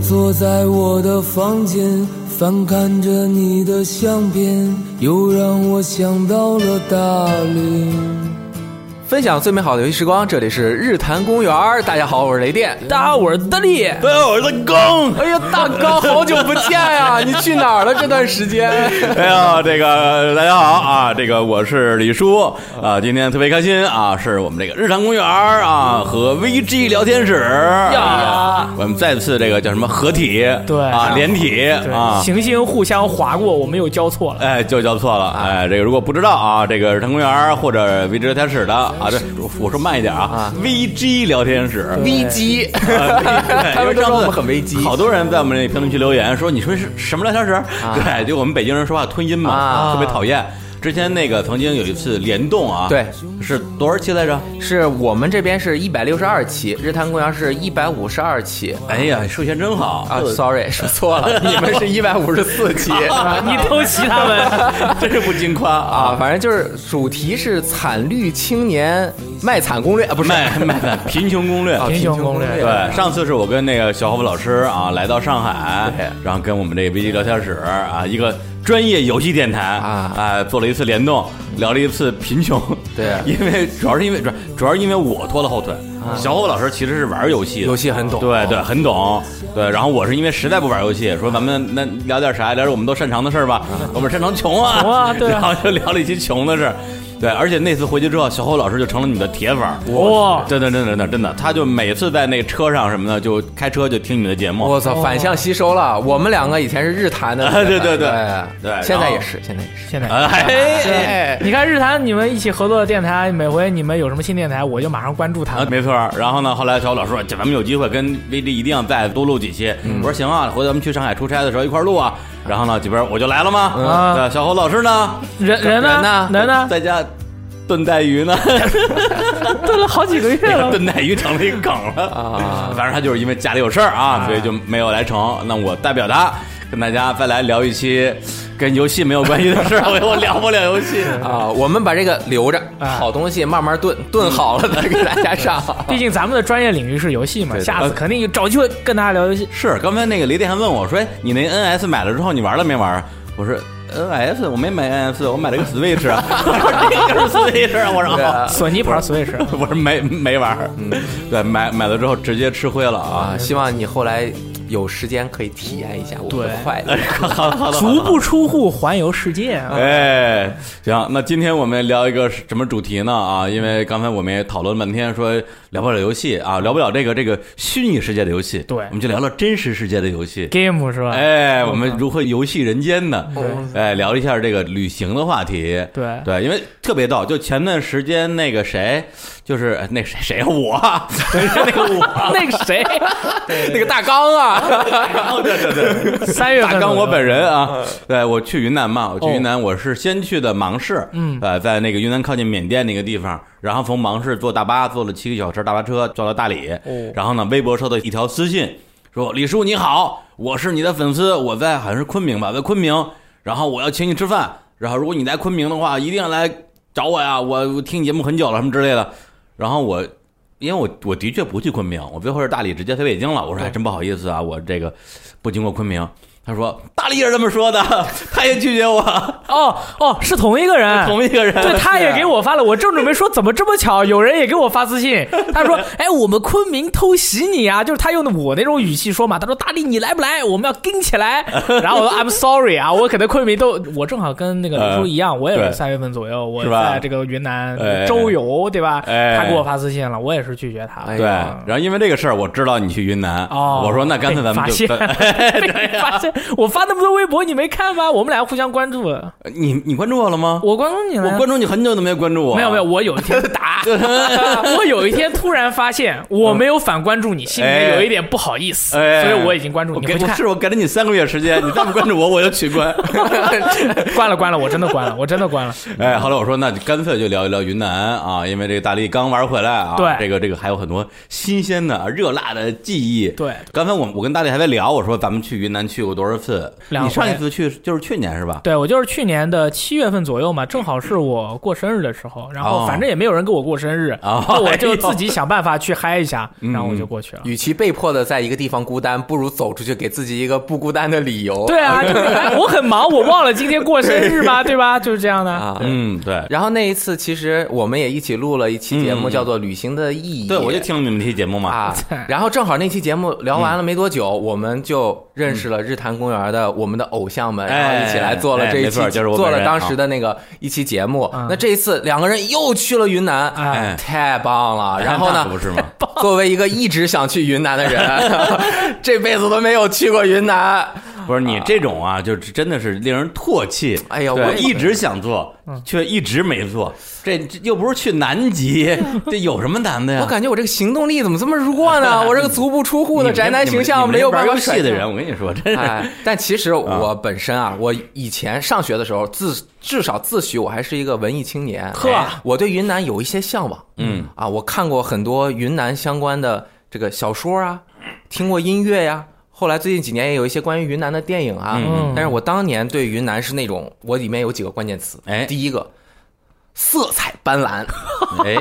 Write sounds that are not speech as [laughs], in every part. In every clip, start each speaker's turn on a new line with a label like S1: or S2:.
S1: 坐在我的房间，翻看着你的相片，又让我想到了大理。
S2: 分享最美好的游戏时光，这里是日坛公园儿。大家好，我是雷电。
S3: 大家好，我是德力。
S4: 大家好，哎我是刚。
S2: 哎呀，大刚，好久不见呀、你去哪儿了这段时间？
S4: 哎呀，这个大家好啊，这个我是李叔啊，今天特别开心啊，是我们这个日常公园儿啊和 VG 聊天室哎
S3: 呀
S4: 我们再次这个叫什么合体，
S3: 对
S4: 啊，连体
S3: 对，
S4: 啊。
S3: 行星互相划过，我们又交错
S4: [laughs]
S3: 了。
S4: 哎，就叫错了。哎，这个如果不知道啊，这个日坛公园儿或者 VG 聊天室的啊，这我我说慢一点啊，VG 聊天室，
S2: 危机，
S4: 他
S2: [laughs] 他们都说我们很危机
S4: 好多人在我们那评论区留言说：“你说是什么聊天室？”对，就我们北京人说话吞音嘛，
S2: 啊
S4: 特别讨厌。之前那个曾经有一次联动啊，
S2: 对，
S4: 是多少期来着？
S2: 是我们这边是一百六十二期，日坛公园是一百五十二期。
S4: 哎呀，授权真好
S2: 啊，sorry，说错了，你们是一百五十四期。
S3: 啊你偷袭他们，
S4: [laughs] 真是不经夸啊！
S2: 啊，反正就是主题是惨绿青年卖惨攻略啊，不是
S4: 卖卖惨贫穷攻略，
S2: 啊
S3: 贫穷攻略
S2: 贫
S4: 对，上次是我跟那个小伙子老师啊来到上海，然后跟我们这个危机聊天室啊一个专业游戏电台
S2: 啊
S4: 哎做了一次联动，聊了一次贫穷。
S2: 对
S4: [laughs] 因为主要是因为主主要是因为我拖了后腿，小伙子老师其实是玩游戏的，
S2: 游戏很懂
S4: 对对，很懂。对，然后我是因为实在不玩游戏，说咱们那聊点啥，聊点我们都擅长的事儿吧。我们擅长穷啊，
S3: 穷啊对啊
S4: [laughs] 然后就聊了一些穷的事儿。对，而且那次回去之后，小伙子老师就成了你的铁粉儿。
S3: 哇，
S4: 真的，真的，真的，真的，他就每次在那车上什么的，就开车就听你的节目
S2: 我。操，反向吸收了。我们两个以前是日坛的，
S4: 啊哦 [laughs] 对对对对
S2: 对，现在也是，现在也是。
S3: 现在。
S4: 哎，
S3: 你看日坛，你们一起合作的电台，每回你们有什么新电台，我就马上关注他
S4: 啊，
S3: 们。
S4: 没错儿。然后呢，后来小伙老师说，咱们有机会跟 VD 一定要再多录几期。我说行啊，回头咱们去上海出差的时候一块儿录啊。然后呢，这边我就来了嘛。
S3: 嗯啊
S4: 对小侯老师呢？
S3: 人人
S2: 人呢
S3: 呢？
S4: [laughs]
S3: 人呢？
S4: 在家炖带鱼呢。
S3: 蹲了好几个月
S4: 那个 [laughs]
S3: 了。
S4: 炖带鱼成了一个梗了
S2: 啊！
S4: 反正他就是因为家里有事儿啊，所以就没有来成。那我代表他跟大家再来聊一期跟游戏没有关系的事儿，我我聊不了游戏。
S2: 啊，我们把这个留着，
S3: 啊
S2: 好东西慢慢炖，炖好
S4: [laughs]
S2: 了再给大家上。
S4: 嗯
S3: 毕竟咱们的专业领域是游戏嘛，
S2: 对对
S3: 下次肯定找机会跟大家聊游戏。
S4: 是，刚才那个雷电还问我说：“哎，你那 NS 买了之后，你玩了没玩？”我说：“NS 我没买 NS，我买了个 Switch 啊。” [laughs] 我说：“这个是 Switch 啊。”我说：“ [laughs]
S2: 对
S4: 哦
S2: 啊
S3: 索尼牌 Switch，
S4: 我说没没玩儿。”对，买买了之后直接吃灰了啊！
S2: 啊，希望你后来有时间可以体验一下我们的
S3: 对
S2: 快乐。
S4: [laughs] 好好好
S3: [laughs]
S4: 的，
S3: 足不出户环游世界啊！
S4: 哎，行，那今天我们聊一个什么主题呢？啊，因为刚才我们也讨论了半天，说聊不了游戏啊，聊不了这个这个虚拟世界的游戏，
S3: 对
S4: 我们就聊聊真实世界的游戏。
S3: game 是吧？
S4: 哎，我们如何游戏人间呢？
S3: 对
S4: 哎，聊一下这个旅行的话题。
S3: 对
S4: 对，因为特别逗，就前段时间那个谁，就是哎那谁谁啊我 [laughs] 啊，那个我，
S3: [laughs] 那个谁，
S2: [laughs] 那个大纲啊， [laughs]
S4: 对对对。
S3: 三月份
S4: 大
S3: 左
S4: 刚，
S3: 右
S4: 我本人啊，
S3: 嗯
S4: 对我去云南嘛，我去云南，我是先去的芒市，
S3: 哦嗯
S4: 呃，在那个云南靠近缅甸那个地方，然后从芒市坐大巴坐了七个小时大巴车坐到大理，
S3: 哦
S4: 然后呢，微博收到一条私信说：“李叔你好，我是你的粉丝，我在好像是昆明吧，在昆明，然后我要请你吃饭，然后如果你来昆明的话，一定要来找我呀，我我听你节目很久了什么之类的。”然后我因为我我的确不去昆明，我最后是大理直接飞北京了。我
S3: 哦
S4: 说还真不好意思啊，我这个不经过昆明。他说大理也是这么说的， [laughs] 他也拒绝我，
S3: 哦哦，是同一个人，
S4: 同一个 [laughs] 人。
S3: 对，他也给我发了，我正准
S4: [laughs]
S3: 备说怎么这么巧，有人也给我发私信，他说：“哎，我们昆明偷袭你啊！”就是他用的我那种语气说嘛，他说：“大力你来不来？我们要跟起
S4: [laughs]
S3: 来。”然后我说：“I'm sorry 啊，我可能昆明都……我正好跟那个
S4: 呃
S3: 李叔一样，我也
S4: 对
S3: 是三月份左右，我
S4: 是吧
S3: 在这个云南
S4: 哎
S3: 周游，对吧？
S4: 哎
S3: 他给我发私信了，我也是拒绝他。
S2: 哎
S4: 对，然后因为这个事儿，我知道你去云南，
S3: 哦，
S4: 我说那干脆咱们
S3: 被
S4: 就
S3: 发现，
S4: [laughs]
S3: 被发现，我发那么多微博你没看吗？我们俩互相关注了，
S4: [laughs] 你你关注我了吗？
S3: 我关注你了呀。
S4: 我关注你很久都没有关注我，
S3: 没有没有，，我有一天打， [laughs] 我有一天突然发现我没有反关注你，心里面有一点不好意思，
S4: 哎，
S3: 所以我已经关注
S4: 我
S3: 你，
S4: 给
S3: 回去
S4: 我
S3: 看
S4: 是我给了你三个月时
S3: [laughs]
S4: 间，你再不关注我，我就取关。 [laughs]
S3: 关了关了，我真的关了，我真的关了。
S4: 哎，后来我说，那就干脆就聊一聊云南啊，因为这个大力刚玩回来啊，
S3: 对
S4: 这个这个还有很多新鲜的、热辣的记忆。
S3: 对
S4: 刚才我我跟大力还在聊，我说咱们去云南去过多多少次？
S3: 两
S4: 你
S3: 回
S4: 上一次去就是去年是吧？
S3: 对我就是去年的七月份左右嘛，正好是我过生日的时候，然后
S4: 哦
S3: 反正也没有人给我过生日，
S4: 哦
S3: 那我就自己想办法去嗨一下，然后我就过去了。
S2: 与其被迫的在一个地方孤单，不如走出去，给自己一个不孤单的理由。
S3: 对啊，就是哎我很忙，我忘了今天过生日吧，对吧？就是这样的。
S2: 啊，
S4: 嗯，对，
S2: 然后那一次，其实我们也一起录了一期节目，
S4: 嗯
S2: 叫做《旅行的意义》。
S4: 对我就听了你们这期节目嘛。 [laughs]
S2: 啊，然后正好那期节目聊完了没多久，我们就认识了日坛公园的我们的偶像们，然后一起来做了这一期
S4: 哎哎哎没错，就是我本
S2: 做
S4: 人嗯
S2: 了当时的那个一期节目。那这一次两个人又去了云南，
S3: 哎
S2: 太棒了！然后
S4: 那
S2: 呢
S4: 可，不是吗？
S2: [laughs] 作为一个一直想去云南的
S4: [laughs]
S2: 人，这辈子都没有去过云南。
S4: 不是你这种啊，就是真的是令人唾弃。
S2: 哎呀
S4: 对
S2: 我
S4: 一直想做，
S2: 嗯
S4: 却一直没做。这这又不是去
S2: [laughs]
S4: 南极，这有什么难的呀？
S2: 我感觉我这个行动力怎么这么弱
S4: [laughs]
S2: 呢？我这个足不出户的
S4: 你们这
S2: 宅男
S4: 你
S2: 形
S4: 们
S2: 象
S4: 你们
S2: 没有
S4: 这
S2: 办
S4: 玩
S2: 法
S4: 游
S2: 甩
S4: 戏的
S2: 掉
S4: 人，我跟你说，真是
S2: 哎，但其实我本身啊，我以前上学的时候，自至少自诩我还是一个文艺青年。
S3: 呵
S2: 哎我对云南有一些向往。嗯，啊，我看过很多云南相关的这个小说啊，听过音乐呀、后来最近几年也有一些关于云南的电影啊，
S4: 嗯
S2: 但是我当年对云南是那种，我里面有几个关键词，
S4: 哎
S2: 第一个色彩斑斓，
S4: 哎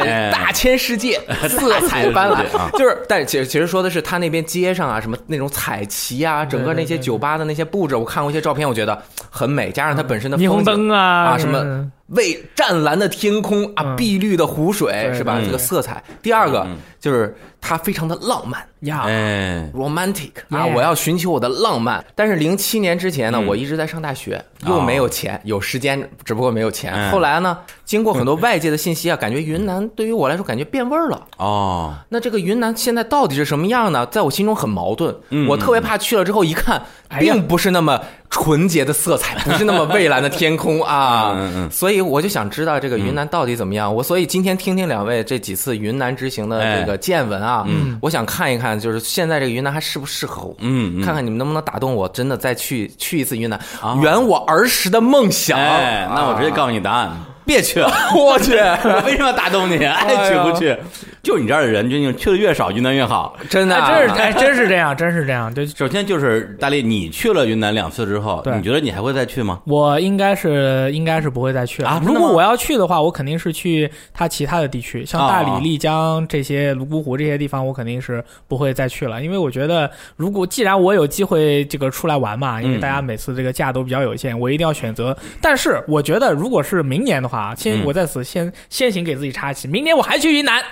S2: 哎，大千世界，色彩斑
S4: 大千世界啊
S2: 斓，就是，但其实其实说的是他那边街上啊，什么那种彩旗啊，整个那些酒吧的那些布置，我看过一些照片，我觉得很美，加上它本身的
S3: 霓虹
S2: 风景
S3: 灯啊
S2: 啊，什么
S3: 嗯
S2: 蔚湛蓝的天空啊，
S3: 嗯
S2: 碧绿的湖水
S3: 对
S2: 是吧？
S4: 对
S2: 这个色彩。第二个就是它非常的浪漫。
S3: 呀，
S4: 哎，
S2: romantic 啊，
S3: Yeah
S2: 我要寻求我的浪漫。但是零七年之前呢，
S4: 嗯
S2: 我一直在上大学，
S4: 哦
S2: 又没有钱，有时间，只不过没有
S4: 嗯
S2: 钱。后来呢，经过很多外界的信息啊，感觉云南对于我来说感觉变味儿了。
S4: 哦，
S2: 那这个云南现在到底是什么样呢？在我心中很矛盾
S4: 嗯，
S2: 我特别怕去了之后一看，
S3: 哎呀
S2: 并不是那么纯洁的色彩，不是那么蔚蓝的天空
S4: 嗯嗯
S2: 啊
S4: 嗯，
S2: 所以我就想知道这个云南到底怎么样。我所以今天听听两位这几次云南之行的这个见闻啊，我想看一看，就是现在这个云南还适不适合我，
S4: 嗯嗯
S2: 看看你们能不能打动我，真的再去去一次云南
S4: 啊，
S2: 圆我儿时的梦想。
S3: 啊
S4: 哎，那我直接告诉你答案，别去
S3: [laughs]
S4: 了。
S2: 我去，
S4: 我 [laughs] 为什么要打动你？
S3: 哎
S4: 爱去不去？就你这样的人，就你去的越少，云南越好。
S2: 真的啊，
S3: 哎，真是哎，真是这样，真是这样。对，
S4: 首先就是大力，你去了云南两次之后，
S3: 对
S4: 你觉得你还会再去吗？
S3: 我应该是应该是不会再去了
S4: 啊真的
S3: 如
S4: 吗
S3: 果我要去的话，我肯定是去它其他的地区，像大
S4: 哦
S3: 理、丽江这些、泸沽湖这些地方，我肯定是不会再去了。因为我觉得，如果既然我有机会这个出来玩嘛，因为
S4: 嗯
S3: 大家每次这个假都比较有限，我一定要选择。但是我觉得，如果是明年的话，
S4: 嗯
S3: 先我在此先先行给自己插旗，明年我还去云南，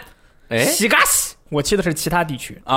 S2: 哎
S3: 西嘎西，我去的是其他地区啊，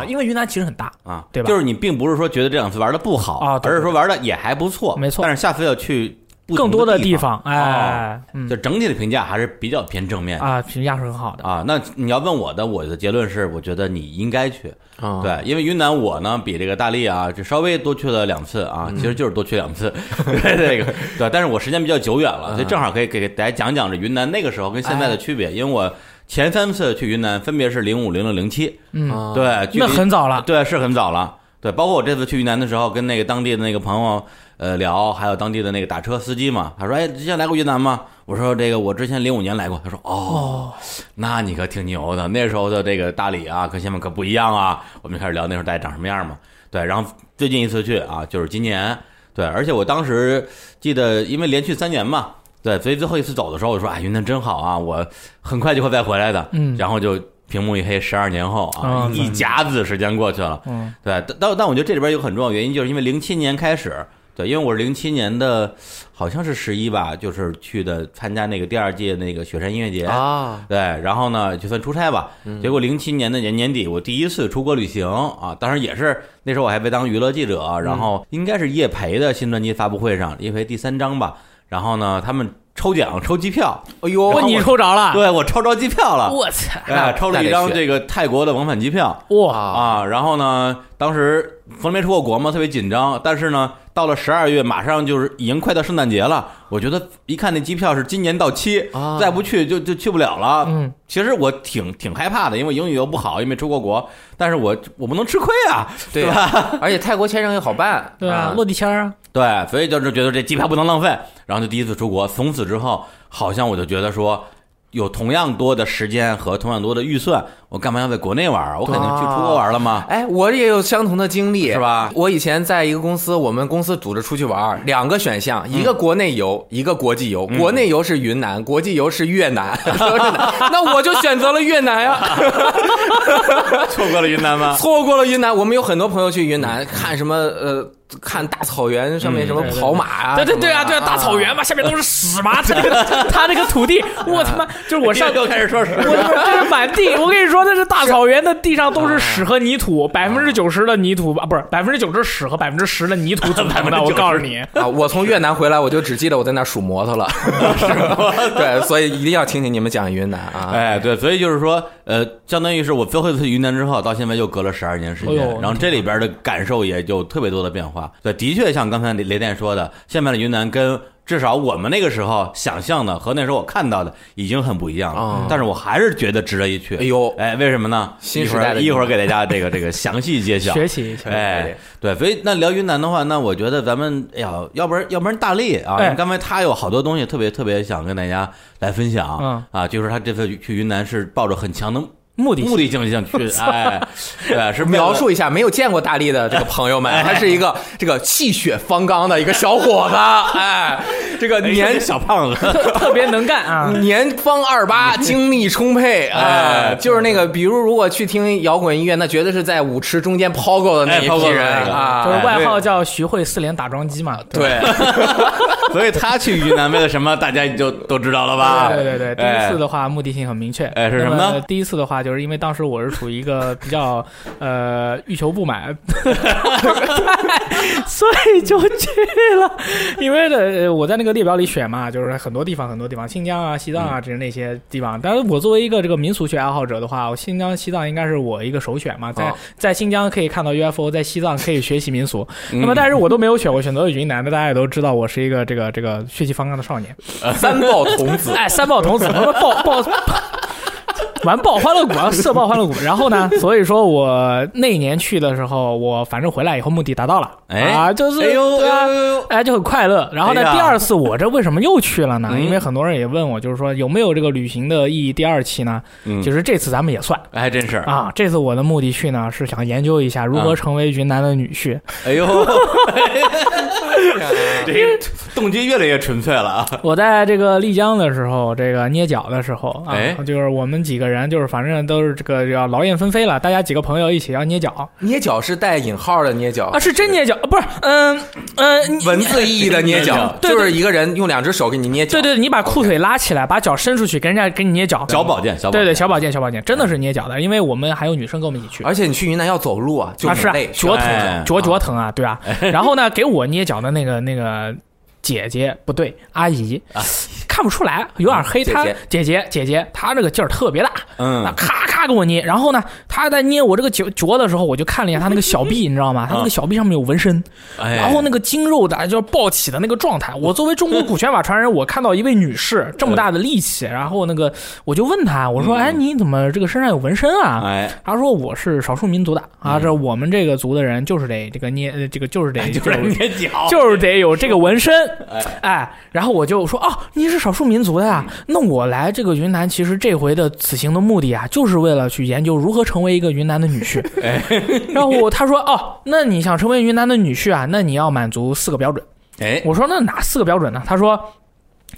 S4: 啊
S3: 因为云南其实很大。
S4: 啊，
S3: 对吧
S4: 就是你并不是说觉得这两次玩的不好
S3: 啊对
S4: 而是说玩的也还不错，
S3: 没错
S4: 但是下次要去不同
S3: 更多
S4: 的
S3: 地
S4: 方，哦
S3: 方，哎，嗯
S4: 就整体的评价还是比较偏正面。
S3: 啊，评价是很好的。
S4: 啊，那你要问我的，我的结论是，我觉得你应该去。
S2: 啊
S4: 对，因为云南我呢比这个大力啊，就稍微多去了两次
S3: 嗯
S4: 啊，其实就是多去两次。 [laughs] 对这个对，但是我时间比较久远了，
S3: 嗯
S4: 所以正好可以给大家讲讲这云南那个时候跟
S3: 哎
S4: 现在的区别。因为我前三次去云南分别是零五、零六、零七，
S3: 嗯，
S2: 啊
S4: 对，距离
S3: 那很早了。
S4: 对，是很早了。对，包括我这次去云南的时候，跟那个当地的那个朋友呃聊，还有当地的那个打车司机嘛，他说：“哎，之前来过云南吗？”我说：“这个我之前零五年来过。”他说：“哦，那你可挺牛的，那时候的这个大理啊，跟现在可不一样啊。”我们就开始聊那时候大家长什么样嘛。对，然后最近一次去啊，就是今年。对，而且我当时记得，因为连续三年嘛，对，所以最后一次走的时候，我说：“啊、云南真好啊，我很快就会再回来的。”
S3: 嗯
S4: 然后就屏幕一黑，十二年后啊，
S3: 啊
S2: 嗯
S4: 一甲子时间过去了。
S3: 嗯，
S4: 对，但但但我觉得这里边有很重要原因，就是因为零七年开始，对，因为我是零七年的，好像是十一吧，就是去的参加那个第二届那个雪山音乐节。
S2: 啊，嗯
S4: 对，然后呢，就算出差吧。结果零七年的年年底，我第一次出国旅行啊，当然也是那时候我还被当娱乐记者，
S2: 嗯
S4: 然后应该是叶培的新专辑发布会上，叶培第三张吧。然后呢，他们抽奖抽机票，
S2: 哎呦，
S3: 问你抽着了，
S4: 对我抽着机票了，
S3: 我操，
S4: 哎，抽了一
S2: 那
S4: 张
S2: 得
S4: 这个泰国的往返机票。
S3: 哇，
S4: 啊，然后呢，当时从来没出过国嘛，特别紧张。但是呢，到了十二月，马上就是已经快到圣诞节了，我觉得一看那机票是今年到期，
S2: 啊
S4: 再不去就就去不了了。
S3: 嗯，
S4: 其实我挺挺害怕的，因为英语又不好，也没出过国，但是我我不能吃亏啊，
S2: 对
S4: 吧？
S2: 啊， [laughs] 而且泰国签证也好办，
S3: [laughs] 对啊，落地签儿啊，
S4: 对，所以就是觉得这机票不能浪费，然后就第一次出国，从此之后，好像我就觉得说。有同样多的时间和同样多的预算，我干嘛要在国内玩啊？我肯定去出国玩了嘛。
S2: 哎，我也有相同的经历，
S4: 是
S3: 嗯
S4: 吧
S2: 我以前在一个公司，我们公司组织出去玩儿，两个选
S3: 嗯
S2: 项，一个国内游，一个国际游。国内游是云南，国际游是越
S3: [laughs]
S2: 南，说真的，那我就选择了越南呀，
S4: 错过了云南吗？
S2: 错过了云南。我们有很多朋友去云南看什么呃，看大草原上面什么
S3: 嗯对对
S2: 跑马啊，
S3: 对对对
S2: 什
S3: 啊，
S2: 么
S3: 对啊，大草原嘛，下面都是屎嘛，他那个他那个土地，我他妈就是我上
S4: [laughs] 又开始说实
S3: 我他妈这是满地，我跟你说，那是大草原的地上都是屎和泥土，百分之九十的泥土啊，不是百分之九十屎和百分之十的泥土组成的。我告诉你，
S2: 啊，我从越南回来，我就只记得我在那儿数摩托
S3: [laughs]
S2: 了， [laughs] 对，所以一定要听听你们讲云南啊。
S4: 哎，对，所以就是说，呃，相当于是我最后一次去云南之后，到现在又隔了十二年时间，
S3: 哎呦
S4: 然后这里边的感受也有特别多的变化。对，的确像刚才雷雷电说的，现在的云南跟至少我们那个时候想象的和那时候我看到的已经很不一样了，
S2: 啊
S4: 但是我还是觉得值得一去。
S2: 哎呦
S4: 哎，为什么呢？
S2: 新
S4: 一
S2: 时
S4: 会
S2: 代
S4: 儿
S2: 的
S4: 一会儿
S2: 云
S4: 给大家这个这个详细揭
S2: [laughs]
S4: 晓。
S3: 学习一下。
S4: 哎，对，所以那聊云南的话，那我觉得咱们哎呀，要不然要不然大力啊，
S3: 哎
S4: 因为刚才他有好多东西特别特别想跟大家来分享，
S3: 嗯
S4: 啊，就是他这次去云南是抱着很强的
S3: 目的性
S4: 目的性想
S3: [laughs]
S4: 去，哎，对，是为了
S2: [laughs] 描述一下没有见过大力的这个朋友们，他是一个这个气血方刚的一个小伙子，哎，这个
S4: 哎
S2: 年
S4: 这小胖子，
S3: [laughs] 特别能干啊！
S2: 年方二八，精力充沛，哎，就是那个，比如如果去听摇滚音乐，那绝对是在舞池中间抛够的那一
S4: 哎抛
S2: 批
S4: 够的
S2: 人
S4: 那个
S3: 就
S2: 啊
S3: 是，外号叫徐汇四连打桩机嘛。吧，
S2: 对，
S4: 所以他去云南为了什么，大家就都知道了吧？
S3: 对对对，第
S4: 哎
S3: 一次的话目的性很明确。
S4: 哎是什么呢
S3: 那第一次的话，就是因为当时我是处于一个比较呃欲求
S4: [laughs]
S3: 不满所以就去了。因为呢，我在那个列表里选嘛，就是很多地方，很多地方，新疆啊、西藏啊，这
S4: 嗯
S3: 那些地方。但是我作为一个这个民俗学爱好者的话，我新疆、西藏应该是我一个首选嘛。在
S2: 哦
S3: 在新疆可以
S4: 嗯
S3: 看到 UFO，在西藏可以学习
S4: [laughs]
S3: 民俗。那么，但是我都没有选，我选择了云南。那大家也都知道，我是一个这个这个血气方刚的少年。
S2: 三豹童
S3: [laughs]
S2: 子，
S3: 哎，三爆童子，他妈爆爆。玩爆欢乐谷啊，射爆欢乐谷。然后呢，所以说我那年去的时候，我反正回来以后目的达到了，
S4: 哎
S3: 啊，就是
S4: 哎呦
S3: 对啊
S4: 哎呦哎呦
S3: 哎，就很快乐。然后呢，
S4: 哎呀
S3: 第二次我这为什么又去了呢？
S4: 嗯
S3: 因为很多人也问我，就是说有没有这个旅行的意义第二期呢？
S4: 嗯
S3: 其实这次咱们也算。
S4: 哎，真是，
S3: 啊，这次我的目的去呢是想研究一下如
S4: 啊
S3: 何成为云南的女婿。
S4: 哎呦，
S3: [laughs]
S4: 这个动机越来越纯粹了啊！
S3: 我在这个丽江的时候，这个捏脚的时候啊，
S4: 哎
S3: 就是我们几个人，就是反正都是这个要劳燕分飞了，大家几个朋友一起要捏脚
S2: 捏脚是带引号的捏脚
S3: 啊，，是真捏脚，啊不是，嗯嗯，你
S2: [laughs] 文字意义的捏脚，
S3: 对对
S2: 就是一个人用两只手给你捏脚
S3: 对，对，你把裤腿拉起来，把脚伸出去，给人家给你捏脚，
S4: 小保健，小保
S3: 对
S4: 健
S3: 对，小保健，小保健，真的是捏脚的，因为我们还有女生跟我们一起去。
S2: 而且你去云南要走路啊，就
S3: 啊，是
S2: 很
S3: 啊
S2: 累，，
S3: 脚
S2: 是吧哎
S4: 哎
S3: 疼，脚脚疼啊，对吧？然后呢，给我捏脚的那个那个姐姐不对，阿姨，看不出来，有点黑。
S2: 姐
S3: 她
S2: 啊姐
S3: 姐姐姐姐，她这个劲儿特别大，
S4: 嗯
S3: 那咔咔给我捏。然后呢，她在捏我这个脚脚的时候，我就看了一下她那个小臂，你知道吗？她那个小臂上面有纹身，
S4: 哎
S3: 然后那个筋肉的就是暴起的那个状态。我作为中国古拳法传人，我看到一位女士这么大的力气，然后那个我就问她，我说：“哎，你怎么这个身上有纹身啊？”
S4: 哎，
S3: 他说我是少数民族的啊，这我们这个族的人就是得这个捏，呃这个就是
S4: [laughs]
S3: 得就是
S4: 捏脚，
S3: 就是得有这个纹身，哎，然后我就说哦，你是少数民族的呀，那我来这个云南，其实这回的此行的目的啊，就是为了去研究如何成为一个云南的女婿。然后我他说哦，那你想成为云南的女婿啊，那你要满足四个标准。
S4: 哎，
S3: 我说那哪四个标准呢？他说，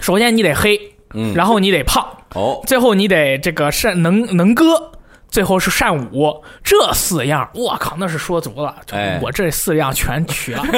S3: 首先你得黑，
S4: 嗯
S3: 然后你得胖，
S4: 哦，
S3: 最后你得这个善能能歌，最后是善舞，这四样，我靠，那是说足了，就
S4: 哎
S3: 我这四样全取了。 [laughs]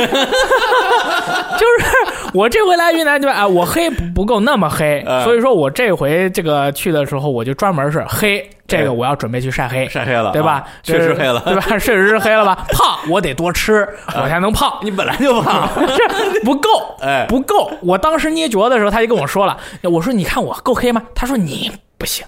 S3: 就是我这回来云南对吧？啊，我黑不不够那么黑，
S4: 嗯
S3: 所以说我这回这个去的时候，我就专门是黑这个，我要准备去晒黑，
S4: 哎晒黑了
S3: 对吧
S4: 啊？确实
S3: 这
S4: 黑了啊
S3: 对吧？确 [laughs] 实是黑了吧？胖，我得多吃，我才能胖。
S4: 你本来就胖，
S2: [laughs]
S3: 这 [laughs] 不够，
S4: 哎
S3: 不够。我当时捏脚的时候，他就跟我说了，我说你看我够黑吗？他说你。不行。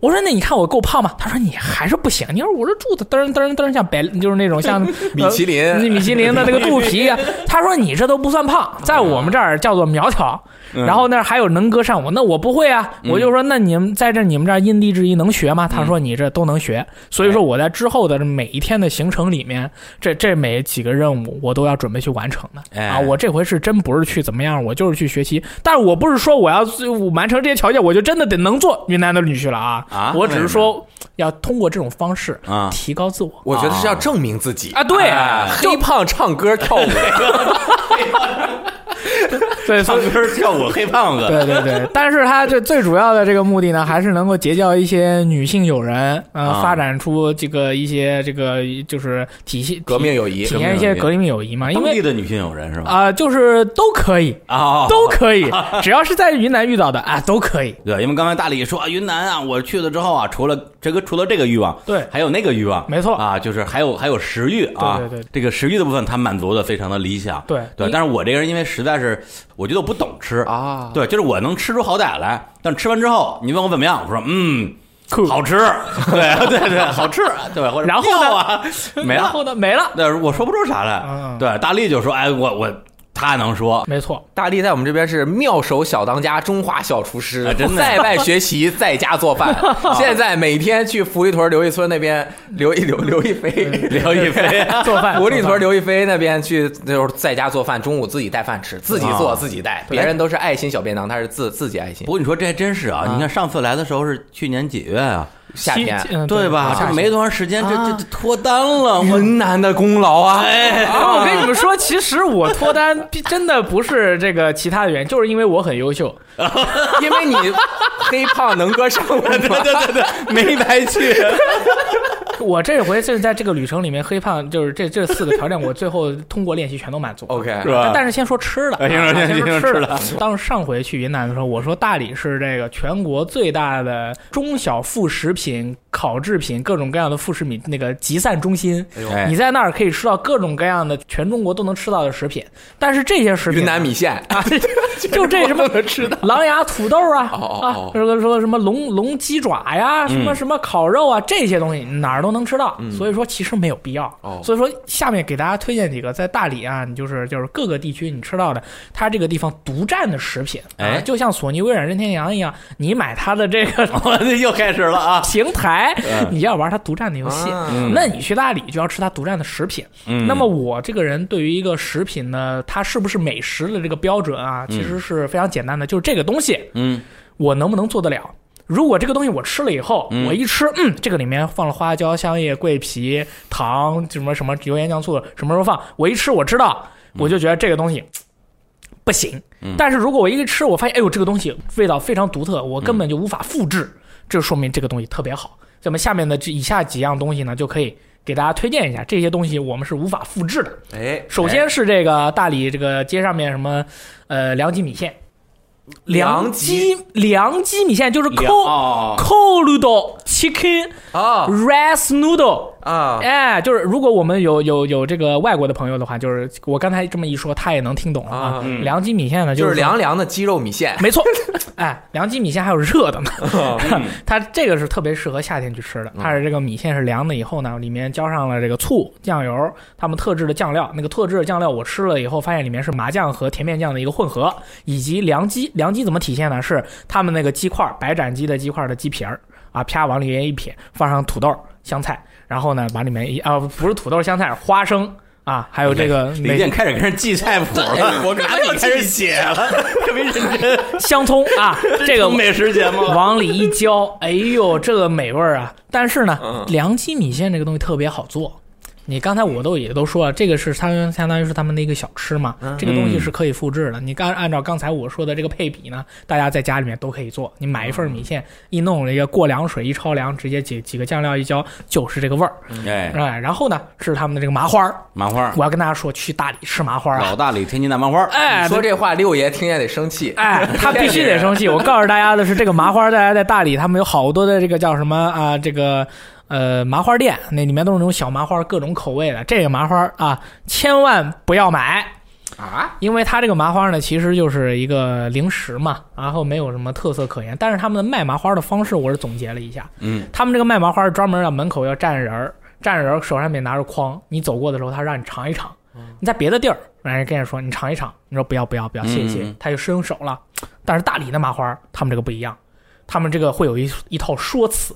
S3: 我说那你看我够胖吗？他说你还是不行。你说我这肚子嘚儿嘚儿嘚儿像白，就是那种像
S2: 米其林
S3: 呃米其林的那个肚
S4: [laughs]
S3: 皮啊。他说你这都不算胖，在我们这儿叫做苗条。
S4: 嗯
S3: 然后那儿还有能歌善舞，那我不会啊。我就说那你们在这你们这儿因地制宜能学吗？他
S4: 嗯
S3: 说你这都能学。所以说我在之后的这每一天的行程里面，这这每几个任务我都要准备去完成的
S4: 哎
S3: 啊。我这回是真不是去怎么样，我就是去学习。但是我不是说我要最我完成这些条件，我就真的得能做云南的女婿了啊。
S4: 啊
S3: 我只是说要通过这种方式
S4: 啊
S3: 提高自我
S2: 我觉得是要证明自己
S3: 啊。对
S2: 哎黑胖唱歌跳舞，
S3: 对，所
S4: 唱
S3: 以
S4: 歌跳舞黑胖 [laughs] 子，
S3: 对对对，但是他这最主要的这个目的呢，还是能够结交一些女性友人，呃，
S4: 啊
S3: 发展出这个一些这个就是体系
S2: 革命友谊
S3: 体，验一些革命友谊嘛，因
S4: 当地
S3: 为
S4: 的女性友人是吧？
S3: 啊、就是都可以，
S4: 啊
S3: 都可以，只要是在云南遇到的啊，都可以。
S4: 对，因为刚才大理说啊，云南啊，我去了之后啊，除了这个除了这个欲望，
S3: 对
S4: 还有那个欲望，
S3: 没错
S4: 啊，就是还有还有食欲啊，
S3: 对对对
S4: 这个食欲的部分他满足的非常的理想，
S3: 对
S4: 对，
S3: 你
S4: 但是我这个人因为实在是，我觉得我不懂吃
S2: 啊
S4: 对，就是我能吃出好歹来，但吃完之后你问我怎么样，我说嗯。好吃， [laughs] 对对对，好吃，对，或者
S3: 然后呢
S4: 妙啊，没
S3: 然
S4: 了，
S3: 后呢，没
S4: [laughs]
S3: 了，
S4: 对，我说不出啥来
S3: 嗯，
S4: 对，大力就说，哎，我我他能说，
S3: 没错。
S2: 大力在我们这边是妙手小当家，中华小厨师，
S4: 啊真的
S2: 在外学习，在家做饭。现在每天去福利屯刘一村那边，刘一刘刘一飞，[laughs]
S4: 刘亦菲，
S3: 做饭，
S2: 福利
S3: 做
S2: 屯
S3: 饭
S2: 刘一飞那边去，就是在家做饭，中午自己带饭吃，自己
S4: 啊
S2: 做自己带，别人都是爱心小便当，他是自自己爱心
S4: [laughs] 不。过你说这还真是啊，你看上次来的时候是去年几月啊？
S2: 夏
S3: 西
S2: 天，
S3: 嗯
S4: 对吧？
S3: 夏
S4: 这
S3: 天
S4: 没多长时间，这这这脱单了，我哎
S2: 云南的功劳啊！
S3: [laughs] 啊，我跟
S4: [laughs]
S3: 你们说，其实我脱单 [laughs] 真的不是这个其他的原因，就是因为我很优秀。
S2: 因为你黑胖能歌善舞，对对对对，没白去。
S3: 我这回是在这个旅程里面，黑胖就是这这四个条件，我最后通过练习全都满足。
S2: OK，
S4: 是吧
S3: 但是先说吃的，
S4: 哎行了
S3: 啊
S4: 行了
S3: 先
S4: 行了
S3: 说吃
S4: 吃了
S3: 的。当上回去云南的时候，我说大理是这个全国最大的中小副食品、烤制品各种各样的副食品那个集散中心。
S4: 哎
S3: 你在那儿可以吃到各种各样的全中国都能吃到的食品，但是这些食品
S2: 云南米线，
S3: 啊，就这什么 [laughs] 狼牙土豆啊
S2: 哦哦
S3: 啊
S2: 哦，嗯
S3: 这个说什么龙龙鸡爪呀，什么什么烤肉啊，这些东西哪儿都能吃到，所以说其实没有必要
S2: 哦。
S3: 所以说下面给大家推荐几个在大理啊，你就是就是各个地区你吃到的，它这个地方独占的食品，啊
S4: 哎
S3: 就像索尼、微软、任天堂一样，你买它的这
S2: 哦
S3: 个
S4: 我这又开始了啊！
S3: [laughs] 平台，你要玩它独占的游戏
S2: 啊，
S3: 那你去大理就要吃它独占的食品。那么我这个人对于一个食品呢，它是不是美食的这个标准啊，其实是非常简单的，就是这个东西，
S4: 嗯，
S3: 我能不能做得了？如果这个东西我吃了以后，我一吃，嗯，这个里面放了花椒、香叶、桂皮、糖，什么什么油盐酱醋，什么时候放，我一吃我知道，我就觉得这个东西。不行，
S2: 嗯
S3: 但是如果我一吃，我发现，哎呦，这个东西味道非常独特，我根本就无法复制，这说明这个东西特别好。那么下面的这以下几样东西呢，就可以给大家推荐一下，这些东西我们是无法复制的。
S2: 哎，
S3: 首先是这个大理这个街上面什么，呃，良记米线，呃良
S2: 良记
S3: 记良记米线就是
S4: 良哦
S3: cold cold noodle chicken
S2: 啊
S3: rice noodle。
S2: 啊，
S3: 哎，就是如果我们有有有这个外国的朋友的话，就是我刚才这么一说，他也能听懂了
S2: 啊
S3: 啊。良记米线呢，
S2: 就是
S3: 是说
S2: 凉凉的鸡肉米线。
S3: 没错， [laughs] 哎，凉鸡米线还有热的呢，
S2: 哦嗯
S3: [laughs] 它这个是特别适合夏天去吃的。它是这个米线是凉的以后呢，里面浇上了这个醋、酱油，他们特制的酱料。那个特制的酱料我吃了以后，发现里面是麻酱和甜面酱的一个混合，以及凉鸡。凉鸡怎么体现呢？是他们那个鸡块儿，白斩鸡的鸡块儿的鸡皮儿啊，啪往里面一撇，放上土豆、香菜，然后呢把里面一啊不是土豆、香菜，花生啊，还有这个
S4: 李健开始跟人记菜谱了，我刚 [laughs] 又开始写了，特别认真。
S3: 香葱啊，这个
S4: 美食节目了，
S3: 往里一浇，哎呦，这个美味儿啊！但是呢，
S4: 嗯
S3: 凉鸡米线这个东西特别好做。你刚才我都也都说了，这个是相当相当于是他们的一个小吃嘛，
S4: 嗯
S3: 这个东西是可以复制的。你刚按照刚才我说的这个配比呢，大家在家里面都可以做。你买一份米线，一弄这个过凉水一焯凉，直接几几个酱料一浇，就是这个味儿。
S4: 哎，
S3: 哎，然后呢是他们的这个麻花儿，
S4: 麻花，
S3: 我要跟大家说，去大理吃麻花儿啊
S4: 老，大理天津大麻花，
S3: 哎
S2: 你，说这话六爷听见得生气。 [laughs]
S3: 哎，他必须得生气。我告诉大家的是，这个麻花，大家在大理他们有好多的这个叫什么啊？这个呃麻花店，那里面都是那种小麻花，各种口味的。这个麻花啊，千万不要买。
S2: 啊，
S3: 因为它这个麻花呢，其实就是一个零食嘛，然后没有什么特色可言。但是他们的卖麻花的方式，我是总结了一下，
S4: 嗯，
S3: 他们这个卖麻花是专门让啊门口要站人儿，站人儿手上面拿着筐，你走过的时候，他让你尝一尝。你在别的地儿，人家跟你说你尝一尝，你说不要不要不要，谢谢
S4: 嗯嗯嗯，
S3: 他就伸手了。但是大理的麻花，他们这个不一样，他们这个会有一一套说辞。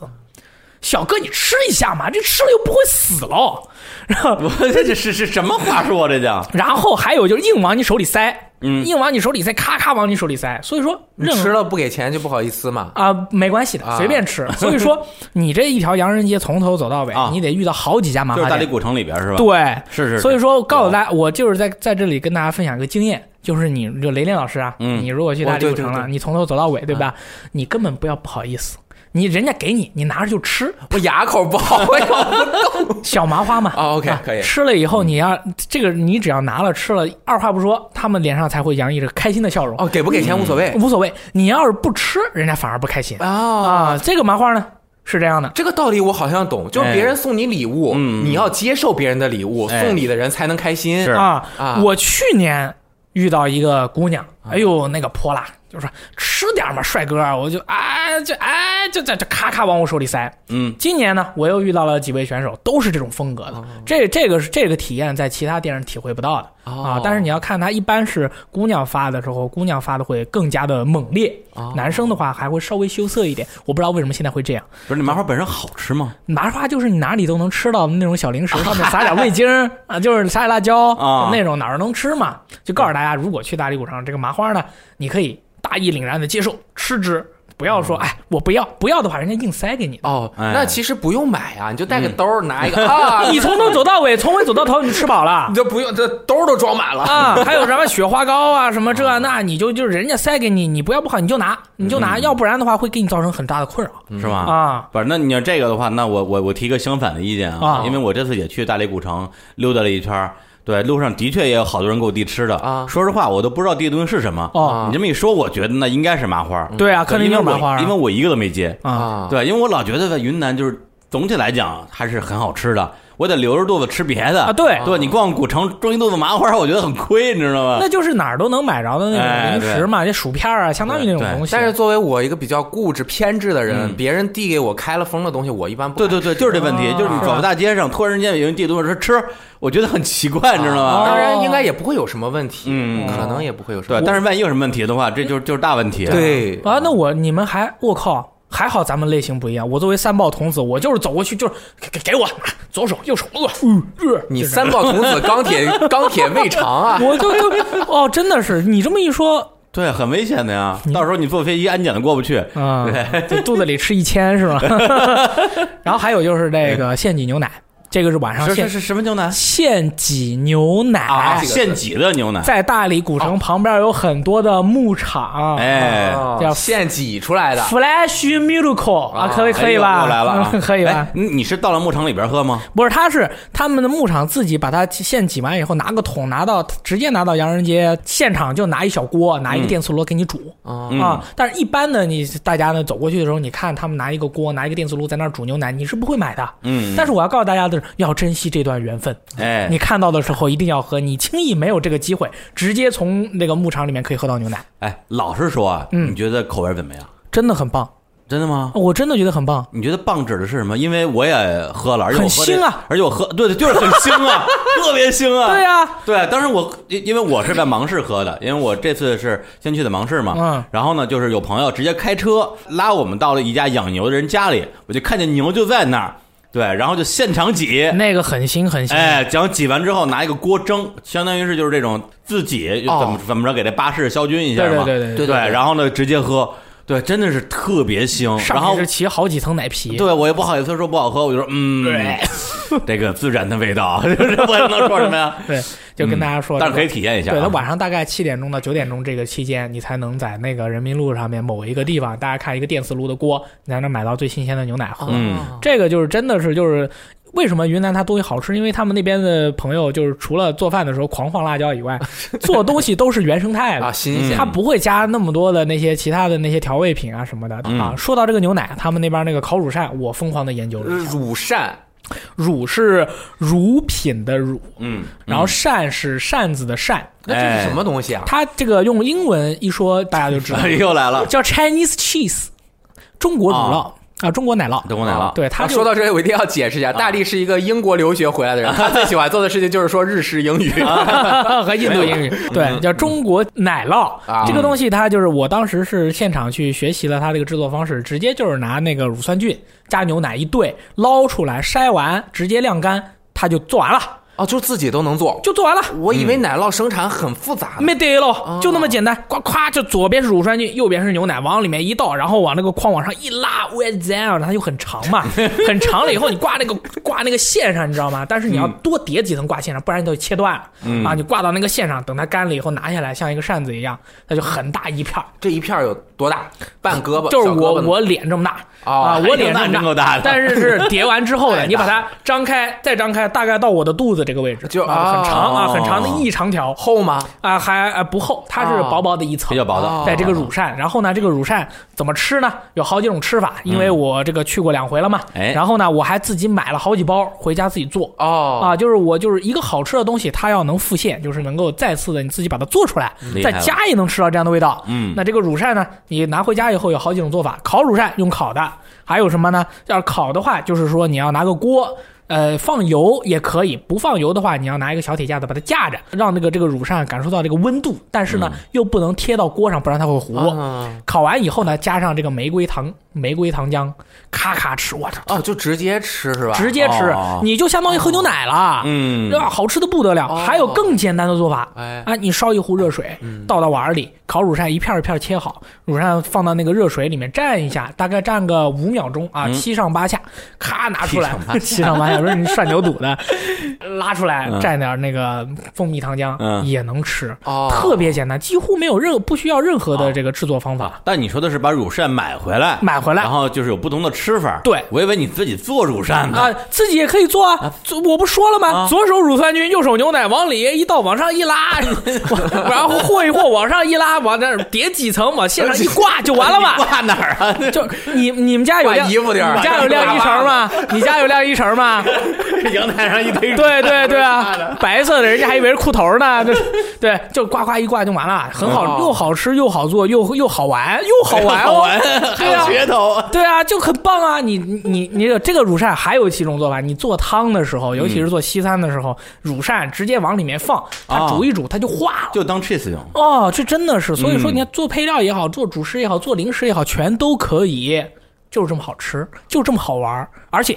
S3: 小哥，你吃一下嘛，这吃了又不会死喽。然后
S4: 我 [laughs] 这这是是什么话术啊？这叫
S3: 然后还有就是硬往你手里塞，
S4: 嗯
S3: 硬往你手里塞，咔咔往你手里塞。所以说，
S2: 你
S3: 任何
S2: 吃了不给钱就不好意思嘛。
S3: 啊、没关系的，
S2: 啊
S3: 随便吃。所以
S4: [laughs]
S3: 说，你这一条洋人街从头走到尾，
S4: 啊
S3: 你得遇到好几家麻
S4: 就是
S3: 花
S4: 大理
S3: 店。
S4: 古城里边是吧？，
S3: 对，
S4: 是是。
S3: 所以说我告诉大家，我就是在在这里跟大家分享一个经验，就是你就雷电老师啊，
S4: 嗯
S3: 你如果去大
S2: 哦
S3: 理
S2: 对
S3: 古城
S2: 对
S3: 了，
S2: 对啊
S3: 你从头走到尾，对吧？你根本不要不好意思。你人家给你，你拿着
S2: [laughs]
S3: 就吃，
S2: 我牙口不好，我咬不
S3: 小麻花嘛。
S2: 哦，OK，
S3: 啊
S2: 可以嗯
S3: 吃了以后，你要这个，你只要拿了吃了，二话不说，他们脸上才会洋溢着开心的笑容。
S2: 哦，给不给钱无所谓
S3: 无所谓。你要是不吃，人家反而不开心
S2: 啊。
S3: 啊。这个麻花呢是这样的，
S2: 这个道理我好像懂，就是别人送你礼物，你要接受别人的礼物，
S4: 哎
S2: 送你的人才能开心。
S4: 是
S3: 啊
S2: 啊
S3: 我去年遇到一个姑娘，哎呦，那个泼辣，就说吃点儿嘛，帅哥，我就哎就哎就这就咔咔往我手里塞。
S4: 嗯，
S3: 今年呢，我又遇到了几位选手，都是这种风格
S2: 哦
S3: 的，这这个是这个体验在其他店是体会不到的、啊
S2: 哦。
S3: 但是你要看他一般是姑娘发的时候，姑娘发的会更加的猛烈，
S2: 哦
S3: 男生的话还会稍微羞涩一点。我不知道为什么现在会这样。
S4: 不是那麻花本身好吃吗？
S3: 麻花就是你哪里都能吃到的那种小零食，上面撒点味精儿 [laughs] 啊，就是撒点辣椒
S4: 啊
S3: 那种哪儿能吃嘛？就告诉大家，如果去大理古城，这个麻花呢，你可以大义凛然的接受吃之，不要说哎我不要，不要的话人家硬塞给你。
S2: 哦，
S4: 哎
S2: 那其实不用买啊，你就带个兜儿拿一个啊，
S3: 你从头走到尾，从尾走到头，你吃饱了
S2: 你。就不用这兜儿都装满了。
S3: 啊，还有什么雪花膏啊，什么这那，你就就是人家塞给你，你不要不好，你就拿， [laughs] 你就拿，要不然的话会给你造成很大的困扰
S4: 是吧？
S3: 啊。
S4: 不是，那你要这个的话，那我我我提个相反的意见啊，
S3: 啊
S4: 因为我这次也去大理古城溜达了一圈儿，对，路上的确也有好多人给我递吃的
S2: 啊
S4: 说实话，我都不知道递的东西是什么。
S3: 哦
S4: 你这么一说，我觉得那应该是麻花儿。
S3: 对啊，
S4: 对
S3: 肯定
S4: 因
S3: 就
S4: 为
S3: 是
S4: 我
S3: 麻花啊
S4: 因为我一个都没接。
S3: 啊，
S2: 啊，
S4: 对，因为我老觉得在云南就是总体来讲还是很好吃的，我得留着肚子吃别的
S3: 啊对
S4: 对你逛古城装一肚子麻花儿，我觉得很亏，你知道吗
S3: 那？就是哪儿都能买着的那种零食嘛，这薯片儿啊，相当于那种东西。
S2: 但是作为我一个比较固执偏执的人，
S4: 嗯
S2: 别人递给我开了封的东西，我一般不
S4: 对
S2: 敢
S4: 对对，就是这问题，
S3: 啊
S4: 就是你走在大街上，突然间有人递东西说吃，我觉得很奇怪，你知道吗
S3: 哦？
S2: 当然应该也不会有什么问题，
S4: 嗯
S2: 可能也不会有什么
S4: 对，
S2: 问题。
S4: 但是万一有什么问题的话，这就是就是大问题。，
S2: 对
S3: 啊，那我你们还我靠，还好咱们类型不一样。我作为三豹童子，我就是走过去就是给给给我左手右手，我嗯，呃
S2: 你
S3: 就是
S2: 三豹童子钢
S3: [laughs]
S2: 铁钢铁胃肠啊，
S3: 我就就哦，真的是你这么一说，
S4: 对，很危险的呀。到时候你坐飞机安检都过不去。
S3: [laughs] 啊，就肚子里吃一千是吧？然后还有就是这个现挤牛奶，这个是晚上
S4: 是
S3: 现
S4: 是是什么牛
S3: 啊
S4: 奶
S3: 现挤牛
S4: 啊？
S3: 奶，
S4: 现挤的牛奶。
S3: 在大理古城旁边有很多的牧场，
S4: 哎，
S2: 哦
S3: 叫
S2: 现挤出来的。
S3: Flash Miracle 啊，
S2: 啊
S3: 可以可以
S4: 哎
S3: 吧？
S4: 又来了啊
S3: 嗯， [laughs] 可以吧
S4: 哎？你你是到了牧场里边喝吗？
S3: 不是，他是他们的牧场自己把它现挤完以后，拿个桶拿到直接拿到洋人街现场就拿一小锅，拿一个电磁炉给你煮。
S4: 嗯
S2: 哦
S3: 啊，但是一般呢，你大家呢走过去的时候，你看他们拿一个锅，拿一个电磁炉在那儿煮牛奶，你是不会买的。
S4: 嗯，
S3: 但是我要告诉大家的是，要珍惜这段缘分。
S4: 哎，
S3: 你看到的时候一定要喝，你轻易没有这个机会，直接从那个牧场里面可以喝到牛奶，
S4: 哎，老实说啊，
S3: 嗯
S4: 你觉得口味怎么样？
S3: 真的很棒，
S4: 真的吗？
S3: 我真的觉得很棒。
S4: 你觉得棒指的是什么？因为我也喝了，而且我喝这
S3: 很腥啊，
S4: 而且我喝对对，就是很腥
S3: [laughs]
S4: 啊，特别腥啊。
S3: 对呀、啊，
S4: 对，当时我因因为我是在芒市喝的，因为我这次是先去的芒市嘛，
S3: 嗯
S4: 然后呢，就是有朋友直接开车拉我们到了一家养牛的人家里，我就看见牛就在那儿，对，然后就现场挤，
S3: 那个很腥很腥。
S4: 哎，讲挤完之后拿一个锅蒸，相当于是就是这种自己就
S2: 哦
S4: 怎么、怎么着给这巴氏消菌一下嘛，
S3: 对对对对
S4: 对
S2: 对对对
S4: 然后呢直接喝，对，真的是特别腥，然
S3: 上
S4: 后
S3: 面是起好几层奶皮。
S4: 对我也不好意思说不好喝，我就说嗯，这个自然的味道， [laughs] 就是我也不能说什么呀，
S3: 对， [laughs] 就跟大家说，
S4: 但是可以体验一下啊，
S3: 对，他晚上大概七点钟到九点钟这个期间，你才能在那个人民路上面某一个地方，大家看一个电磁炉的锅，你才能买到最新鲜的牛奶喝。
S4: 嗯
S3: 这个就是真的是就是。为什么云南它东西好吃？因为他们那边的朋友就是除了做饭的时候狂放辣
S4: [laughs]
S3: 椒以外，做东西都是原生态的
S2: 啊，新鲜
S3: 他
S4: 嗯
S3: 不会加那么多的那些其他的那些调味品啊什么的、
S4: 嗯嗯
S3: 啊。说到这个牛奶，他们那边那个烤乳扇，我疯狂的研究了一
S2: 呃
S3: 下。
S2: 乳扇
S3: 乳是乳品的乳，
S4: 嗯，
S3: 然后扇是扇子的扇。
S2: 那这是什么东西啊？
S3: 它这个用英文一说，大家就知道了，
S4: 嗯又来了，
S3: 叫 Chinese cheese，中国乳酪啊，中国奶酪。
S4: 中国奶酪
S3: 对，它
S2: 啊
S3: 就啊
S2: 说到这里，我一定要解释一下，大力是一个英国留学回来的人，他最喜欢做的事情就是说日式英语。
S3: [laughs] 啊和印度英语，对，叫中国奶酪
S2: 啊。
S3: 这个东西它就是我当时是现场去学习了它这个制作方式，直接就是拿那个乳酸菌加牛奶一兑，捞出来筛完，直接晾干，它就做完了，
S2: 哦，就自己都能做。
S3: 就做完了。
S2: 我以为奶酪生产很复杂呢。
S3: 嗯啊没得喽，
S2: 哦
S3: 就那么简单，夸夸就左边是乳酸菌，右边是牛奶，往里面一倒，然后往那个框往上一拉，wet down，它就很长
S2: [laughs]
S3: 嘛，很长了以后你挂那个挂那个线上，你知道吗？但是你
S2: 嗯
S3: 要多叠几层挂线上，不然你都切断了、啊！你挂到那个线上，等它干了以后拿下来，像一个扇子一样，它就很大一片儿，
S2: 这一片儿有多大？半胳膊，
S3: 就是
S2: 小胳
S3: 我
S2: 膊呢
S3: 我脸这么大、
S2: 哦
S3: 啊，
S2: 还
S3: 我脸这
S4: 那真
S3: 么
S4: 够大的
S3: 但是是叠完之
S2: [laughs]
S3: 后的，你把它张开，再张开，大概到我的肚子这个位置，
S2: 就
S3: 啊很长啊，
S4: 哦
S3: 很长的一长条。
S2: 厚吗？
S3: 啊，还啊不厚，它是薄薄的一层，
S4: 哦比较薄的，哦
S3: 在这个乳扇，然后呢，这个乳扇怎么吃呢？有好几种吃法，因为我这个去过两回了嘛。
S4: 嗯哎
S3: 然后呢，我还自己买了好几包回家自己做。
S2: 哦
S3: 啊，就是我就是一个好吃的东西，它要能复现，就是能够再次的你自己把它做出来
S4: 嗯厉，害
S3: 在
S4: 了
S3: 家也能吃到这样的味道。
S4: 嗯
S3: 那这个乳扇呢，你拿回家以后有好几种做法，烤乳扇用烤的，还有什么呢？要是烤的话，就是说你要拿个锅。呃，放油也可以，不放油的话，你要拿一个小铁架子把它架着，让那个这个乳扇感受到这个温度，但是
S4: 嗯
S3: 呢，又不能贴到锅上，不然它会糊。
S2: 啊
S3: 烤完以后呢，加上这个玫瑰糖、玫瑰糖浆，咔咔吃，我操，
S2: 哦，就直接吃是吧？
S3: 啊直接吃，
S4: 哦
S3: 你就相当于喝牛奶了。
S4: 嗯，
S3: 啊，好吃的不得了！
S2: 哦
S3: 还有更简单的做法，
S2: 哎嗯
S3: 啊，你烧一壶热水，倒到碗里，烤乳扇一片儿一片儿切好，乳扇放到那个热水里面蘸一下，大概蘸个五秒钟啊，七上八下，咔拿出来， [laughs] 七上八下，不是你涮牛肚的，拉出来
S4: 嗯
S3: 蘸点儿那个蜂蜜糖浆
S4: 嗯
S3: 也能吃，
S2: 哦
S3: 特别简单，几乎没有任不需要任何的这个制作方法，
S4: 但你说的是把乳扇买回来，
S3: 买回来
S4: 然后就是有不同的吃法。
S3: 对
S4: 我以为你自己做乳扇呢。
S3: 啊，自己也可以做啊！做我不说了吗？
S4: 啊
S3: 左手乳酸菌，右手牛奶，往里一倒，往上一拉， [laughs] 然后和一和，往上一拉，往那儿叠几层，往线上一挂就完
S4: [laughs]
S3: 了
S4: 你
S3: 嘛。
S4: 挂哪儿啊？
S3: 就你你们家有
S2: 挂
S3: 晾
S2: 衣服地儿
S3: 你家有晾衣绳吗？你家有晾衣绳吗？
S4: 阳台上一堆。
S3: 对对对啊，白色的，人家还以为是裤头呢。 [laughs] 就是对，就呱呱一挂就完了，很
S2: 哦
S3: 好，又好吃又好做，又又好玩，又好
S4: [laughs]
S3: 玩
S4: 好
S3: 哦
S4: 玩，啊还有噱头。
S3: [laughs] 对啊，就很棒啊！你你你你这这个乳扇还有几种做法，你做汤的时候，尤其是做西餐的时候，乳扇直接往里面放，它
S4: 啊
S3: 煮一煮，它就化了。
S4: 就当 cheese 用，
S3: 哦，这真的是，所以
S2: 嗯
S3: 说你看，做配料也好，做主食也好，做零食也好，全都可以，就是这么好吃，就这么好玩儿。而且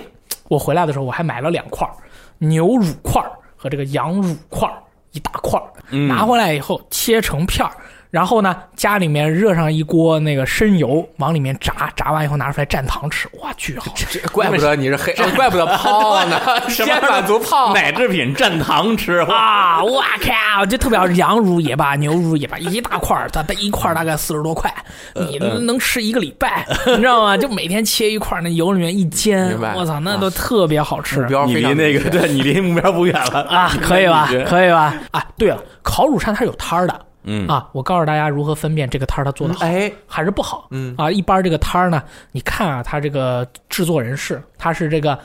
S3: 我回来的时候，我还买了两块儿牛乳块儿和这个羊乳块儿一大块儿，
S2: 嗯
S3: 拿回来以后切成片儿。然后呢，家里面热上一锅那个生油，往里面炸，炸完以后拿出来蘸糖吃，哇，巨好吃！
S2: 这怪不得你是黑，呃怪不得胖
S3: [laughs]
S2: 呢，
S4: 什
S2: 先
S4: 么
S2: 满足胖。
S4: 奶制品蘸糖吃，哇，
S3: 哦啊，我靠，这特别好吃，羊乳也罢，牛乳也罢，一大块儿，它它一块儿大概四十多块，你能能吃一个礼拜，你知道吗？就每天切一块儿，那油里面一煎
S2: 明，白
S3: 我操，那都特别好吃
S2: 目标
S4: 你
S2: 哦非
S4: 离
S2: 常
S4: 那个对你离目标不远了 [laughs]
S3: 啊，可以吧
S4: 你觉？得
S3: 可以吧？啊，对了，烤乳扇它是有摊儿的，
S4: 嗯
S3: 啊，我告诉大家如何分辨这个摊儿它做的好。
S2: 哎，
S3: 还是不好，
S2: 嗯
S3: 啊，一般这个摊儿呢，你看啊，它这个制作人是，它是这个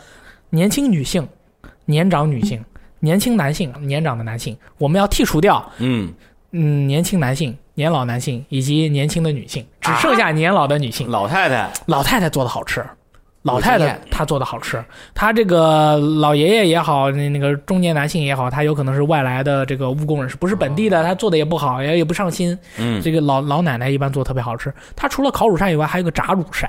S3: 年轻女性、年长女性、年轻男性、年长的男性，我们要剔除掉
S4: 嗯，
S3: 嗯，年轻男性、年老男性以及年轻的女性，只剩下年老的女性。
S4: 老太太
S3: 老太太做的好吃，老太
S2: 啊有经
S3: 太
S2: 验
S3: 她做的好吃，她这个老爷爷也好，那那个中年男性也好，他有可能是外来的这个务工人士，不是本
S2: 哦
S3: 地的，他做的也不好，也也不上心。
S4: 嗯
S3: 这个老老奶奶一般做得特别好吃。她除了烤乳扇以外，还有个炸乳扇，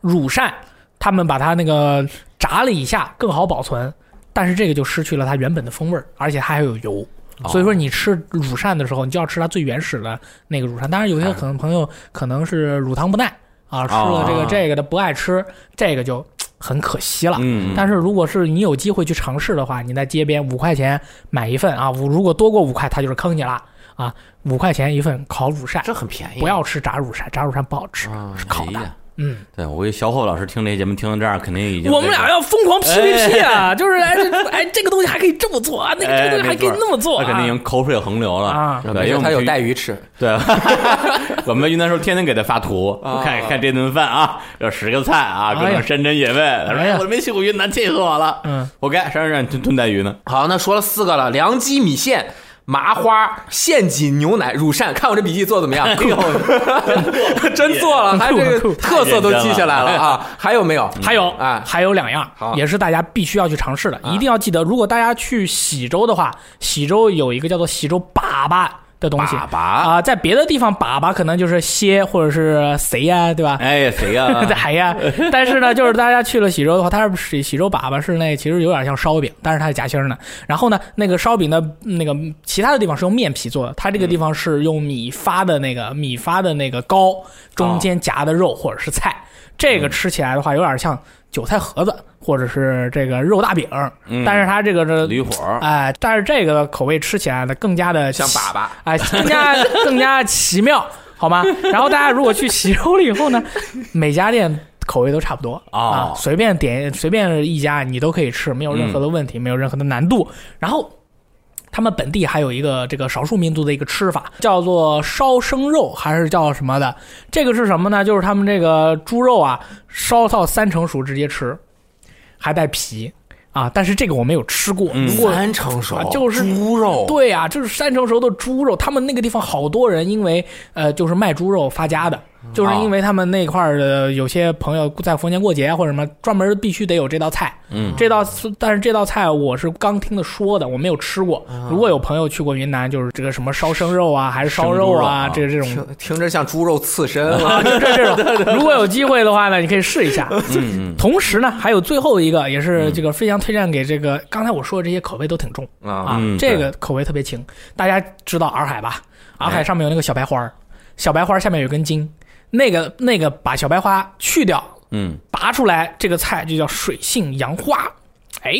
S3: 乳扇他们把它那个炸了一下，更好保存。但是这个就失去了它原本的风味儿，而且它还有油，
S4: 哦
S2: 哦
S3: 所以说你吃乳扇的时候，你就要吃它最原始的那个乳扇。当然，有些可能朋友可能是乳糖不耐
S2: 哦
S3: 啊，吃了这个
S4: 啊
S3: 这个的不爱吃，这个就很可惜了。
S4: 嗯
S3: 但是如果是你有机会去尝试的话，你在街边五块钱买一份啊，五如果多过五块，它就是坑你了啊！五块钱一份烤乳扇，
S2: 这很便宜，
S3: 不要吃炸乳扇，炸乳扇不好吃，
S2: 啊
S3: 是烤
S4: 哎
S3: 的
S4: 呀。
S3: 嗯，
S4: 对我给小伙老师听这些节目听到这儿，肯定已经
S3: 我们俩
S4: 要
S3: 要疯狂
S2: [laughs]
S3: PVP 啊！就是哎这哎这个东西还可以这么做啊，那
S4: 哎
S3: 个这个东西还
S2: 哎
S3: 可以那么做
S4: 他肯定已
S3: 啊！
S4: 经口水横流了
S3: 啊
S4: 对，
S2: 没
S4: 因为
S2: 事
S4: 我
S2: 他
S4: 们
S2: 有
S4: [laughs] 去
S2: 带鱼吃，
S4: 对，我们云南时候天天给他
S2: [laughs]
S4: 发图，
S2: 啊
S4: 看看这顿饭啊，有十个菜啊，各
S3: 哎呀
S4: 种山珍野味。他说
S3: 哎呀
S4: 哎我没去过云南，气死我了。
S3: 嗯，
S4: 活该，山上让你炖炖带鱼
S3: [laughs]
S4: 呢。
S2: 好，那说了四个了，凉鸡米线。麻花、现挤牛奶、乳扇，看我这笔记做怎么
S4: 哎
S2: 样？ [laughs] 真做了，还这个特色都记下来了啊！还有没有？
S3: 嗯
S4: 嗯
S3: 还有
S2: 啊
S3: 还有两样
S2: 好，
S3: 也是大家必须要去尝试的，
S4: 啊
S3: 一定要记得。如果大家去喜洲的话，喜洲有一个叫做喜洲粑粑的东西
S4: 粑粑
S3: 啊，在别的地方粑粑可能就是蝎或者是谁呀，对吧？
S4: 哎呀，谁
S3: [laughs]
S4: 呀、
S3: 哎呀，
S2: 啊
S3: 但是呢，就是大家去了喜洲的话，它是喜喜洲粑粑是那其实有点像烧饼，但是它是夹心儿的。然后呢，那个烧饼的那个其他的地方是用面皮做的，它这
S2: 嗯
S3: 个地方是用米发的那个米发的那个糕，
S2: 啊
S3: 中间夹的肉或者是菜。这
S2: 嗯
S3: 个吃起来的话，有点像韭菜盒子或者是这个肉大饼，
S4: 嗯
S3: 但是它这个这
S4: 驴火
S3: [laughs]
S4: 儿
S3: 哎、但是这个的口味吃起来呢，更加的
S2: 像粑粑
S3: 哎，更加更加奇妙，好吗？然后大家如果去喜洲了以后呢， [laughs] 每家店口味都差不多、
S4: 哦
S3: 啊，随便点随便一家你都可以吃，没有任何的问题，没有任何的难度。然后他们本地还有一个这个少数民族的一个吃法，叫做烧生肉，还是叫什么的？这个是什么呢？就是他们这个猪肉啊，烧到三成熟直接吃，还带皮啊。但是这个我没有吃过，如果
S2: 三成熟
S3: 啊就是
S2: 猪
S4: 哦
S2: 肉，
S3: 对啊，就是三成熟的猪肉，他们那个地方好多人因为呃，就是卖猪肉发家的，
S4: 嗯
S3: 就是
S4: 啊
S3: 因为他们那块儿的有些朋友在逢年过节或者什么，专门必须得有这道菜。
S4: 嗯，
S3: 这道但是这道菜我是刚听的说的，我没有吃过。
S4: 啊
S3: 如果有朋友去过云南，就是这个什么烧生肉啊，还是烧肉啊，
S4: 生猪
S3: 这这种。
S2: 听听着像猪肉刺身啊！
S3: 啊，就
S4: [laughs]
S3: 这这种，如果有机会的话呢，你可以试一下。
S4: 嗯嗯，
S3: 同时呢，还有最后一个，也是这个非常推荐给这个刚才我说的这些口味都挺重，啊，
S4: 嗯
S3: 这个口味特别轻。大家知道洱海吧？洱
S4: 哎
S3: 海上面有那个小白花儿，小白花儿下面有根筋，那个那个把小白花去掉，
S4: 嗯，
S3: 拔出来，这个菜就叫水性杨花。哎，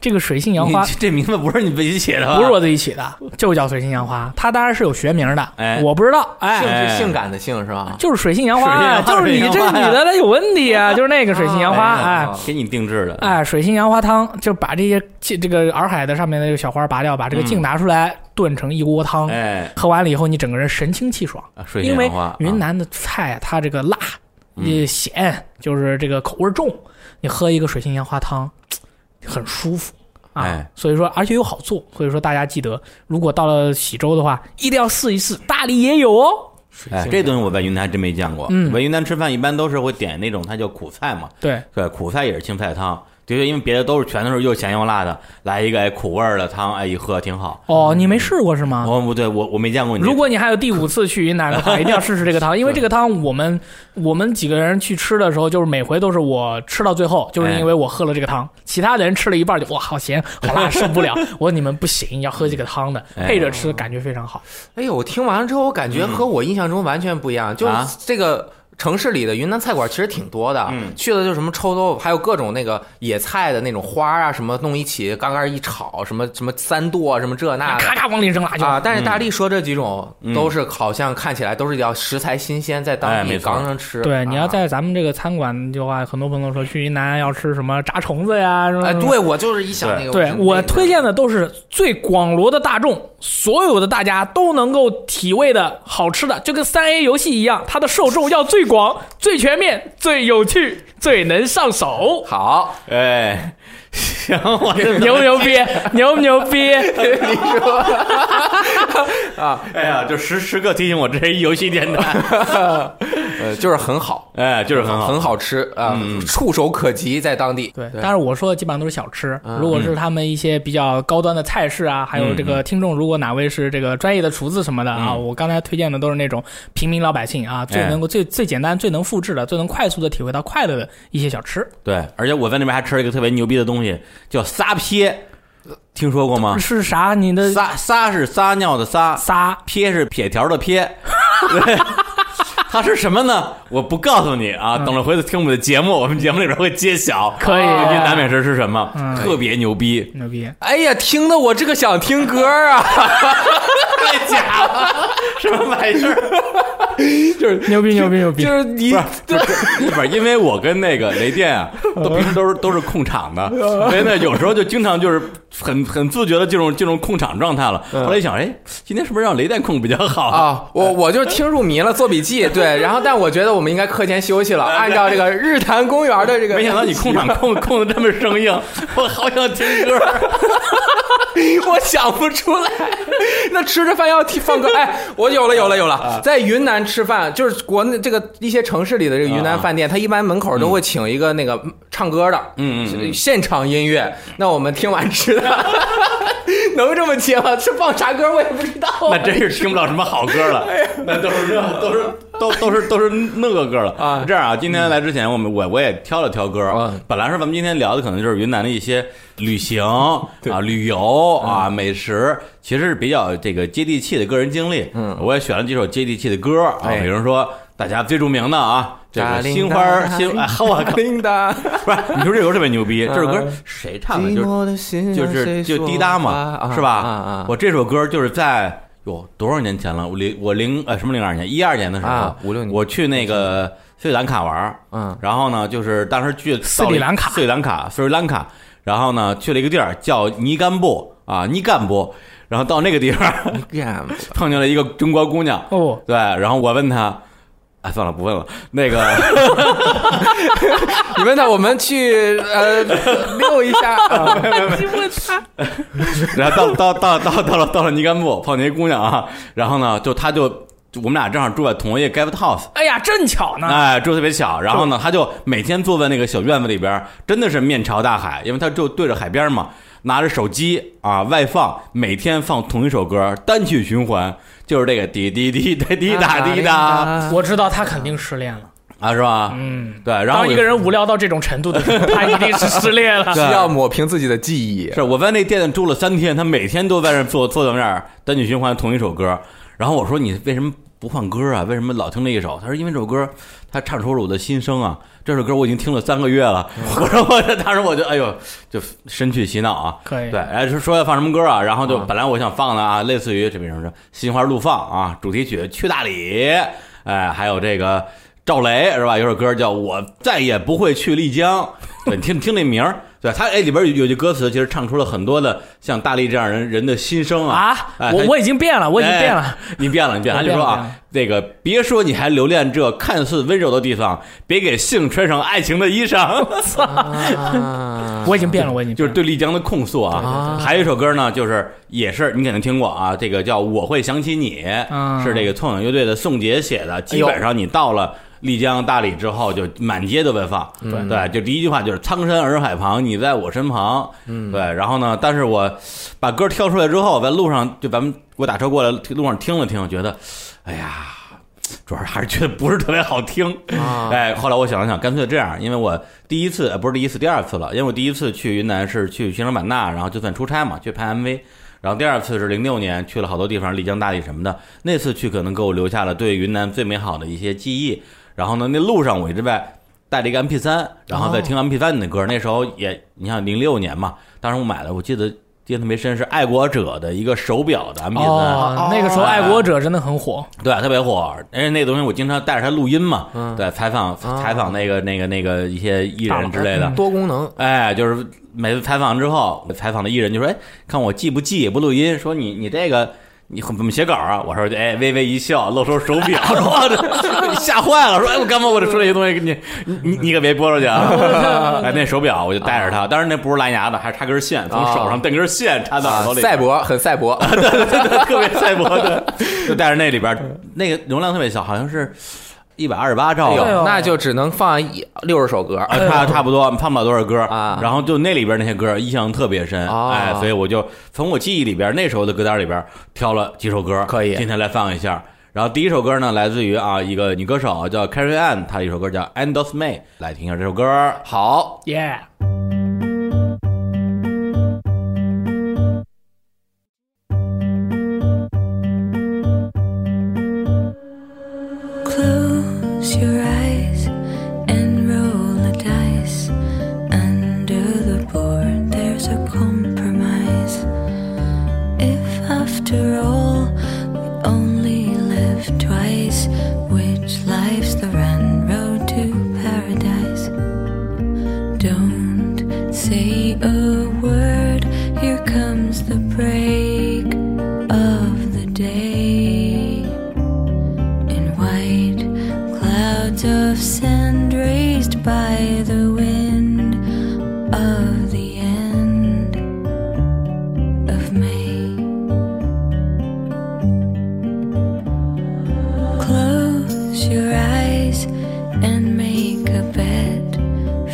S3: 这个水性杨花
S4: 你这这名字不是你自己写的吧？
S3: 不是我自己起的，就叫水性杨花，它当然是有学名的，
S4: 哎
S3: 我不知道，哎。
S2: 性
S4: 哎
S2: 是性感的性是吧？
S3: 就是水性杨花啊，
S4: 水性杨花
S3: 就是你这个女的她有问题啊，就是那个水性杨花，哎
S4: 哎，给你定制的。
S3: 哎，水性杨花汤就把这些这这个洱海的上面的这个小花拔掉，把这个茎拿出来炖成一锅汤，
S4: 嗯哎，
S3: 喝完了以后，你整个人神清气爽，
S4: 啊水
S3: 因
S4: 性
S3: 为
S4: 杨花，
S3: 云
S4: 啊嗯
S3: 南的菜啊它这个辣、也咸，就是这个口味重，你喝一个水性杨花汤，很舒服啊。
S4: 哎
S3: 所以说，而且又好做，所以说大家记得，如果到了喜洲的话，一定要试一试，大理也有哦。
S4: 哎，这东西我在云南还真没见过。
S3: 嗯
S4: 我在云南吃饭一般都是会点那种，它叫苦菜嘛，
S3: 对，
S4: 对，苦菜也是青菜汤，的确，因为别的都是全都是又咸又辣的，来一个哎苦味儿的汤，哎一喝挺好。
S3: 哦，你没试过是吗？
S4: 我不对，我我没见过你这。
S3: 如果你还有第五次去云南的
S2: [laughs]
S3: 话，一定要试试这个汤，因为这个汤我们我们几个人去吃的时候，就是每回都是我吃到最
S2: 哎
S3: 后，就是因为我喝了这个汤，其他的人吃了一半就哇好咸
S2: [laughs]
S3: 好辣受不了，我说你们不行，要喝这个汤的，
S4: 哎
S3: 配着吃感觉非常好。
S2: 哎呦，我听完了之后，我感觉和我印象中完全不一样。就是
S4: 嗯啊
S2: 这个城市里的云南菜馆其实挺多的，
S4: 嗯
S2: 去的就是什么臭豆腐，还有各种那个野菜的那种花啊，什么弄一起，刚刚一炒，什么什么三剁，什么这那的
S3: 咔。咔往里扔辣椒，
S2: 哎啊！但是大力说这几种
S4: 嗯
S2: 都是好像看起来都是要食材新鲜，在
S4: 哎
S2: 当地
S4: 没错
S2: 刚刚吃。
S3: 对，你要
S2: 啊
S3: 在咱们这个餐馆的话，很多朋友说去云南要吃什么炸虫子呀，什么
S2: 哎，
S3: 什么
S2: 对我就是一想那个，
S3: 嗯对
S2: 是
S3: 我
S2: 那个
S3: 推荐的都是最广罗的大众，所有的大家都能够体味的好吃的，就跟三 A 游戏一样，它的受众要最广、最全面、最有趣、最能
S2: [laughs]
S3: 上手。
S2: 好，
S4: 哎，行，我这
S3: 牛不牛逼？牛不牛逼？
S4: 哎呀，就时时刻提醒我这是一游戏电
S3: [laughs]
S4: 台，
S2: 呃，就是很好，
S4: 哎，嗯就是很好，嗯
S2: 很好吃啊，触手可及，在当地。
S3: 对，但是我说的基本上都是小吃。
S2: 嗯
S3: 如果是他们一些比较高端的菜式啊，还有这个听众如果哪位是这个专业的厨子什么的啊，我刚才推荐的都是那种平民老百姓啊，最
S4: 哎
S3: 能够最最简单、最能复制的、最能快速的体会到快乐的一些小吃。
S4: 对，而且我在那边还吃了一个特别牛逼的东西，叫撒撇，听说过吗？
S3: 是啥？你的
S4: 撒撒是撒尿的撒，
S3: 仨
S4: 撇是撇条的撇。对它是什么呢？我不告诉你啊，等着回头听我们的节目，我们节目里边会揭晓。
S3: 可以
S4: 云南美食是什么？特别牛逼，
S3: 牛逼！
S2: 哎呀，听得我这
S4: [laughs]
S2: 个想听歌啊！
S4: 什么玩意儿？就是
S3: 牛逼牛逼牛
S2: [laughs]
S3: 逼
S2: 就！是你
S4: 不是不是不是，因为我跟那个雷电啊，都平时都是都是控场的，所以呢，有时候就经常就是很很自觉的进入进入控场状态了。后来一想，哎，今天是不是让雷电控比较好啊？
S2: 啊，我我就是听入迷了，做笔
S4: [laughs]
S2: 记，对，然后但我觉得我们应该课前休息了，按照这个日坛公园
S4: [laughs]
S2: 的这个，
S4: 没想到你
S2: [laughs]
S4: 控场 [laughs] 控控的这么生硬，我好想听歌。
S2: 我想不出来。 [laughs] 那吃着饭要听放歌，哎，我有了有了有
S4: 啊
S2: 了，在云南吃饭，就是国内这个一些城市里的这个云南饭店，它一般门口都会请一个那个唱歌的，
S4: 啊嗯嗯嗯
S2: 现场音乐。那我们听完吃的， [laughs] 能这么接吗？是放啥歌我也不知道。 [laughs] 啊
S4: 那真是听不了什么好歌
S2: 哎
S4: 了，那都是这都是都都是都是那个歌了
S2: 啊
S4: 这样啊，今天来之前，我们我我也挑了挑歌
S2: 啊，
S4: 本来是咱们今天聊的可能就是云南的一些旅行啊、旅游
S2: 嗯
S4: 啊、美食，其实是比较这个接地气的个人经历。嗯，我也选了几首接地气的歌啊，
S2: 哎
S4: 比如说大家最著名的啊，这个心花儿心，哎，我靠，
S2: 叮当，
S4: [laughs] 不是，你说这首歌特别牛逼，
S2: 嗯
S4: 这首歌谁唱的？就是
S2: 的心啊
S4: 就是就滴答嘛，是吧？我这首歌就是在有多少年前了？我零我零呃什么零二年一二年的时候
S2: 啊，五六年
S4: 我去那个斯里兰卡玩儿，
S2: 嗯
S4: 然后呢，就是当时去斯
S3: 里兰卡
S4: 斯里兰卡，斯里兰卡，然后呢去了一个地儿叫尼甘布啊，尼甘布，然后到那个地方 [laughs]
S2: 啊
S4: 碰见了一个中国姑娘，
S3: 哦，
S4: 对，然后我问她。哎，算了，不问了。那个
S2: 你问他，我们去呃溜一 [laughs] 下，啊
S4: 然后到到到到到了到了尼甘布，碰见一姑娘啊，然后呢，就她就就我们俩正好住在同一个 guest house，
S3: 哎呀，正巧呢，
S4: 哎，住得特别小。然后呢，她就每天坐在那个小院子里边儿，真的是面朝大海，因为她就对着海边嘛，拿着手机啊外放，每天放同一首歌，单曲循环，就是这个滴滴滴滴滴答滴答
S2: 啊
S3: 我知道他肯定失恋了。
S4: 啊，是吧？
S3: 嗯，
S4: 对，然后
S3: 当一个人无聊到这种程度的时候，他一定是失恋了。
S2: 需要抹平自己的记忆。
S4: 是我在那店住了三天，他每天都在那儿坐坐在那儿单曲循环同一首歌。然后我说你为什么不换歌啊？为什么老听这一首？他说因为这首歌他唱出了我的心声啊。这首歌我已经听了三个月了。我说 [laughs] 我当时我就哎呦，就深去洗脑啊。
S3: 可以
S4: 对，哎说说要放什么歌啊？然后就本来我想放的啊，类似于这比如说《心花怒放》啊，主题曲《去大理》，哎，还有这个赵雷是吧？有首歌叫《我再也不会去丽江》， [laughs] 对，你听听这名儿，对他哎里边有有句歌词，其实唱出了很多的像大力这样人人的心声 [laughs] 啊。
S3: 啊，
S4: 哎
S3: 我
S4: 他
S3: 我已经变了，我已经变了
S4: 哎。你变了，你变了。
S3: 我
S4: 他就
S3: 变了
S4: 说
S3: 变
S4: 啊
S3: 了，
S4: 那个别说你还留恋这看似温柔的地方，别给性穿上爱情的衣裳。
S2: 啊
S3: 我已经变了，我已经
S4: 嗯就
S3: 变
S4: 是
S3: 了
S4: 对丽江的控诉啊。还有一首歌呢，就是也是你肯定听过啊，这个叫《我会想起你》，
S3: 嗯
S4: 是这个痛仰乐队的宋杰写的。基本上你到了。丽江、大理之后，就满街都在放，嗯对，就第一句话就是“苍山洱海旁，你在我身旁”，对。然后呢，但是我把歌挑出来之后，在路上就咱们我打车过来，路上听了听，觉得，哎呀，主要是还是觉得不是特别好听。哎，后来我想了想，干脆这样，因为我第一次呃不是第一次，第二次了，因为我第一次去云南是去西双版纳，然后就算出差嘛，去拍 MV。然后第二次是零六年去了好多地方，丽江、大理什么的。那次去可能给我留下了对云南最美好的一些记忆。然后呢，那路上我一直在带着一个 MP 3然后在听 MP 3里的歌。那时候也，你像零六年嘛，当时我买了，我记得印象特别深是爱国者的一个手表的 MP 3
S3: 哦，那个时候爱国者真的很火。
S4: 对，特别火，因为那个东西我经常带着它录音嘛，对，采访采访那个那个那个一些艺人之类的，
S2: 嗯多功能，
S4: 哎，就是每次采访之后，采访的艺人就说，哎，看我记不记也不录音，说你你这个。你怎么写稿啊？我说，哎，微微一笑，露出手表，说哇这你吓坏了，说，哎，我干嘛我就说这些东西给你，你你你可别播出去啊！哎，那手表我就带着它，当然那不是蓝牙的，还插根线，从手上蹬根线插到耳朵里。
S2: 赛博很赛博，
S4: [laughs] 特别赛博的， [laughs] 就带着那里边儿那个容量特别小，好像是一百二十八兆
S2: 哎
S4: 吧。
S2: 呦，那就只能放一六十首歌
S4: 啊，差差不多放不了多少歌
S2: 啊
S4: 然后就那里边那些歌印象特别深，
S2: 哦
S4: 哎，所以我就从我记忆里边那时候的歌单里边挑了几首歌，
S2: 可以
S4: 今天来放一下。然后第一首歌呢，来自于啊一个女歌手叫 Carrie Ann，她的一首歌叫《End of May》，来听一下这首歌。好，
S3: 耶，
S5: Close your eyes and roll the dice. Under the board, there's a compromise. If after all we only live twice, life's the run road to paradise. Don't say a word. Here comes the break of the day. In white clouds of sand raised by the wind of the end of May. Close your eyes and make a bed,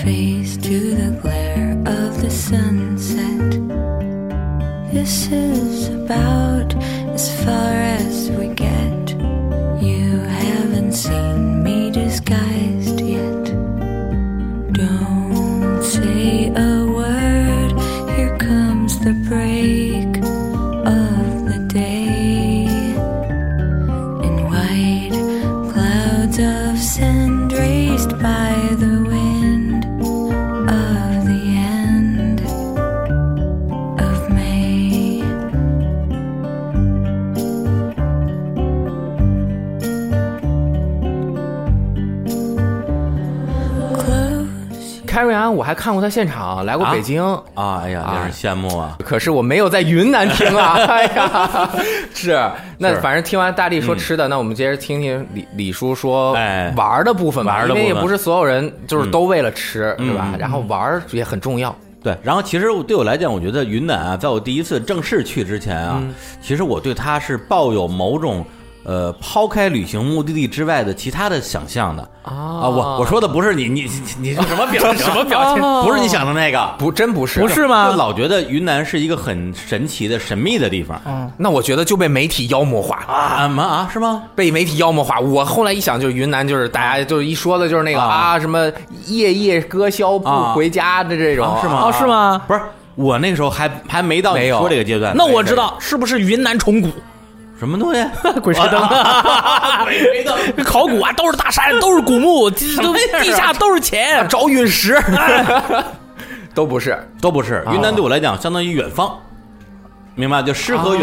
S5: face to the glare of the sunset. This is about as far as we get. You haven't seen me disguised yet. Don't say a word, here comes the break of the day in white clouds of sand raised by the wind of the end of May. Close
S2: 开瑞安我还看过他现场，来过北京。
S4: 啊，哎呀，
S2: 啊
S4: 真是羡慕啊！
S2: 可是我没有在云南听
S4: [laughs]
S2: 啊，哎呀，是，那反正听完大力说吃的，那我们接着听听李李叔说
S4: 哎
S2: 玩儿的部分吧，
S4: 玩儿
S2: 因
S4: 的
S2: 为
S4: 部
S2: 也
S4: 分嗯
S2: 不是所有人就是都为了吃，对吧？然后玩儿也很重要，
S4: 对，然后其实对我来讲，我觉得云南啊，在我第一次正式去之前啊，其实我对它是抱有某种呃抛开旅行目的地之外的其他的想象的啊。我我说的不是你你你你是什么表情？什么表情？不是你想的那个。
S2: 不 [laughs] 真不是，
S3: 不是吗
S4: 就？老觉得云南是一个很神奇的、神秘的地方
S2: 那我觉得就被媒体妖魔化
S4: 啊？什么啊？是吗？
S2: 被媒体妖魔化。我后来一想，就是云南，就是大家就是一说的就是那个
S4: 啊
S2: 啊，什么夜夜歌宵不
S4: 啊
S2: 回家的这种
S4: 啊，，是吗？
S3: 哦是吗
S4: 不是，我那个时候还还没到
S2: 没
S4: 你
S2: 有
S4: 说这个阶段。
S3: 那我知道是不是云南虫骨、
S4: 什么东西？ [laughs]
S3: 鬼吹 [laughs] 灯、
S4: 没没到。
S3: 考古啊，都是大山，都是古 [laughs] 墓，地都地下都是钱。哎
S2: 找陨石，都不是
S4: 都不是。云南对我来讲，相当于远方，明白？就诗和远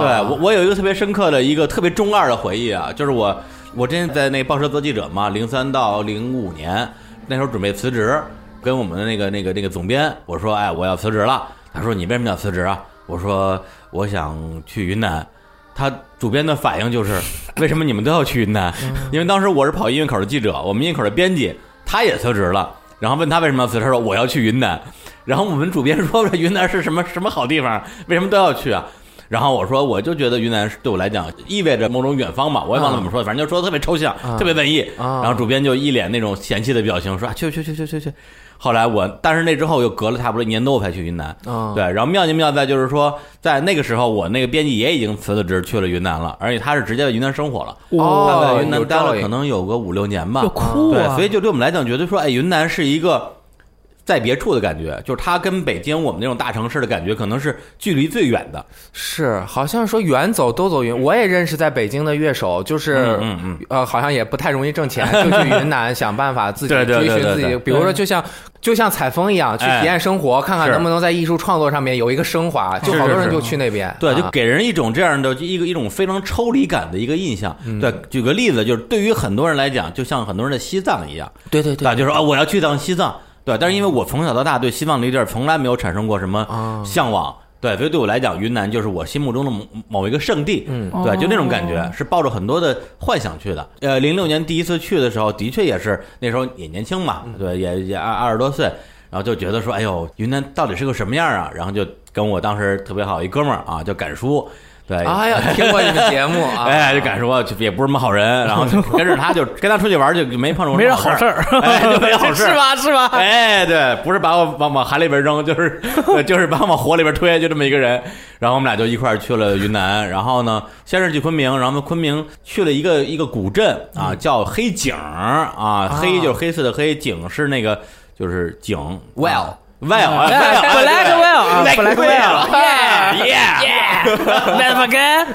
S2: 啊
S4: 对我，我有一个特别深刻的一个特别中二的回忆啊，就是我我之前在那报社做记者嘛，零三到零五年那时候准备辞职，跟我们的那个那个那个总编我说，哎，我要辞职了。他说你为什么要辞职啊？我说我想去云南。他主编的反应就是：为什么你们都要去云南？因为当时我是跑音乐口的记者，我们音乐口的编辑他也辞职了，然后问他为什么要辞职，他说我要去云南。然后我们主编说 [laughs] 这云南是什么什么好地方，为什么都要去啊？然后我说，我就觉得云南是对我来讲意味着某种远方嘛，我也忘了怎么说，反正就说的特别抽象，特别文艺。然后主编就一脸那种嫌弃的表情，说啊去去去去去去。后来我，但是那之后又隔了差不多一年多，我才去云南。
S2: 啊
S4: 对，然后妙就妙在就是说，在那个时候，我那个编辑也已经辞了职去了云南了，而且他是直接在云南生活了，他
S2: 哦
S4: 在云南
S2: 有
S4: 待
S2: 道
S4: 了
S2: 理
S4: 可能有个五六年吧
S3: 要。哭
S4: 对，
S3: 啊！
S4: 所以就对我们来讲，觉得说，哎，云南是一个在别处的感觉，就是它跟北京我们那种大城市的感觉，可能是距离最远的。
S2: 是，好像说远走都走云。我也认识在北京的乐手，就是，
S4: 嗯嗯
S2: 呃，好像也不太容易挣
S4: [laughs]
S2: 钱，就去云南想办法自己
S4: 对对
S2: 追
S4: 对
S2: 寻
S4: 对
S2: 自己。
S4: 对
S2: 比如说，就像就像采风一样，去
S4: 哎
S2: 体验生活，看看
S4: 是
S2: 能不能在艺术创作上面有一个升华。就是好多
S4: 哎是
S2: 人
S4: 是
S2: 就去那边，
S4: 对，就
S2: 啊
S4: 给人一种这样的一个一种非常抽离感的一个印象。
S2: 嗯
S4: 对，举个例子，就是对于很多人来讲，就像很多人的西藏一样，
S2: 对对
S4: 对吧？就是啊，我要去趟西藏，对。但是因为我从小到大对西藏这个地儿从来没有产生过什
S3: 啊
S4: 么向往，对，所以对我来讲，云南就是我心目中的某某一个圣地，嗯，对，就那种感觉，是抱着很多的幻想去的。呃，零六年第一次去的时候，的确也是那时候也年轻嘛，
S3: 嗯
S4: 对，也也二二十多岁。然后就觉得说，哎呦，云南到底是个什么样啊？然后就跟我当时特别好一哥们儿啊，叫敢叔，对，
S3: 啊
S2: 哎呀，听过你们节
S4: [laughs]
S2: 目啊，
S4: 哎，就敢说就也不是什么好人，然后就跟着他就跟他出去玩就没碰着
S3: 没
S4: 什
S3: 啥
S4: 么
S3: 好
S4: 事
S3: 事儿，
S4: 哎，就没好事儿
S3: [laughs] 是？吧？是
S4: [laughs]
S3: 吧？
S4: 哎，对，不是把我往往海里边扔，就是
S3: [laughs]
S4: 呃就是把我往火里边推，就这么一个人。然后我们俩就一块儿去了云南，然后呢，先是去昆明，然后昆明去了一个一个古镇
S3: 嗯
S4: 啊，叫黑井儿啊，黑就是黑色的黑，井是那个就是井
S2: Well
S4: well 啊
S3: Black Whale 啊
S4: black
S3: ，Black Whale，yeah
S4: yeah yeah。
S3: ，yeah，干。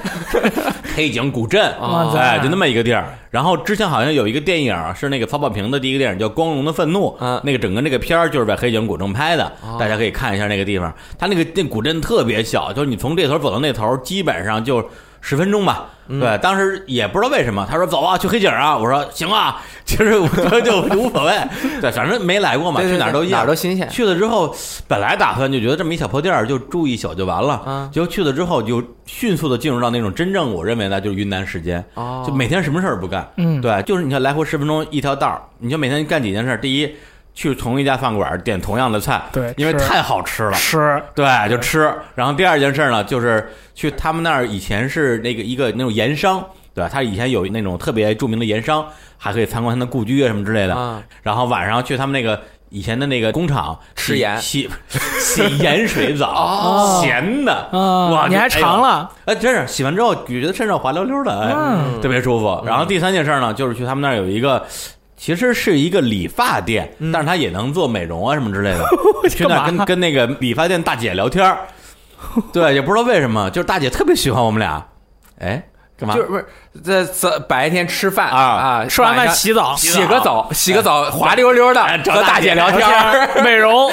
S4: 黑井古镇，
S3: 哇塞
S4: 哎，就那么一个地儿。然后之前好像有一个电影是那个曹保平的第一个电影叫《光荣的愤怒》，
S2: 嗯
S4: 那个整个那个片儿就是在黑井古镇拍的，
S2: 啊
S4: 大家可以看一下那个地方。它那个那古镇特别小，就是你从这头走到那头，基本上就十分钟吧。
S2: 嗯
S4: 对，当时也不知道为什么，他说走啊，去黑井啊，我说行啊，其实我就无所谓，对，反正没来过嘛，
S2: 对对
S4: 去哪儿都一样，
S2: 哪儿都新鲜
S4: 去了之后，本来打算就觉得这么一小破店儿就住一宿就完了，
S2: 嗯
S4: 结果去了之后就迅速的进入到那种真正我认为呢就是云南时间，
S2: 哦
S4: 就每天什么事儿不干，
S3: 嗯
S4: 对，就是你看来回十分钟一条道儿，你就每天干几件事儿，第一。去同一家饭馆儿点同样的菜，
S3: 对
S4: 因为
S3: 吃
S4: 太好吃了，
S3: 吃
S4: 对，就吃。然后第二件事呢，就是去他们那儿以前是那个一个那种盐商，对吧？他以前有那种特别著名的盐商，还可以参观他的故居啊什么之类的。
S2: 啊
S4: 然后晚上去他们那个以前的那个工厂
S2: 吃
S4: 洗
S2: 盐
S4: 洗 [laughs] 洗盐水澡，咸的哇！
S3: 哦啊你还
S4: 就哎呦
S3: 尝了
S4: 哎，真是洗完之后觉得身上滑溜溜的，哎，
S3: 嗯
S4: 特别舒服。然后第三件事呢，就是去他们那儿有一个。其实是一个理发店，但是他也能做美容啊什么之类的。去那儿
S3: 干
S4: 跟
S3: 嘛
S4: 跟那个理发店大姐聊天儿对，也不知道为什么，就是大姐特别喜欢我们俩。哎，干嘛？
S2: 就是不是这这白天吃饭
S4: 啊
S2: 啊，
S3: 吃完
S2: 晚
S3: 饭
S2: 上
S3: 洗澡
S2: 洗个澡，洗个澡，滑溜溜的
S4: 哎哎找
S2: 和
S4: 大
S2: 大
S4: 姐
S2: 姐聊
S4: 聊
S2: 天
S4: 天
S2: 儿，
S3: [laughs] 美容，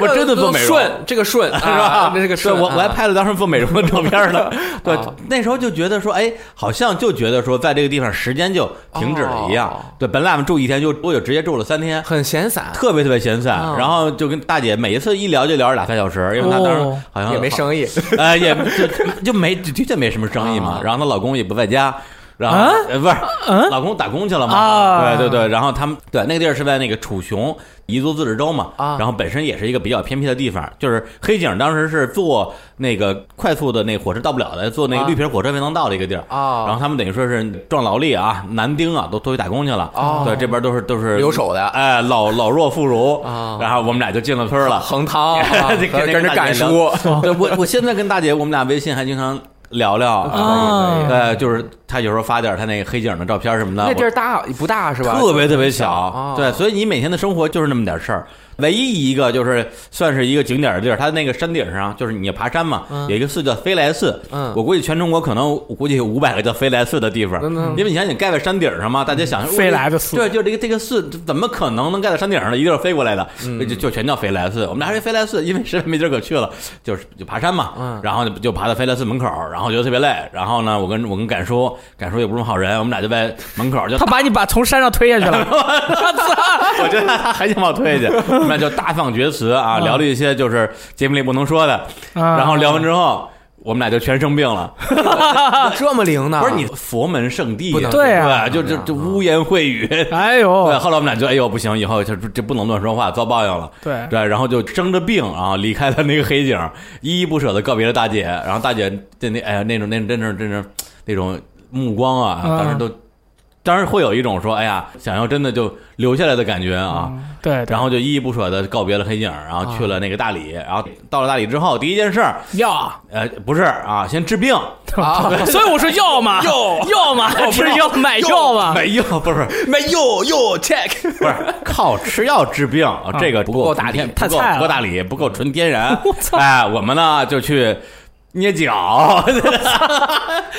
S4: 我真的做美容
S2: 顺，这个顺是
S4: 是 [laughs] 吧？
S2: 这个
S4: 啊对
S2: 顺，
S4: 我我还
S2: 啊
S4: 拍了当时做美容的照片呢。对
S2: 啊，
S4: 那时候就觉得说，哎，好像就觉得说，在这个地方时间就停止了一样
S2: 哦。
S4: 对，本来我们住一天，就我就直接住了三天。
S2: 很闲散，
S4: 特别特别闲散，
S2: 哦
S4: 然后就跟大姐每一次一聊就聊俩三小时，因为她当时
S3: 哦
S4: 好像
S2: 也没生意，
S4: 呃，也就就没的确没什么生意嘛
S2: 啊。
S4: 然后她老公也不在家，然后、
S3: 啊
S4: 呃不是老公打工去了嘛？
S3: 啊
S4: 对对对。然后他们对那个地儿是在那个楚雄彝族自治州嘛，
S2: 啊
S4: 然后本身也是一个比较偏僻的地方。就是黑井当时是坐那个快速的那火车到不了的，坐那个
S2: 啊
S4: 绿皮火车才能到的一个地儿。
S2: 哦
S4: 然后他们等于说是壮劳力啊、男丁啊，都都去打工去了。
S2: 哦
S4: 对，这边都是都是
S2: 留守的
S4: 哎，老老弱妇孺。
S2: 啊
S4: 然后我们俩就进了村儿了，
S2: 横汤 [laughs] 啊
S4: [laughs] 就
S2: 和
S4: 那
S2: 跟
S4: 个
S2: 着
S4: 大
S2: 干
S4: 姐聊
S2: 叔，
S4: [laughs] 对我我现在跟大姐，我们俩微信还经常聊聊
S3: 啊
S4: 呃，就是她有时候发点她那个黑警的照片什么的，
S2: 那地儿
S4: 我
S2: 大不大是吧？
S4: 特别特别小，
S2: 啊
S4: 对，所以你每天的生活就是那么点事儿。唯一一个就是算是一个景点的地儿，它那个山顶上，就是你爬山嘛，有一个寺叫飞来寺。
S2: 嗯
S4: 我估计全中国可能我估计有五百个叫飞来寺的地方，
S2: 嗯嗯
S4: 因为你想你盖在山顶上嘛，大家想
S3: 飞来的寺
S4: 对，就这个这个寺怎么可能能盖在山顶上呢？一定是飞过来的，
S2: 嗯
S4: 就就全叫飞来寺。我们拿这飞来寺，因为实在没地儿可去了，就是就爬山嘛，
S2: 嗯
S4: 然后就就爬到飞来寺门口，然后觉得特别累，然后呢，我跟我跟敢叔，敢叔也不是什么好人，我们俩就在门口就
S3: 他把你把从山上推下去了，我操！
S4: [laughs] 我觉得他还想把我推
S3: [laughs]
S4: 下去，那就大放厥词啊，聊了一些就是节目里不能说的，
S3: 嗯啊
S4: 然后聊完之后，我们俩就全生病了。
S2: 这么灵呢？
S4: 不是你佛门圣地
S2: 不，能
S3: 啊对啊
S4: 对，就就就污言秽语。
S3: 哎
S4: 对，
S3: 呦，
S4: 后来我们俩就哎呦不行，以后就这不能乱说话，遭报应了。
S3: 对
S4: 对，然后就生着病啊，离开了那个黑警，依依不舍的告别了大姐。然后大姐那那哎呀那种那种真是真是那种目光啊，
S3: 嗯
S4: 当时都当时会有一种说哎呀想要真的就留下来的感觉啊。
S3: 对，
S4: 然后就依依不舍的告别了黑警，然后去了那个大理，然后到了大理之后，第一件事儿，
S3: 药，
S4: 呃，不是啊，先治病，
S2: 啊，
S3: 所以我说药嘛，药药嘛，吃药买药嘛，
S4: 没药，不是
S2: 没有有 check，
S4: 不是，靠吃药治病，啊这个不
S2: 不
S4: 够
S2: 够大理
S4: 纯天
S3: 太
S4: 不够
S3: 菜了
S4: 不够大理，不够纯天然
S3: 我。操
S4: 哎，我们呢就去捏脚，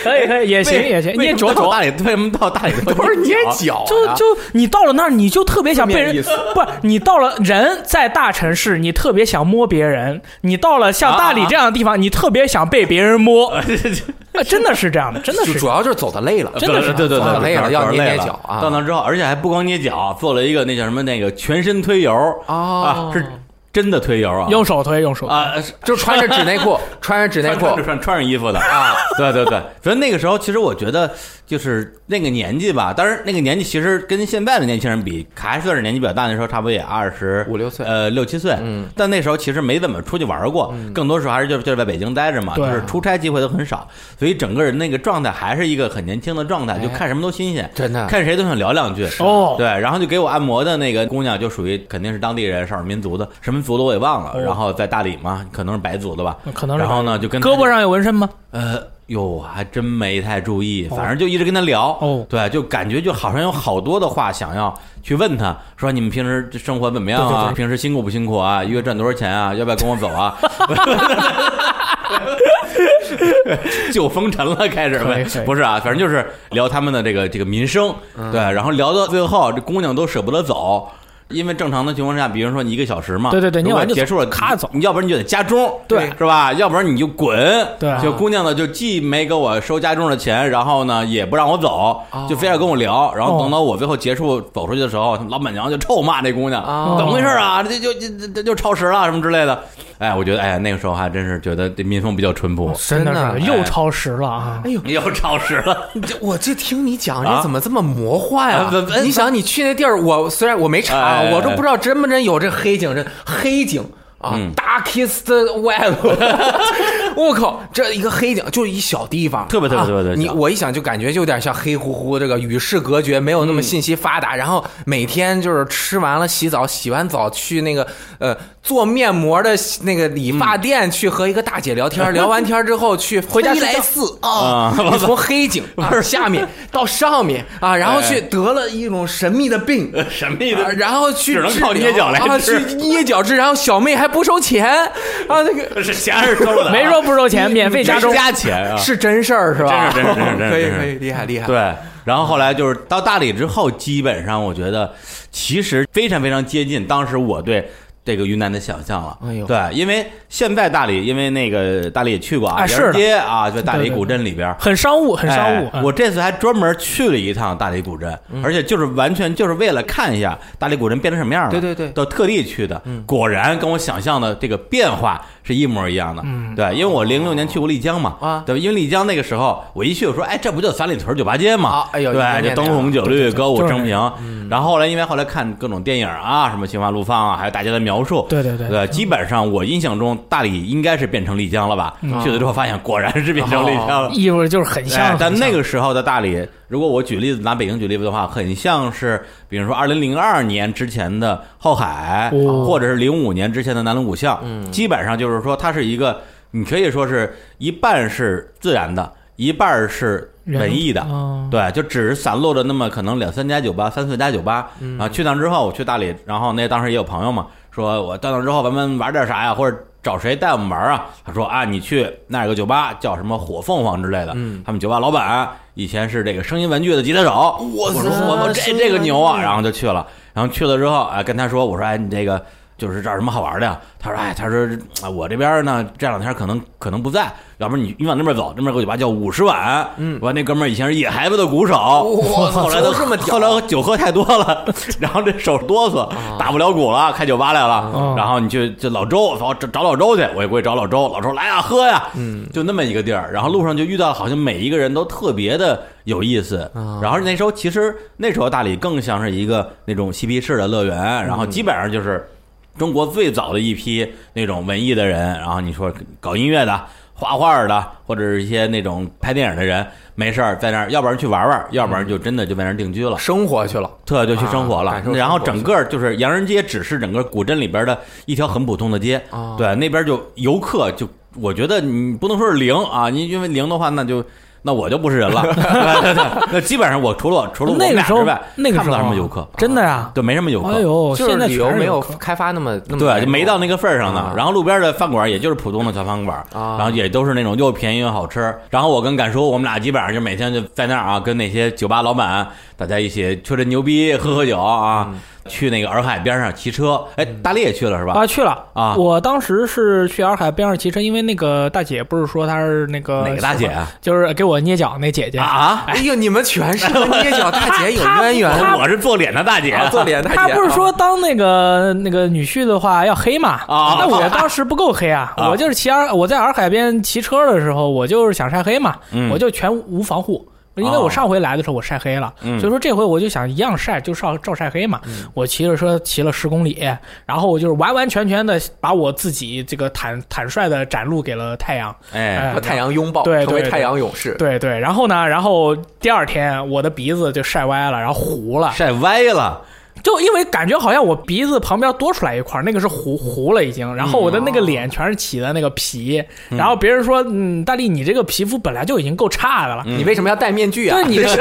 S3: 可以可以，也行也行，
S4: 为
S3: 捏
S4: 什
S3: 脚
S4: 么到
S3: 脚。
S4: 大理为什么到大理
S2: [laughs]
S4: 都
S2: 不是捏？脚
S3: 就
S2: 啊，
S3: 就你到了那儿，你就特别想被
S2: 字面意
S3: 人
S2: 思
S3: 不是你到了人在大城市，你特别想摸别人；你到了像大理这样的地方，你特别想被别人摸。啊真的是这样的，真的
S2: 就是
S3: 这
S2: 主
S3: 样
S2: 要就是走的累了，
S3: 真的是
S4: 对对对
S2: 啊
S4: 对，
S2: 累了
S4: 对
S2: 要捏
S4: 累
S2: 捏
S4: 了
S2: 脚啊
S4: 到那之后，而且还不光捏脚，做了一个那叫什么那个全身推油
S2: 哦
S4: 啊，是真的推油啊，
S3: 用手推，用手推
S4: 啊，是
S2: 就穿着纸内裤，穿着纸内
S4: 穿
S2: 裤
S4: 穿穿穿上衣服的啊，对对对，所以那个时候其实我觉得就是那个年纪吧，当然那个年纪其实跟现在的年轻人比，还算是年纪比较大，那时候差不多也二十
S2: 五六岁
S4: 呃六七岁，嗯，但那时候其实没怎么出去玩过，
S2: 嗯
S4: 更多时候还是就就是在北京待着嘛，就
S3: 对
S4: 是出差机会都很少，所以整个人那个状态还是一个很年轻的
S2: 哎
S4: 状态，就看什么都新鲜，
S2: 真的
S4: 看谁都想聊两句
S3: 哦
S4: 对，然后就给我按摩的那个姑娘就属于肯定是当地人，少数民族的，什么族的我也忘了，
S3: 哦
S4: 然后在大理嘛，可能是白族的吧，
S3: 可能是
S4: 然后呢就跟她
S3: 胳膊上有纹身吗？
S4: 呃，哟，还真没太注意，反正就一直跟他聊。
S3: 哦
S4: 对，就感觉就好像有好多的话想要去问他，说你们平时生活怎么样啊？平时辛苦不辛苦啊？一个月赚多少钱啊？ [laughs] 要不要跟我走啊？就风尘了，开始
S3: 可以
S4: 呗
S3: 可以，嗯
S4: 不是啊，反正就是聊他们的这个这个民生，对，然后聊到最后，这姑娘都舍不得走。因为正常的情况下，比如说你一个小时嘛，
S3: 对对对你
S4: 如
S3: 要
S4: 果
S3: 完就
S4: 结束了，
S3: 咔走
S4: 你要不然你就得加钟，
S3: 对
S4: 是吧？要不然你就滚，
S3: 对
S4: 就姑娘呢，就既没给我收加钟的钱，然后呢也不让我走，
S3: 哦
S4: 就非要跟我聊，然后等到我最后结束走出去的时候，老板娘就臭骂这姑娘，
S2: 哦
S4: 怎么回事啊？这就这这这就超时了什么之类的。哎，我觉得哎，那个时候还真是觉得这民风比较淳朴，
S3: 真
S2: 真的
S3: 的是
S4: 哎
S3: 又超时了啊！
S4: [laughs] 又超时了。
S2: 这我这听你讲，
S4: 啊
S2: 这怎么这么魔幻啊？
S4: 啊不不
S2: 你想，你去那地儿，我虽然我没查，
S4: 哎哎哎嗯
S2: 我都不知道真不真有这黑警，这黑警啊、大 k i s s
S4: [laughs]
S2: Web，我靠，这一个黑警就是一小地方，
S4: 特别特别
S2: 啊
S4: 特别特别
S2: 你
S4: 小
S2: 我一想就感觉就有点像黑乎乎，这个与世隔绝，没有那么信息发
S4: 嗯
S2: 达。然后每天就是吃完了洗澡，洗完澡去那个呃做面膜的那个理发
S4: 嗯
S2: 店去和一个大姐聊天，
S4: [laughs]
S2: 聊完天之后去回
S3: 家睡觉
S2: 来寺 [laughs] 啊，你从黑
S4: [laughs]
S2: 警啊下面到上面啊，然后
S4: 哎
S2: 去得了一种神秘的
S4: [laughs]
S2: 病。
S4: 什么意思
S2: 啊？然后去
S4: 只能
S2: 治
S4: 靠
S2: 疗
S4: 捏脚来
S2: 啊，去
S4: 治
S2: 捏脚治，然后小妹还不收钱啊，那个
S4: 这是钱是收了的啊，
S3: 没说不收钱，免费加钟。
S4: 加钱啊，
S2: 是真事儿是吧？
S4: 真
S2: [laughs]
S4: 是真是真是真是
S2: 可以可以，厉害厉害。
S4: 对，然后后来就是到大理之后，基本上我觉得其实非常非常接近当时我对这个云南的想象了。
S2: 哎呦
S4: 对，因为现在大理，因为那个大理也去过啊，沿
S3: 哎是的
S4: 街啊，就大理
S3: 对对
S4: 古镇里边儿。
S3: 很商务，很商务啊
S4: 哎。我这次还专门去了一趟大理古镇，而且就是完全就是为了看一下大理古镇变成什么样了。
S2: 对对对
S4: 都特地去的。果然跟我想象的这个变化是一模一样的。嗯，对，因为我零六年去过丽江嘛，
S2: 啊
S4: 对，因为丽江那个时候我一去我说，哎，这不就三里屯酒吧街嘛
S2: 啊？哎呦有
S4: 对，
S2: 面
S4: 就灯
S2: 子啊
S4: 红酒绿，歌舞
S3: 就是
S4: 升平。然后后来因为后来看各种电影啊，什么《心花怒放》啊，还有大家的描述，
S3: 对对对
S4: 对，基本上我印象中大理应该是变成丽江了吧？去了之后发现果然是变成丽江了。
S3: 衣服就是很
S4: 哎
S3: 像，
S4: 但
S3: 很像
S4: 那个时候的大理，如果我举例子拿北京举例子的话，很像是比如说二零零二年之前的后海，
S3: 哦嗯
S4: 或者是零五年之前的南锣鼓巷，基本上就是说它是一个，你可以说是一半是自然的，一半是文艺的，
S3: 人哦
S4: 对，就只是散落着那么可能两三家酒吧、三四家酒吧。
S3: 嗯
S4: 然后去趟之后，我去大理，然后那当时也有朋友嘛，说我到那之后咱们玩点啥呀，或者找谁带我们玩啊？他说啊，你去那儿有个酒吧叫什么火凤凰之类的，他们酒吧老板以前是这个声音玩具的吉他手，我说我操，这这个牛啊！然后就去了，然后去了之后啊，跟他说我说哎，你这个。就是这儿有什么好玩的呀？他说：“哎，他说啊我这边呢，这两天可能可能不在，要不然你你往那边走，那边有个酒吧叫五十碗。嗯，完那哥们儿以前是野孩子的鼓手，
S2: 哇
S4: 后来他
S2: 怎么这么屌
S4: 后来酒喝太多了，然后这手哆嗦，打不了鼓了，开酒吧来了
S3: 哦。
S4: 然后你去就老周找找老周去，我也过去找老周，老周来呀喝呀，嗯，就那么一个地儿。然后路上就遇到，好像每一个人都特别的有意思。然后那时候其实那时候大理更像是一个那种嬉皮士的乐园，然后基本上就是。中国最早的一批那种文艺的人，然后你说搞音乐的、画画的，或者是一些那种拍电影的人，没事儿在那儿，要不然去玩玩，要不然就真的就在那儿定居了，
S2: 生活去了，
S4: 特就去生活了。
S2: 啊感受生活
S4: 然后整个就是洋人街，只是整个古镇里边的一条很普通的街，
S2: 啊
S4: 对，那边就游客就，我觉得你不能说是零啊，你因为零的话，那就。那我就不是
S3: [laughs]
S4: 人了，对对对，那基本上我除了除了我们
S3: 那个
S4: 俩之
S3: 时候
S4: 外，
S3: 那个时
S4: 看不
S3: 候
S4: 到什么
S3: 啊
S4: 游客，啊
S3: 真的呀。
S4: 对，没什么游客。
S3: 哎呦，
S2: 就是
S3: 现在
S2: 旅游
S3: 全是
S2: 没有
S3: 客
S2: 开发那么
S3: 嗯
S2: 那么
S3: 哎
S4: 对，就没到
S2: 那
S4: 那个份儿上呢
S2: 啊。
S4: 然后路边的饭馆也就是普通的小饭馆，
S2: 啊
S4: 然后也都是那种又便宜又好吃。然后我跟敢叔，我们俩基本上就每天就在那儿啊，跟那些酒吧老板大家一起吹吹牛逼，喝喝酒啊，
S3: 嗯
S4: 去那个洱海边上骑车。哎，大力也去了是吧？
S3: 啊，去了
S4: 啊
S3: 我当时是去洱海边上骑车，因为那个大姐不是说她是那个
S4: 哪个大姐啊？
S3: 就是给我捏脚那姐姐
S4: 啊，
S2: 哎呦，你们全是跟捏脚大
S4: [laughs]
S2: 姐有渊源，
S3: 他
S4: 我是做脸的大姐，
S2: [laughs] 啊做脸大姐
S3: 她
S2: 啊，
S3: 不是说当那个那个女婿的话要黑嘛？
S4: 啊
S3: 那我当时不够黑啊！
S4: 啊
S3: 我就是骑洱，我在洱海边骑车的时候，我就是想晒黑嘛，
S4: 嗯
S3: 我就全无防护。因为
S4: 哦
S3: 我上回来的时候我晒黑了，
S4: 嗯
S3: 所以说这回我就想一样晒，就照照晒黑嘛。我骑着车骑了十公里，然后我就是完完全全的把我自己这个坦坦率的展露给了太阳。
S4: [laughs] 哎
S3: 哎
S2: 和太阳拥抱，
S3: 对对
S2: 成为
S3: 对
S2: 太阳勇士。
S3: 对对，然后呢，然后第二天我的鼻子就晒歪了，然后糊了，
S4: 晒歪了，
S3: 就因为感觉好像我鼻子旁边多出来一块儿，那个是糊糊了已经，然后我的那个脸全是起的那个皮，然后别人说，嗯，大力你这个皮肤本来就已经够差的了。
S4: 嗯
S2: 你为什么要戴面具啊
S3: 就是？你这，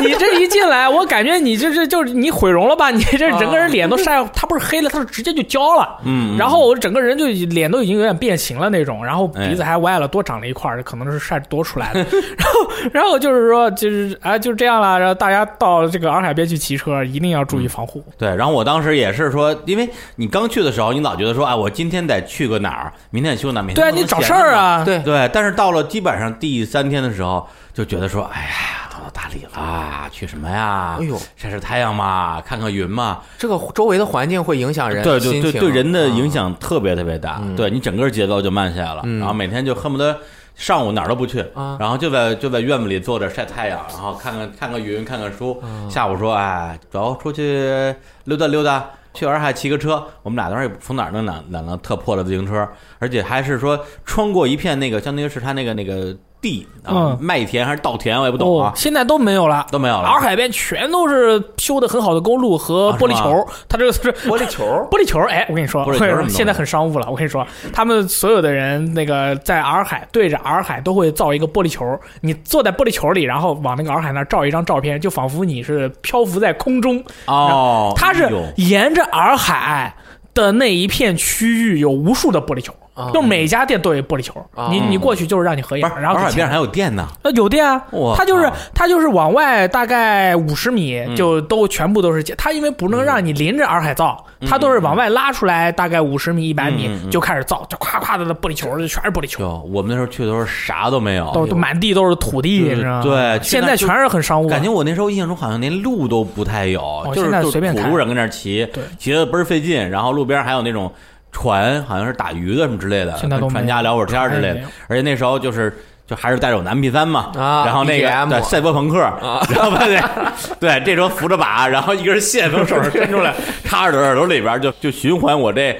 S3: 你这一进来，我感觉你这这就是你毁容了吧？你这整个人脸都晒，它不是黑了，它是直接就焦了。
S4: 嗯，
S3: 然后我整个人就脸都已经有点变形了那种，然后鼻子还歪了，多长了一块儿，可能是晒多出来的。然后，然后就是说，就是啊，就这样了。然后大家到这个洱海边去骑车，一定要注意防护。
S4: 对，然后我当时也是说，因为你刚去的时候，你老觉得说，啊，我今天得去个哪儿，明天得去个哪儿，明天
S3: 对啊，
S4: 不能
S3: 你找
S4: 闲
S3: 事
S4: 着
S3: 儿
S4: 嘛
S3: 啊。
S2: 对
S4: 对，但是到了基本上第三天的时候，就觉得说，哎呀，到了大理了，去什么呀？
S2: 哎呦，
S4: 晒晒太阳嘛，看看云嘛。
S2: 这个周围的环境会影响人
S4: 对对
S2: 心
S4: 对，
S2: 情啊
S4: 对人的影响特别特别大。
S2: 嗯
S4: 对你整个节奏就慢下来了，然后每天就恨不得上午哪儿都不去，
S2: 啊
S4: 然后就在就在院子里坐着晒太阳，然后看看看看云，看看书。
S2: 啊
S4: 下午说，哎，走出去溜达溜达。去洱海骑个车，我们俩当时也从哪儿弄两两辆特破的自行车，而且还是说穿过一片那个，相当于是他那个那个地啊
S3: 嗯，
S4: 麦田还是稻田，我也不懂
S3: 哦
S4: 啊，，
S3: 现在都没有了。
S4: 都没有了。啊
S3: 洱海边全都是修的很好的公路和玻璃球，它这个是
S2: 玻璃球
S3: 玻璃球，哎，我跟你说，
S4: 玻
S3: 我 [laughs]
S4: 璃球什
S3: 跟你
S4: 么
S3: 说
S4: 东西
S3: 现在很商务了。我跟你说，他们所有的人那个在洱海对着洱海都会造一个玻璃球，你坐在玻璃球里，然后往那个洱海那儿照一张照片，就仿佛你是漂浮在空中。
S4: 哦，
S3: 它是
S4: 哎呦
S3: 沿着洱海的那一片区域有无数的玻璃球
S2: 啊，
S3: 就每家店都有玻璃球。你你过去就是让你合影
S4: 啊不，是
S3: 然后
S4: 洱海
S3: 给
S4: 边
S3: 钱
S4: 上还有店呢，
S3: 那有店啊
S4: 哇，
S3: 它就是
S4: 啊
S3: 它就是往外大概五十米
S4: 嗯
S3: 就都全部都是街，它因为不能让你临着洱海造，它都是往外拉出来大概五十米一百米
S4: 嗯嗯嗯
S3: 就开始造，就咵咵的那玻璃球就全是玻璃球，
S4: 哟，我们那时候去的时候啥都没有，
S3: 都都满地都是土地，
S4: 哎对
S3: 你知道吗？
S4: 对去
S3: 现
S4: 那
S3: 在
S4: 就
S3: 全是很商务的，啊
S4: 感觉我那时候印象中好像连路都不太有，就是
S3: 哦现在
S4: 就是
S3: 随便
S4: 土
S3: 开
S4: 路上跟那儿骑
S3: 对，
S4: 骑的倍儿费劲。然后路边还有那种船，好像是打鱼的什么之类的，
S3: 现在都
S4: 跟
S3: 没
S4: 船
S3: 有
S4: 家聊会儿天儿之类
S3: 船也
S4: 的
S3: 没有。
S4: 而且那时候就是。就还是带着我的 MP 三嘛，
S2: 啊
S4: 然后那个
S2: BGM
S4: 对赛博朋克， [laughs] 然后把那对这时候扶着把，然后一根线从手上伸出 [laughs] 来，插着耳朵里边儿就就循环我这，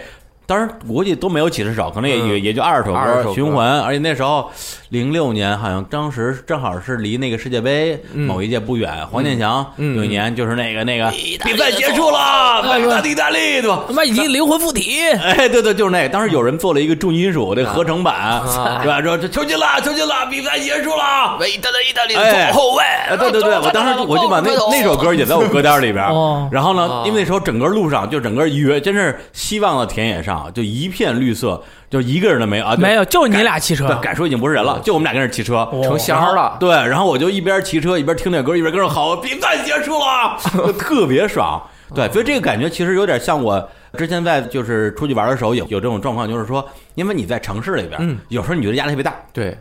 S4: 当然我估计都没有几十首，可能也也也就嗯二十首
S2: 20首
S4: 歌
S2: 歌
S4: 循环，而且那时候零六年好像当时正好是离那个世界杯某一届不远，黄健翔
S2: 嗯
S4: 有一年就是那个那个比赛结束了，伟大的意大利，对吧？
S3: 他妈已经灵魂附体，
S4: 哎，对对，就是那个，当时有人做了一个重金属那个合成版，
S6: 啊
S4: 对吧？说这球进了，球进了，比赛结束了，
S6: 伟大的意大利
S4: 哎
S6: 左后卫，
S4: 哎，对对对，我当时我就把那那首歌也在我歌单里边
S3: 哦。
S4: 然后呢，因为那时候整个路上就整个约，真是希望的田野上就一片绿色，就一个人都没有啊，就
S3: 没有，就你俩汽车
S4: 对，，敢说已经不是人了，
S3: 嗯
S4: 就我们俩跟那儿骑车。
S3: 哦
S2: 成仙儿了。
S4: 对，然后我就一边骑车一边听那歌，一边跟着好，比赛结束
S3: [laughs]
S4: 了，就特别爽。
S3: 嗯
S4: 对，所以这个感觉其实有点像我之前在就是出去玩的时候有有这种状况，就是说，因为你在城市里边，
S2: 嗯
S4: 有时候你觉得压力特别大，
S2: 对，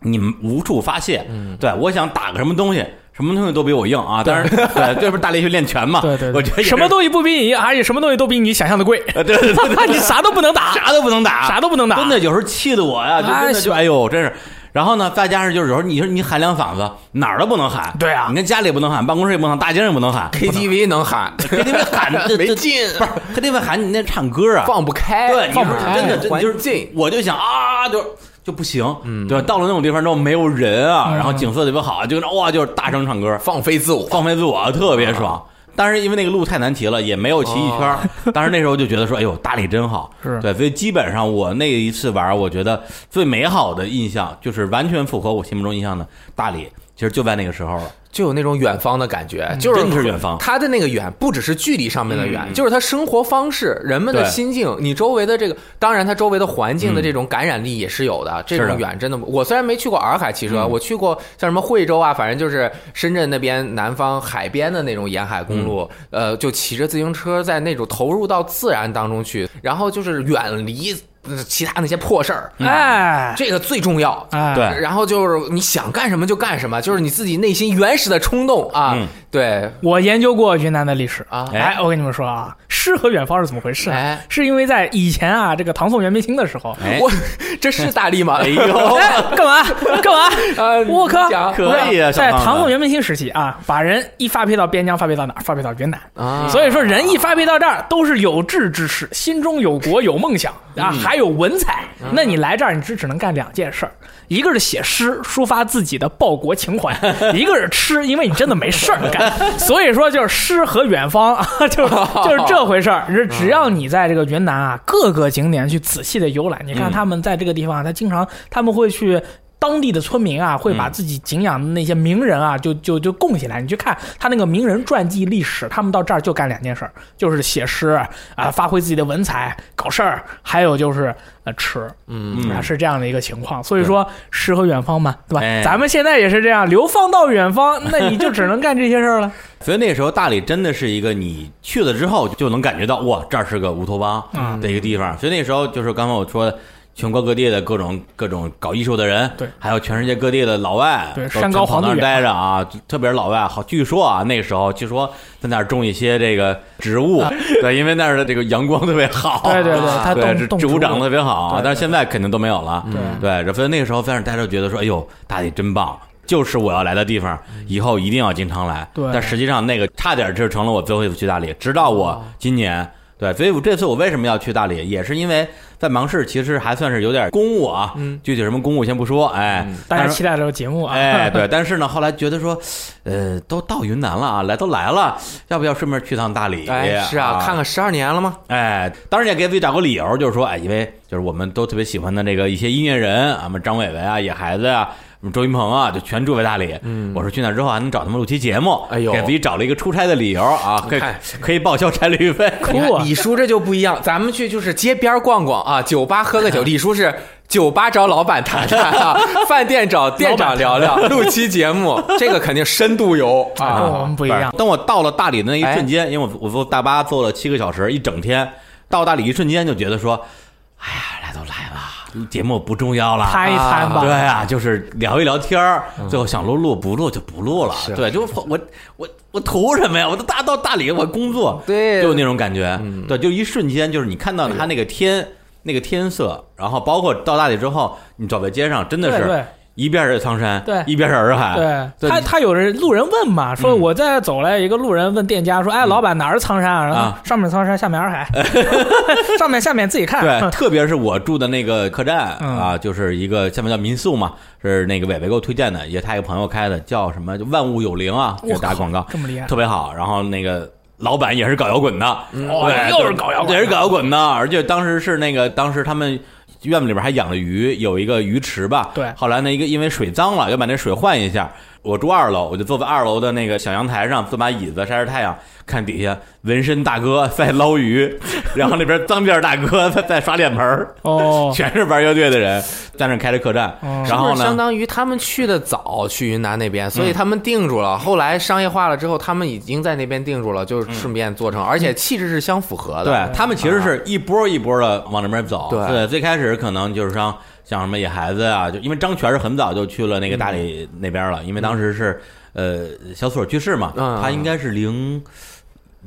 S4: 你无处发泄。
S3: 嗯
S4: 对，我想打个什么东西，什么东西都比我硬啊！当然，对，这不是大力去练拳嘛？
S3: 对对，对
S4: 我觉得也是
S3: 什么东西不比你，而且什么东西都比你想象的贵，
S4: 呃 [laughs] 对 [laughs] 对对对，
S3: [laughs] 你啥都不能打，
S4: 啥都不能打，
S3: 啥都不能打，
S4: 真的有时候气得我呀，就真的就哎呦，真是。然后呢，再加上就是有时候你说你喊两嗓子，哪儿都不能喊。
S3: 对啊
S4: 你看家里也不能喊，办公室也不能喊，大街上也不能 [laughs] 喊
S2: KTV 能喊，
S4: ，KTV [laughs] 喊这
S6: 没
S4: 这
S6: 劲
S4: 不是 KTV 喊你那唱歌啊，
S2: 放不开，
S4: 对，你
S2: 放不开，
S4: 真的真的就是
S2: 进。
S4: 我就想啊，就就不行，嗯，对吧，到了那种地方之后没有人啊，然后景色特别好，就哇就是大声唱歌，
S2: 放飞自我，
S4: 放飞自我，特别爽。
S2: 啊
S4: 但是因为那个路太难骑了，也没有骑一圈儿。
S2: 哦
S4: [laughs] 当时那时候就觉得说，哎呦，大理真好，
S3: 是
S4: 对，所以基本上我那一次玩儿，我觉得最美好的印象就是完全符合我心目中印象的大理，其实就在那个时候了。
S2: 就有那种远方的感觉，就是
S4: 嗯真的是远方
S2: 他的那个远，不只是距离上面的远，就是他生活方式、人们的
S4: 对嗯
S2: 心境，你周围的这个，当然他周围的环境的这种感染力也是有的。这
S4: 是
S2: 种
S4: 的嗯
S2: 远真的，我虽然没去过洱海骑车，我去过像什么惠州啊，反正就是深圳那边南方海边的那种沿海公路，
S4: 嗯
S2: 呃，就骑着自行车在那种投入到自然当中去，然后就是远离呃其他那些破事儿，
S4: 嗯
S3: 哎，
S2: 这个最重要。
S3: 哎，
S4: 对
S2: 然后就是你想干什么就干什么，就是你自己内心原始的冲动啊。
S4: 嗯
S2: 对
S3: 我研究过云南的历史
S2: 啊
S3: 哎，我跟你们说啊，诗和远方是怎么回事啊？
S2: 哎
S3: 是因为在以前啊，这个唐宋元明清的时候，
S4: 哎
S2: 我这是大力吗？[laughs]
S4: 哎呦，
S3: 哎，干嘛 [laughs] 干
S2: 哦呃
S3: 嘛？我靠
S2: 你讲，
S4: 可以啊小
S3: 在
S4: 胖子
S3: 唐宋元明清时期啊，把人一发配到边疆，发配到哪儿？发配到云南。
S2: 啊，
S3: 所以说，人一发配到这儿，都是有志之士，心中有国有梦想啊，还有文采。那你来这儿，你只只能干两件事儿，一个是写诗，抒发自己的报国情怀；一个是吃，因为你真的没事儿干。所以说，就是诗和远方，啊，就就是这回事儿。只只要你在这个云南啊各个景点去仔细的游览，你看他们在这个地方，他经常他们会去当地的村民啊，会把自己敬仰的那些名人啊，就就就供起来。你去看他那个名人传记历史，他们到这儿就干两件事儿，就是写诗啊、发挥自己的文采，搞事儿，还有就是呃吃，嗯啊，是这样的一个情况。所以说，诗和远方嘛，对吧？
S4: 哎
S3: 咱们现在也是这样，流放到远方，那你就只能干这些事儿了。
S4: 所以那时候大理真的是一个你去了之后就能感觉到，哇，这儿是个乌托邦
S3: 嗯
S4: 的一个地方。所以那时候就是刚才我说的，全国各地的各种各种搞艺术的人，
S3: 对
S4: 还有全世界各地的老外，
S3: 对
S4: 都
S3: 山高
S4: 跑
S3: 皇
S4: 那儿
S3: 帝远
S4: 待着啊，特别是老外，好，据说啊，那时候据说在那儿种一些这个植物，对，因为那儿的这个阳光特别好，
S3: 啊对对对它
S4: 哦对
S3: 啊冻
S4: 植
S3: 冻
S4: 植物
S3: 植物
S4: 长得特别好
S3: 对，
S4: 但是现在肯定都没有了，对，所以那个时候在那儿待着觉得说，哎呦，大理真棒。就是我要来的地方，以后一定要经常来。
S3: 对
S4: 但实际上那个差点就成了我最后一次去大理，直到我
S3: 哦
S4: 今年。对，所以我这次我为什么要去大理，也是因为在芒市其实还算是有点公务啊，具体什么公务先不说，哎，
S3: 嗯大家
S4: 但是
S3: 期待这个节目啊！ [laughs]
S4: 哎，对，但是呢，后来觉得说，呃，都到云南了啊，来都来了，要不要顺便去趟大理？
S2: 哎，是啊，看看十二年了吗？
S4: 哎，当然也给自己找个理由，就是说，哎，因为就是我们都特别喜欢的这个一些音乐人，啊，我们张伟伟啊、野孩子啊、我们周云鹏啊，就全住在大理。嗯，我说去那之后还能找他们录期节目，
S2: 哎呦
S4: 给自己找了一个出差的理由啊，可以
S2: 看
S4: 可以报销差旅费。
S2: 你看
S3: 酷啊
S2: 哎李叔这就不一样，咱们去就是街边逛逛啊，酒吧喝个
S4: [laughs]
S2: 酒。李叔是酒吧找老板谈谈啊，饭店找店长聊聊，录期节目，这个肯定深度游
S3: 哎跟
S4: 哦
S2: 啊。
S3: 我们不一样，
S4: 当我到了大理的那一瞬间，因为我我坐大巴坐了七个小时，一整天，到大理一瞬间就觉得说，哎呀，来都来了，节目不重要了，
S3: 摊一摊吧。哎嗯
S4: 对啊，就是聊一聊天儿，最后想录录不录就不录了。对，就我我我图什么呀？我都大到大理，我工作，
S2: 对
S4: 就那种感觉。
S3: 嗯
S4: 对，就一瞬间，就是你看到它那个天，那个天色，然后包括到大理之后，你走在街上，真的
S3: 对
S4: 是
S3: 对
S4: 一边是苍山，
S3: 对
S4: 一边是洱海，
S3: 对他，他有人路人问嘛，说我在走来一个路人问店家说，哎，老板哪儿是苍山啊？然后
S4: 啊
S3: 上面苍山，下面洱海，上面下面自己看。
S4: 对，特别是我住的那个客栈
S3: 嗯
S4: 啊，就是一个下面叫民宿嘛，是那个伟伟给我推荐的，也他一个朋友开的，叫什么就万物有灵啊，
S3: 我
S4: 给打
S3: 靠
S4: 广告，
S3: 这么厉害
S4: 特别好。然后那个老板也是搞摇滚的，
S3: 哦
S4: 对，
S3: 又是搞摇滚的
S4: 也是搞摇滚的，而且当时是那个当时他们。院子里边还养了鱼，有一个鱼池吧。
S3: 对
S4: 后来呢，一个因为水脏了，要把那水换一下。我住二楼，我就坐在二楼的那个小阳台上，坐把椅子晒晒太阳，看底下纹身大哥在捞鱼， [laughs] 然后那边脏辫儿大哥在在刷脸盆儿，
S3: [laughs] 哦，
S4: 全是玩乐队的人，在那儿开着客栈。
S3: 哦
S4: 然后
S2: 是不是相
S4: 呢，嗯
S2: 当于他们去的早，去云南那边，所以他们定住了。后来商业化了之后，他们已经在那边定住了，就是顺便做成，而且气质是相符合的。嗯啊
S4: 对他们其实是一波一波的往那边走。
S2: 对
S4: 最开始可能就是像像什么野孩子啊，就因为张全是很早就去了那个大理那边了，因为当时是呃小索去世嘛，
S2: 嗯
S4: 他应该是零。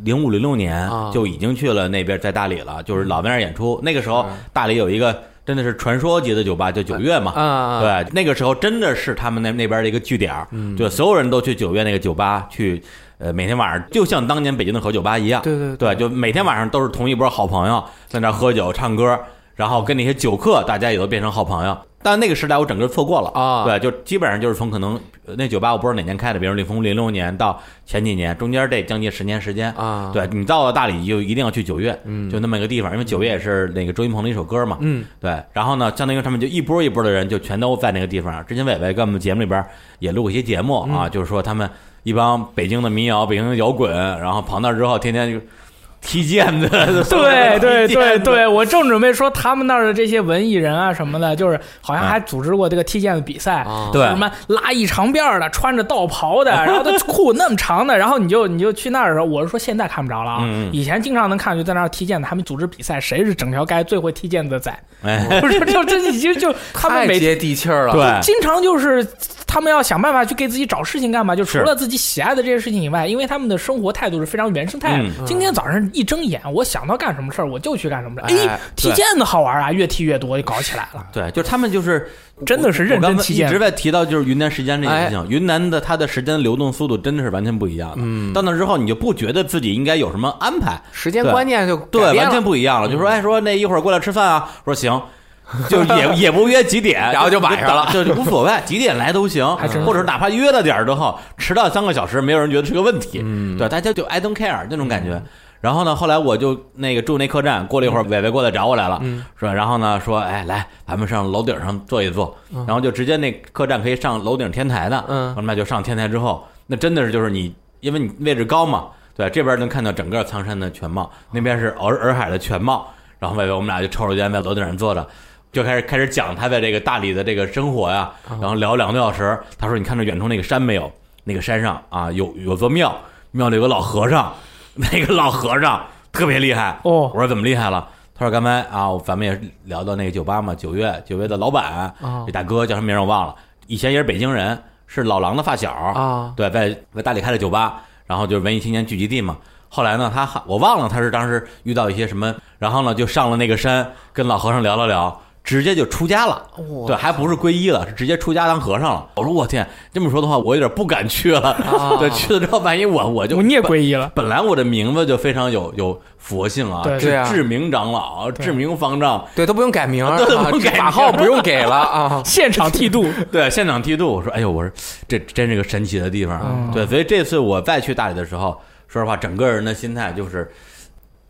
S4: 零五零六年
S2: 啊
S4: 就已经去了那边，在大理了，就是老在那儿演出。那个时候，
S2: 嗯
S4: 大理有一个真的是传说级的酒吧，叫九月嘛，
S2: 嗯嗯嗯
S4: 对，那个时候真的是他们那那边的一个据点儿，
S2: 嗯
S4: 对，所有人都去九月那个酒吧去，呃，每天晚上就像当年北京的和酒吧一样，
S2: 对对
S4: 对，就每天晚上都是同一波好朋友在那儿喝酒唱歌，然后跟那些酒客大家也都变成好朋友。但那个时代我整个错过了
S2: 啊
S4: 对，就基本上就是从可能呃那酒吧我不知道哪年开的，比如零从零六年到前几年，中间这将近十年时间
S2: 啊
S4: 对你到了大理就一定要去九月，就那么一个地方，因为九月也是那个周云鹏的一首歌嘛，嗯，对。然后呢，相当于他们就一波一波的人就全都在那个地方。之前伟伟跟我们节目里边也录过一些节目啊，就是说他们一帮北京的民谣、北京的摇滚，然后跑那儿之后天天就 [laughs] 踢毽子，
S3: [laughs] 对对
S4: 踢毽
S3: 对
S4: 子，
S3: 对，我正准备说他们那儿的这些文艺人啊什么的，就是好像还组织过这个踢毽子比赛，
S2: 啊
S4: 嗯对
S3: 什么拉一长辫儿的，穿着道袍的，然后他裤那么长的，然后你就你就去那儿的时候，我是说现在看不着了啊，
S4: 嗯嗯
S3: 以前经常能看，就在那儿踢毽子，他们组织比赛，谁是整条街最会踢毽子的仔， [laughs]
S4: 哎，
S3: 不是就这已经就他们
S2: 太
S3: 每
S2: 接地气儿了。
S4: 对
S3: 经常就是他们要想办法去给自己找事情干嘛，就除
S4: 是
S3: 了自己喜爱的这些事情以外，因为他们的生活态度是非常原生态的。
S4: 嗯
S3: 今天早上一睁眼，我想到干什么事儿我就去干什么事儿。
S2: 哎
S3: 哎，踢毽子好玩啊，越踢越多，就搞起来了。
S4: 对，就是他们就是
S3: 真的是认真
S4: 我刚才
S3: 踢毽
S4: 一
S3: 子
S4: 直在提到就是云南时间这件事
S2: 哎
S4: 情，云南的它的时间流动速度真的是完全不一样的。嗯，到那之后你就不觉得自己应该有什么安排，
S2: 时间
S4: 对
S2: 观念就
S4: 对，
S2: 改变
S4: 完
S2: 了嗯
S4: 全不一样了。就说哎，说那一会儿过来吃饭啊，我说行。 [laughs] 就也也不约几点，
S2: 然后就晚上了
S4: 就就无所谓，几点来都行，
S3: 真是
S4: 或者哪怕约了点儿之后，迟到三个小时，没有人觉得是个问题，
S2: 嗯
S4: 对，大家就 I don't care 那种感觉。然后呢，后来我就那个住那客栈，过了一
S2: 嗯
S4: 会儿，伟伟过来找我来了，
S3: 嗯
S4: 说，然后呢，说，哎，来，咱们上楼顶上坐一坐，
S3: 嗯
S4: 然后就直接那客栈可以上楼顶天台的，
S2: 嗯
S4: 我们俩就上天台之后，那真的是就是你，因为你位置高嘛，对，这边能看到整个苍山的全貌，那边是洱洱海的全貌。然后伟伟，我们俩就抽着烟在楼顶上坐着，就开始开始讲他在这个大理的这个生活呀，然后聊两个多小时。他说：“你看着远处那个山没有？那个山上啊，有有座庙，庙里有个老和尚， [laughs] 那个老和尚特别厉害。
S3: 哦
S4: 我说怎么厉害了？他说刚才啊，咱们也聊到那个酒吧嘛，九月九月的老板，
S3: 哦
S4: 这大哥叫什么名儿我忘了，以前也是北京人，是老狼的发小
S2: 啊
S4: 对，在在大理开的酒吧，然后就是文艺青年聚集地嘛。后来呢，他我忘了他是当时遇到一些什么，然后呢就上了那个山，跟老和尚聊了聊，直接就出家了。对，还不是皈依了，是直接出家当和尚了。我说我天，这么说的话，我有点不敢去了。 [laughs] 对，去了之后，万一我我就
S3: 我你也皈依了。
S4: 本来我的名字就非常有有佛性啊，
S3: 对。
S4: 是
S2: 对啊
S4: 智明长老、智明方丈，
S2: 对，都不用改名儿，
S4: 对都
S2: 啊
S4: 不用改名儿
S2: 法号不用给了啊
S3: 现场
S4: [laughs]
S3: 剃度， [laughs]
S4: 对，现场剃度。我说，哎呦，我说这真是个神奇的地方。啊
S3: 嗯
S4: 对，所以这次我再去大理的时候，说实话，整个人的心态就是。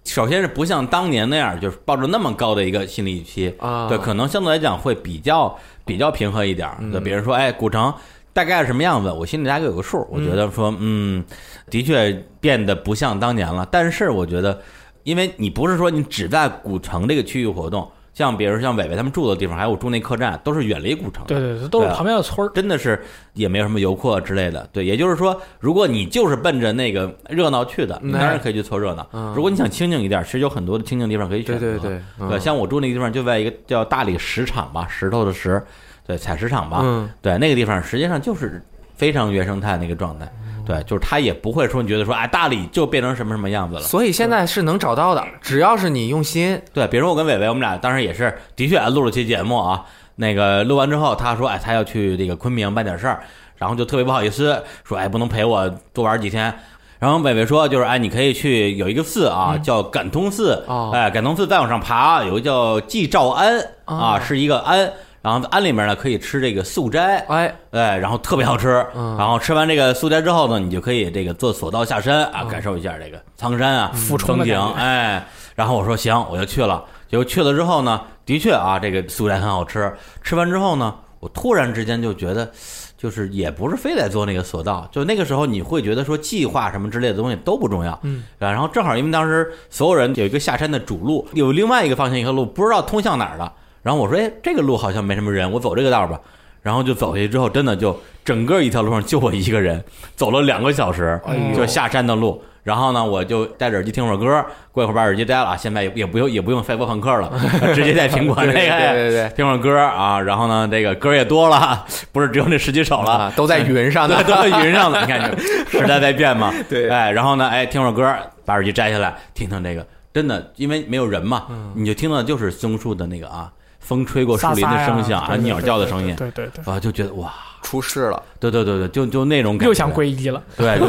S4: 首先是不像当年那样，就是抱着那么高的一个心理预期
S2: 啊
S4: 对，可能相对来讲会比较比较平和一点儿。
S3: 嗯
S4: 对，比如说，哎，古城大概是什么样子，我心里大概有个数。我觉得说，嗯，的确变得不像当年了。但是我觉得，因为你不是说你只在古城这个区域活动，像比如说像伟伟他们住的地方，还有我住那客栈，都是远离古城的。
S3: 对对对，都是旁边的村儿。
S4: 真的是也没有什么游客之类的。对，也就是说，如果你就是奔着那个热闹去
S2: 嗯
S4: 的，你当然可以去凑热闹。如果你想清静一点，其实有很多的清静地方可以选
S2: 对
S4: 择。啊
S2: 对对，嗯
S4: 对，像我住那个地方就在一个叫大理石场吧，石头的石，对，采石场吧，
S2: 嗯
S4: 对，那个地方实际上就是非常原生态那个状态。对，就是它也不会说你觉得说，哎，大理就变成什么什么样子了。
S2: 所以现在是能找到的，只要是你用心，
S4: 对，比如说我跟伟伟，我们俩当时也是的确录了期节目啊。那个录完之后，他说：“哎，他要去这个昆明办点事儿，然后就特别不好意思，说哎不能陪我多玩几天。”然后伟伟说：“就是哎，你可以去有一个寺啊，叫感通寺。
S2: 哦
S4: 哎，感通寺再往上爬啊有一个叫季兆庵、啊，是一个庵。然后庵里面呢可以吃这个素斋，
S2: 哎，
S4: 哎，然后特别好吃。
S3: 嗯
S4: 然后吃完这个素斋之后呢，你就可以这个坐索道下山啊，感受一下这个苍山啊
S3: 嗯俯冲的
S4: 风景
S3: 感。觉
S4: 哎，然后我说行，我就去了。结果去了之后呢，的确啊，这个素斋很好吃。吃完之后呢，我突然之间就觉得，就是也不是非得坐那个索道，就那个时候你会觉得说计划什么之类的东西都不重要。嗯，然后正好因为当时所有人有一个下山的主路，有另外一个方向一条路，不知道通向哪儿了。然后我说，哎，这个路好像没什么人，我走这个道儿吧。然后就走下去之后，真的就整个一条路上就我一个人，走了两个小时，
S2: 哎
S4: 就下山的路。然后呢，我就戴着耳机听会儿歌，过一会儿把耳机摘了，现在也也不用也不用赛博朋克了， [laughs] 直接在苹果那个
S2: 对对对对
S4: 听会儿歌啊。然后呢，这个歌也多了， [laughs] 不是只有那十几首了，
S2: 啊，都在云上
S4: 对，
S2: 呢。
S4: [laughs] 都在云上了。你看，这 [laughs] 时代在变嘛。
S2: [laughs] 对
S4: 哎，然后呢，哎，听会儿歌，把耳机摘下来，听听这个，真的，因为没有人嘛，
S2: 嗯
S4: 你就听到就是松树的那个啊，风吹过树林
S3: 沙
S4: 的
S3: 沙呀
S4: 声响啊，
S3: 对对对
S4: 鸟叫的声音，
S3: 对对对，
S4: 啊，就觉得哇，
S2: 出事了，
S4: 对对对对，就就那种感觉，
S3: 又想皈依了。
S4: 对，
S3: [laughs]
S4: 就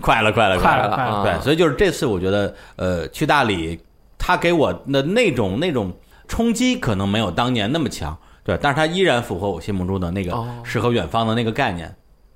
S4: 快了快了
S3: 快
S4: 了
S2: 啊
S3: 了，快了
S4: 对，所以就是这次我觉得，呃，去大理，他给我的那种那种冲击可能没有当年那么强，对，但是他依然符合我心目中的那个
S2: 哦
S4: 诗和远方的那个概念。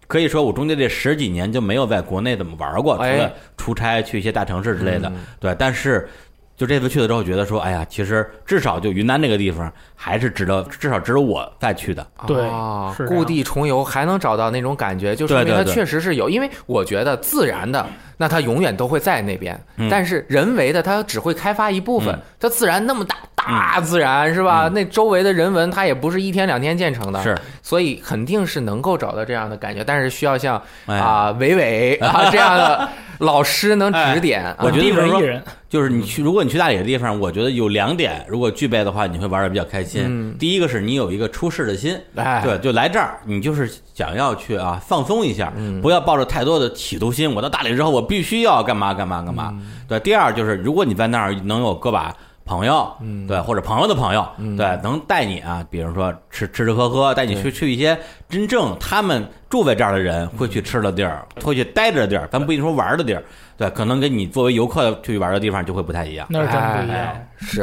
S4: 可以说，我中间这十几年就没有在国内怎么玩过，除
S2: 哎嗯
S4: 了出差去一些大城市之类的。对，但是就这次去了之后，觉得说，哎呀，其实至少就云南这个地方，还是值得，至少值得我再去的。
S3: 对
S2: 哦
S3: 是这样
S2: 故地重游还能找到那种感觉，就说
S4: 对
S2: 明
S4: 对
S2: 它
S4: 对
S2: 确实是有。因为我觉得自然的，那它永远都会在那边，但是人为的，它只会开发一部分
S4: 嗯。
S2: 它自然那么大，大自然是吧？那周围的人文，它也不是一天两天建成的，
S4: 是，
S2: 所以肯定是能够找到这样的感觉，但是需要像
S4: 哎
S2: 啊伟伟啊这样的老师能
S4: 哎
S2: 指点。啊
S4: 我觉得
S3: 地
S4: 就是
S3: 文
S4: 说
S3: 艺人，
S4: 就是你去，如果你去大理的地方，我觉得有两点，如果具备的话，你会玩的比较开心。第一个是你有一个出世的心，
S2: 嗯哎
S4: 对，就来这儿，你就是想要去啊放松一下，不要抱着太多的企图心。我到大理之后，我必须要干嘛干嘛干嘛。对，第二就是如果你在那儿能有个把。朋友，对，或者朋友的朋友，对，能带你啊，比如说吃吃吃喝喝，带你去去一些真正他们住在这儿的人会去吃的地儿，会去待着的地儿，咱不一定说玩儿的地儿，对，可能跟你作为游客去玩儿的地方就会不太一样。
S3: 那是真不一
S2: 哎
S3: 样。
S2: 是，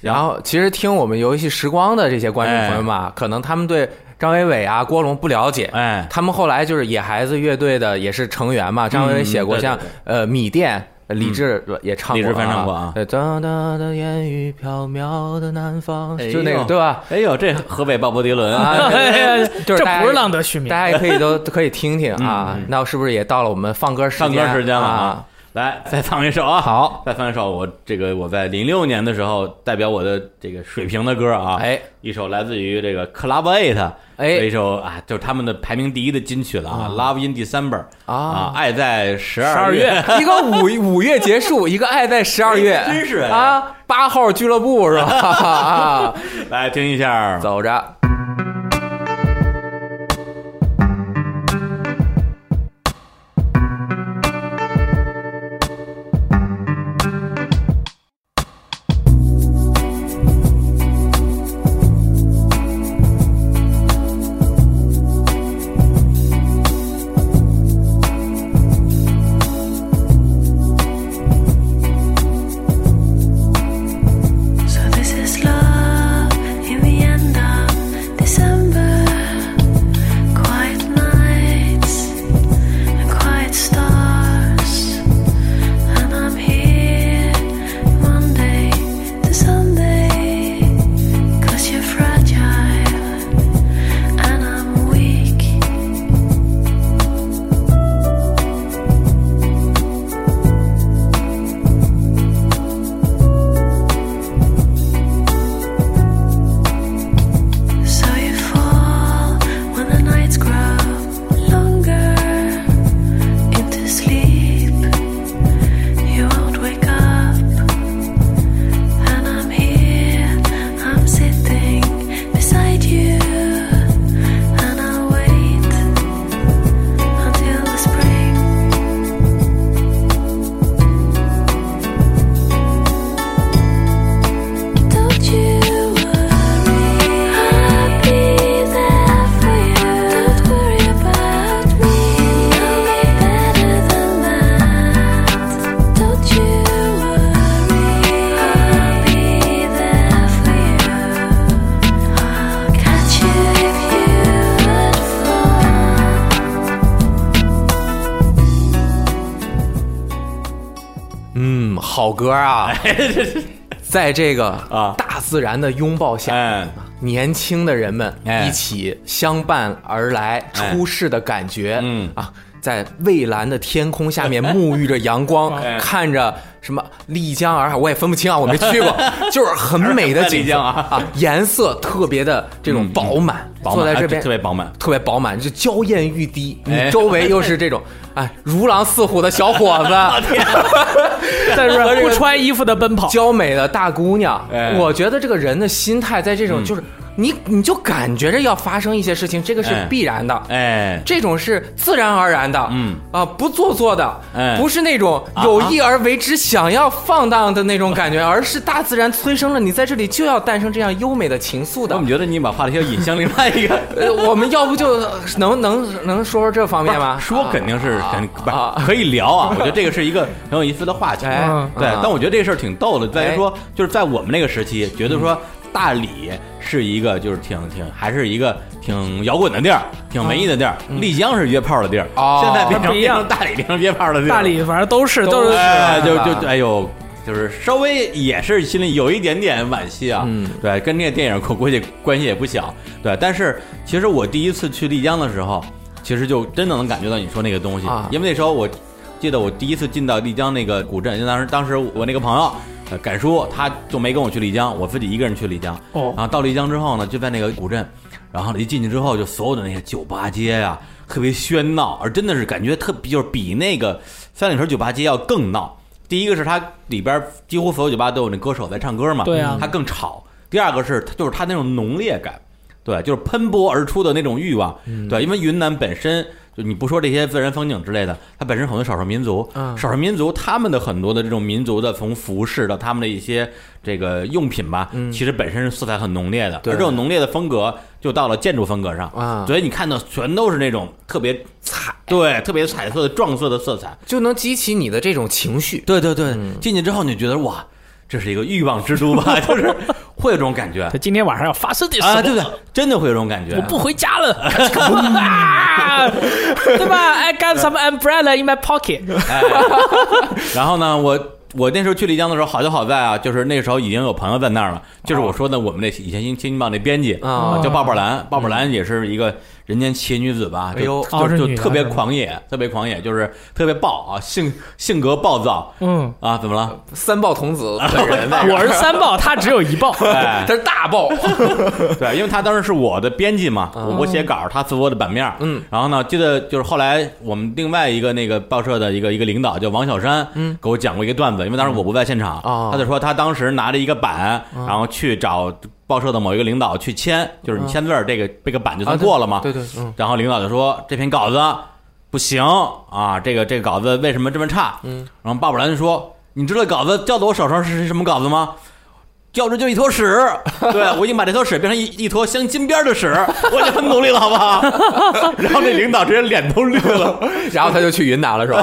S2: 然后其实听我们游戏时光的这些观众朋友们啊，可能他们对张伟伟啊、郭龙不了解，
S4: 哎
S2: 他们后来就是野孩子乐队的也是成员嘛，张伟伟写过
S4: 对对
S2: 像、呃米店。李志也唱过、啊，
S4: 李志翻唱过啊
S2: 对，哒哒的烟雨飘渺的南方，
S4: 哎呦
S2: 就那个对
S4: [laughs]
S2: 吧？
S4: 哎呦，这河北鲍勃迪伦 [laughs] 啊，
S2: 啊，就是
S3: [laughs] 这
S2: 大家
S3: 不是
S4: 哎
S3: 浪得虚
S2: [laughs]
S3: 名
S2: 大家也可以都都可以听听啊。那是不是也到了我们放歌时间？
S4: 唱歌时间了
S2: 啊
S4: 啊！来，再放一首啊！
S2: 好，
S4: 再放一首我这个我在零六年的时候代表我的这个水平的歌啊，
S2: 哎，
S4: 一首来自于这个 Club Eight，
S2: 哎
S4: 一首啊，就是他们的排名第一的金曲了啊，Love in December》啊，爱在十二
S2: 二 [laughs]
S4: 月，
S2: 一个五五月结束，一个爱在十二月，
S4: 真是哎
S2: 啊，八号俱乐部是吧？ [laughs] 啊，
S4: 来听一下，
S2: 走着。
S5: So this is love in the end of December. Quiet nights and quiet stars. And I'm here Monday to Sunday. Cause you're fragile and I'm weak. So you fall when the nights grow longer into sleep. You won't wake up, and I'm here. I'm sitting beside you, and I'll wait until the spring. Don't you worry, I'll be there for you. Don't worry about me, I'll be better than that. Don't you worry, I'll be there for you. I'll catch you if you would fall.
S2: 嗯，好歌啊！
S4: 哎
S2: 在这个
S4: 啊
S2: 大自然的拥抱下，
S4: 哎，
S2: 年轻的人们
S4: 哎
S2: 一起相伴而来，
S4: 哎
S2: 出世的感觉，
S4: 嗯
S2: 啊，在蔚蓝的天空下面沐浴着阳
S4: [laughs]
S2: 光，
S4: 哎
S2: 看着什么丽江洱海，我也分不清啊，我没去
S4: [laughs]
S2: 过，就是很美的景
S4: 丽
S2: 色
S4: 江啊嗯
S2: 颜色特别的这种饱满，
S4: 饱满
S2: 坐在这边
S4: 啊特别饱满
S2: 特别饱满，就娇艳欲滴，
S4: 哎
S2: 你周围又是这 [laughs] 种哎如狼似虎的小伙 [laughs] 子，
S3: 但
S2: 和这
S3: 是
S2: 个
S3: 不穿衣服的奔跑，
S2: 娇美的大姑娘，
S4: 哎
S2: 我觉得这个人的心态在这种就是、你你就感觉着要发生一些事情，这个是
S4: 哎
S2: 必然的。
S4: 哎，
S2: 这种是自然而然的，
S4: 嗯
S2: 啊，不做作的，
S4: 哎
S2: 不是那种有意而为之、想要放荡的那种感觉，而是大自然催生了你在这里就要诞生这样优美的情愫
S4: 我
S2: 的
S4: 怎么。觉得你把话题要引向另外一个？
S2: 呃，我们要不就能能能说说这方面
S3: 啊
S2: 吗？
S4: 说肯定是肯不
S2: 啊
S4: 是可以聊啊，我觉得这个是一个很有意思的话
S3: [laughs]
S4: 题。
S2: 哎
S4: 对，
S2: 嗯
S4: 但我觉得这事儿挺逗的，
S3: 啊
S4: 在于
S2: 哎
S4: 说就是在我们那个时期，觉得说
S3: 嗯
S4: 大理是一个就是挺挺还是一个挺摇滚的地儿，挺文艺的地儿，丽江是约炮的地儿，
S2: 哦
S4: 现在变成
S3: 嗯不一样
S4: 变成大理变成约炮的地儿了，
S3: 大理反正都是都是
S4: 哎，就
S2: 吧
S4: 就哎呦。就是稍微也是心里有一点点惋惜啊，
S2: 嗯
S4: 对，跟这个电影关关系关系也不小，对。但是其实我第一次去丽江的时候，其实就真的能感觉到你说那个东西，
S2: 啊
S4: 因为那时候我记得我第一次进到丽江那个古镇，因为当时当时我那个朋友。呃，敢叔他就没跟我去丽江，我自己一个人去丽江。
S3: 哦
S4: 然后到丽江之后呢，就在那个古镇，然后一进去之后，就所有的那些酒吧街呀、特别喧闹，而真的是感觉特就是比那个三里屯酒吧街要更闹。第一个是它里边几乎所有酒吧都有那歌手在唱歌嘛，
S3: 对啊
S4: 它更吵。第二个是它就是它那种浓烈感，对，就是喷薄而出的那种欲望，
S2: 嗯
S4: 对，因为云南本身就你不说这些自然风景之类的，它本身很多少数民族，
S2: 嗯
S4: 少数民族他们的很多的这种民族的从服饰到他们的一些这个用品吧，其实本身是色彩很浓烈的，
S2: 嗯对
S4: 而这种浓烈的风格就到了建筑风格上
S2: 啊
S4: 所以你看到全都是那种特别彩，对，特别彩色的撞色的色彩，
S2: 就能激起你的这种情绪。
S4: 对对对，进去之后你就觉得哇，这是一个欲望之都吧，就是会有这种感觉
S3: 他今天晚上要发生点什
S4: 啊，
S3: 么，
S4: 对不对？真的会有这种感觉，
S3: 我不回家了，啊 [laughs] 对吧？I 哎 got some umbrella in my pocket。
S4: 然后呢，我我那时候去丽江的时候，好就好在啊，就是那时候已经有朋友在那儿了，就是我说的我们那以前新新京报那编辑
S2: 啊
S4: 叫鲍宝兰，鲍宝兰也是一个人间奇女子吧，就
S2: 哎呦
S4: 就
S3: 哦是
S4: 就
S3: 女的
S4: 特别
S3: 是吧
S4: 狂野，特别狂野，就是特别暴啊，性性格暴躁
S3: 嗯，
S4: 啊，怎么了？
S2: 三豹童子本人在这
S3: 我
S2: 儿，
S3: 是三爆，他只有一爆。
S4: 哎
S2: 他是大豹， [laughs]
S4: 对，因为他当时是我的编辑嘛，我我写稿儿，他做我的版面儿。
S2: 嗯，
S4: 然后呢，记得就是后来我们另外一个那个报社的一个一个领导叫王小山，嗯，给我讲过一个段子，因为当时我不在现场，
S2: 哦嗯
S4: 他就说他当时拿着一个板，然后去找报社的某一个领导去签，就是你签字儿，这个这个板就算过了嘛。
S2: 嗯 [laughs] 对对，嗯，
S4: 然后领导就说这篇稿子不行啊，这个这个稿子为什么这么差？嗯，然后鲍勃兰就说：“你知道稿子掉到我手上是什么稿子吗？”掉着就一坨屎，对我已经把这坨屎变成一一坨镶金边的屎，我已经很努力了，好不好？ [laughs] 然后那领导直接脸都绿了，
S2: 然后他就去云南了，是吧？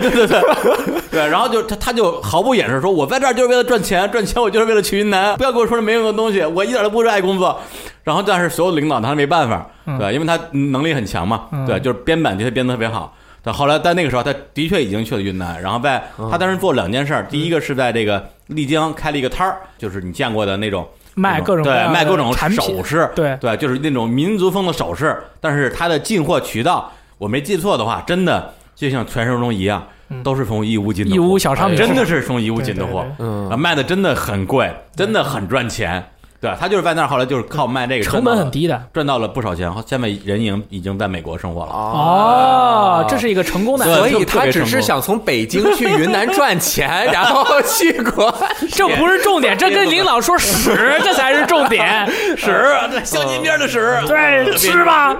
S4: 对对对， [laughs] 对，然后就他他就毫不掩饰说，我在这儿就是为了赚钱，赚钱我就是为了去云南，不要跟我说这没用的东西，我一点都不热爱工作。然后但是所有的领导他没办法，
S3: 嗯
S4: 对，因为他能力很强嘛，对，就是编版的确编得特别好。但后来，在那个时候，他的确已经去了云南。然后在他当时做两件事
S3: 嗯
S4: 儿，第一个是在这个丽江开了一个摊儿，就是你见过的那种
S3: 卖各种
S4: 对
S3: 各样的
S4: 卖各种
S3: 产品
S4: 首饰，
S3: 对
S4: 对，就是那种民族风的首饰，但是它的进货渠道，我没记错的话，真的就像传说中一样，都是从义乌进的货，
S3: 嗯义乌小商品
S4: 真的是从义乌进的货
S3: 对对，
S2: 嗯
S4: 啊，卖的真的很贵，真的很赚钱，对，他就是在那儿后来就是靠卖这个
S3: 成本很，低的。
S4: 赚到了赚到了不少钱，现在人已经已经在美国生活了，
S3: 啊哦，这是一个成功的，
S4: 对
S2: [laughs] 所以
S4: 就特
S2: 他
S4: 别
S2: 只
S4: 成
S2: 是
S4: 功
S2: 想从北京去云南赚 [laughs] 钱，然后去国外。
S3: 这不是重点，这跟领导说屎，这才是重点。
S4: 屎，对镶金边的屎，
S3: 对，吃吧。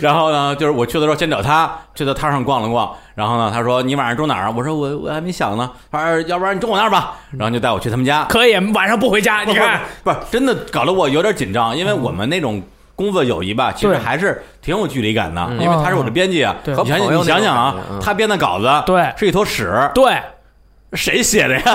S4: 然后呢，就是我去的时候先找他，去他摊上逛了逛。然后呢，他说你晚上住哪儿啊？我说我我还没想呢。他说哎要不然你住我那儿吧。然后就带我去他们家。
S3: 可以，晚上不回家，你看，
S4: 不是真的搞得我有点紧张，因为我们那种。工作友谊吧，其实
S3: 对
S4: 还是挺有距离感的，因为他是我的编辑啊。
S3: 对
S4: 你想
S2: 嗯和
S4: 想，
S2: 朋友
S4: 你想想
S2: 那
S4: 啊
S2: 种感觉，嗯
S4: 他编的稿子
S3: 对
S4: 是一坨屎，
S3: 对，
S4: 谁写的呀？ [laughs]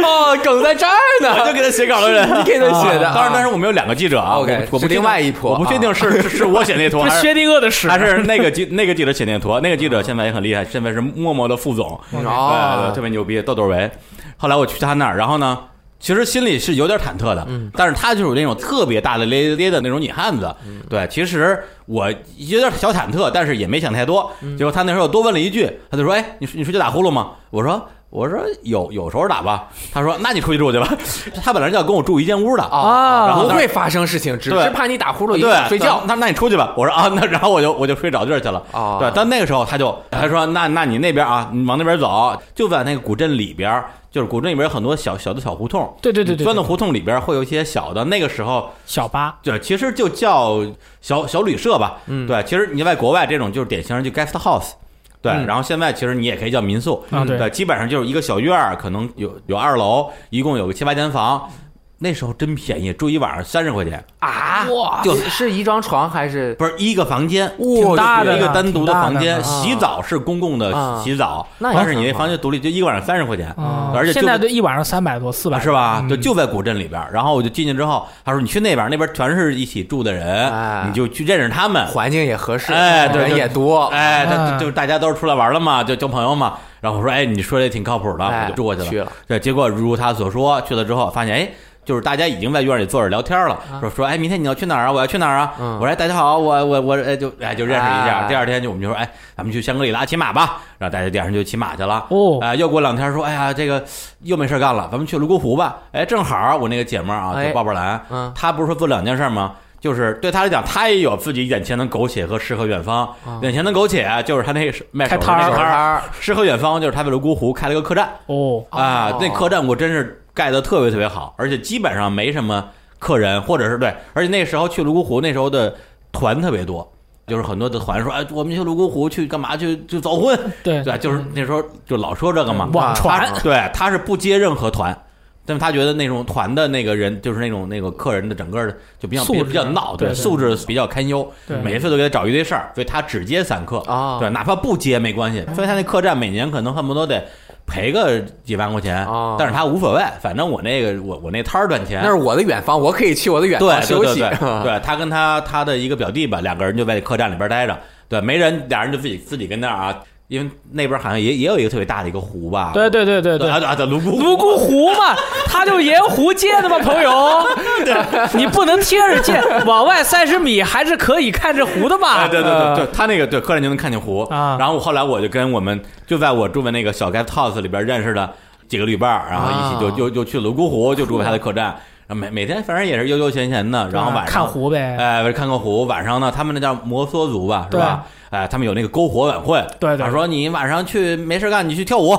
S2: 哦，梗在这儿
S4: 我就
S2: 呢，哦
S4: 给他写稿的人，啊
S2: 你给他写的。
S4: 当然，当
S2: 然，
S4: 时我们有两个记者啊
S2: OK，
S4: 我不我
S2: 是
S4: 不确定
S2: 另外一啊波
S4: 我不确定是是是我写那坨
S3: 这
S4: 还
S3: 是
S4: 是
S3: 薛定谔的屎。
S4: 还是那个记那个记者写那图，那个记者现在也很厉害，现在是陌陌的副总，对
S2: 哦
S4: 对特别牛逼，豆豆维。后来我去他那儿，然后呢，其实心里是有点忐忑的，
S2: 嗯
S4: 但是他就是那种特别大大咧咧咧的那种女汉子，
S2: 嗯
S4: 对，其实我有点小忐忑，但是也没想太多。
S2: 嗯
S4: 结果他那时候多问了一句，他就说：“哎，你你睡觉打呼噜吗？”我说。我说有有时候打吧，他说那你出去住去吧。 [laughs] 他本来就要跟我住一间屋的
S2: 啊
S4: 然后
S2: 不
S4: 当时
S2: 会发生事情，只
S4: 对
S2: 是怕你打呼噜影
S4: 对，
S2: 响睡觉。
S4: 那那那你出去吧。我说啊， [laughs] 那然后我就我就睡找地儿去了。
S3: 啊
S2: 哦
S4: 对，但那个时候他就他说那那你那边啊，你往那边走，就在那个古镇里边儿，就是古镇里边有很多小小的小胡同。
S3: 对对对对
S4: 钻到胡同里边儿会有一些小的，那个时候
S3: 小八，
S4: 对，其实就叫小小旅社吧。嗯，对，其实你在国外这种就是典型的就 guest house。对，然后现在其实你也可以叫民宿，
S3: 嗯
S4: 嗯
S3: 啊对
S4: 对，基本上就是一个小院儿，可能有有二楼，一共有个七八间房，那时候真便宜，住一晚上三十块钱，
S2: 啊，
S3: 哇
S2: 就是是一张床还是？
S4: 不是一个房
S2: 哦
S4: 间，
S3: 挺大的
S4: 一个单独的房
S3: 挺大的
S4: 间，
S3: 呢
S4: 洗澡是公共的
S2: 啊
S4: 洗澡，
S2: 那也
S4: 但是你
S2: 很
S4: 那
S2: 好啊
S4: 房间独立，就一个晚上三十块钱，
S3: 哦
S4: 而且就啊
S3: 现在都一晚上三百多、四百
S4: 是
S2: 嗯
S4: 吧？就就在古镇里边儿。然后我就进去之后，他说你去那边儿，那边儿全是一起住的
S2: 哎
S4: 人，你就去认识他们。
S2: 环境也合适，啊
S4: 哎对
S2: 人
S4: 对
S2: 也多，
S4: 哎，
S3: 啊
S4: 他就大家都是出来玩了嘛，就交朋友嘛。然后我说，哎，你说的挺靠谱的，
S2: 哎
S4: 我就住过去
S2: 去了
S4: 对，结果如他所说，去了之后发现，哎。就是大家已经在院里坐着聊天了，说说，哎，明天你要去哪儿啊？我要去哪儿啊？我说，哎，大家好，我我我，哎，就哎就认识一下。
S2: 嗯哎
S4: 第二天就我们就说，哎，咱们去香格里拉骑马吧。然后大家第二天就骑马去了。
S3: 哦
S4: 哎，又过两天说，哎呀，这个又没事干了，咱们去泸沽湖吧。哎，正好我那个姐们儿啊，
S2: 哎
S4: 就鲍勃兰，
S2: 嗯
S4: 她不是说做两件事吗？就是对她来讲，她也有自己眼前的苟且和诗和远方。眼前的苟且就是她那个是卖手
S3: 哦开
S4: 的
S3: 摊
S4: 那
S3: 儿
S4: 个摊
S2: 摊儿
S4: 诗和远方就是她为了孤湖开了个客栈
S3: 哦，
S4: 啊
S2: 哦，
S4: 那客栈我真是盖的特别特别好，而且基本上没什么客人，或者是对，而且那时候去泸沽湖那时候的团特别多。就是很多的团说，哎，我们去泸沽湖去干嘛去？去早婚，
S3: 对
S4: 对吧，就是那时候就老说这个嘛，啊
S3: 网传
S4: 他对，他是不接任何团，但是他觉得那种团的那个人，就是那种那个客人的整个的就比较
S3: 素质
S4: 比较闹，
S3: 对对
S4: 素质比较堪忧
S3: 对，
S4: 每一次都给他找一堆事儿，所以他只接散客
S2: 哦
S4: 对，哪怕不接没关系，所以他那客栈每年可能恨不得得赔个几万块钱
S2: 哦，
S4: 但是他无所谓，反正我那个我我那摊儿赚钱，
S2: 那是我的远方，我可以去我的远
S4: 对
S2: 方
S4: 对
S2: 休
S4: 对
S2: 息。 [laughs]
S4: 对，对他跟他他的一个表弟吧，两个人就在客栈里边待着，对，没人，俩人就自己自己跟那儿啊。因为那边好像也也有一个特别大的一个湖吧？
S3: 对对对对对
S4: 啊，对啊，对泸沽
S3: 泸沽湖嘛，它就沿湖建的嘛，朋
S4: [laughs]
S3: 友，你不能贴着建，往外三十米还是可以看着湖的
S4: 啊，
S3: 嘛。
S4: 对对对对，他那个对，客人就能看见湖
S3: 呃啊
S4: 然后我后来我就跟我们就在我住的那个小 guest house 里边认识的几个旅伴儿，然后一起就
S2: 啊
S4: 就就去泸沽湖，就住他的客栈。然后每每天反正也是悠悠闲闲的，然后晚上
S3: 嗯啊看湖呗
S4: 哎，看个湖。晚上呢，他们那叫摩梭族吧，是吧？哎，他们有那个篝火晚会，
S3: 对对对
S4: 他说你晚上去没事干，你去跳舞，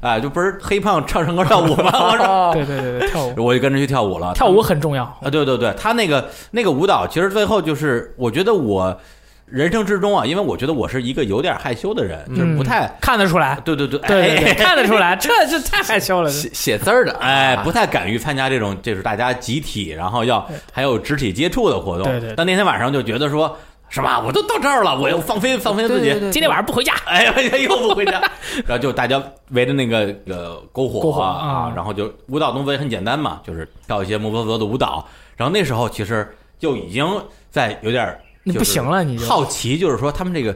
S4: 哎，就不是黑胖唱唱歌跳舞吗？我说
S3: [laughs] 对对对对，跳
S4: [laughs]
S3: 舞
S4: 我就跟着去跳舞了，
S3: 跳舞很重要。
S4: 啊，对对对，他那个那个舞蹈，其实最后就是，我觉得我人生之中啊，因为我觉得我是一个有点害羞的人，就是不太，
S3: 看得出来，
S4: 对对对，
S3: 嗯对对对，
S4: 哎
S3: 看得出来，这是太害羞
S4: [laughs]
S3: 了。
S2: 写写字儿的，
S4: 哎，
S2: 啊
S4: 不太敢于参加这种，就是大家集体，然后要还有肢体接触的活动。
S3: 对对对
S4: 但那天晚上就觉得说，什么，我都到这儿了，我要放飞放飞自己。
S2: 对对对
S3: 今天晚上不回家，
S4: 哎呀，又不回
S3: [laughs]
S4: 家，然后就大家围着那个呃篝火
S3: 篝火
S4: 啊
S3: 啊，
S4: 然后就舞蹈动作也很简单嘛，就是跳一些摩诃罗的舞蹈。然后那时候其实就已经在有点儿
S3: 你
S4: 就是
S3: 不行了你就
S4: 好奇就是说他们这个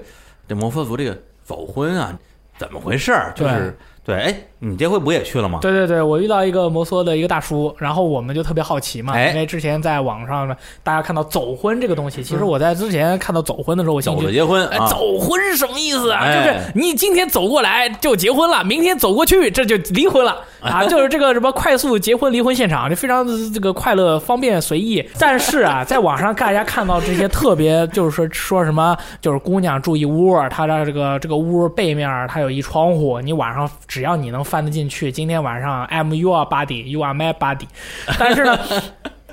S4: 这摩诃族这个走婚啊，怎么回事儿？就是对，哎，你这回不也去了吗？
S3: 对对对，我遇到一个摩梭的一个大叔，然后我们就特别好奇嘛，
S4: 哎
S3: 因为之前在网上呢，大家看到走婚这个东西，其实我在之前看到走婚的时候，我
S4: 嗯
S3: 心
S4: 走
S3: 里就
S4: 着结婚
S3: 哎
S4: 啊，，
S3: 走婚是什么意思啊？
S4: 哎
S3: 就是你今天走过来就结婚了，明天走过去这就离婚
S4: [laughs]
S3: 了啊！就是这个什么快速结婚离婚现场，就非常这个快乐、方便、
S4: [laughs]
S3: 随意。但是啊，在网上大家看到这些特别，就是说说什么，就是姑娘住一屋，她的这个这个屋背面它有一窗户，你晚上只要你能翻得进去，今天晚上 I'm your body, you are my body。但是呢。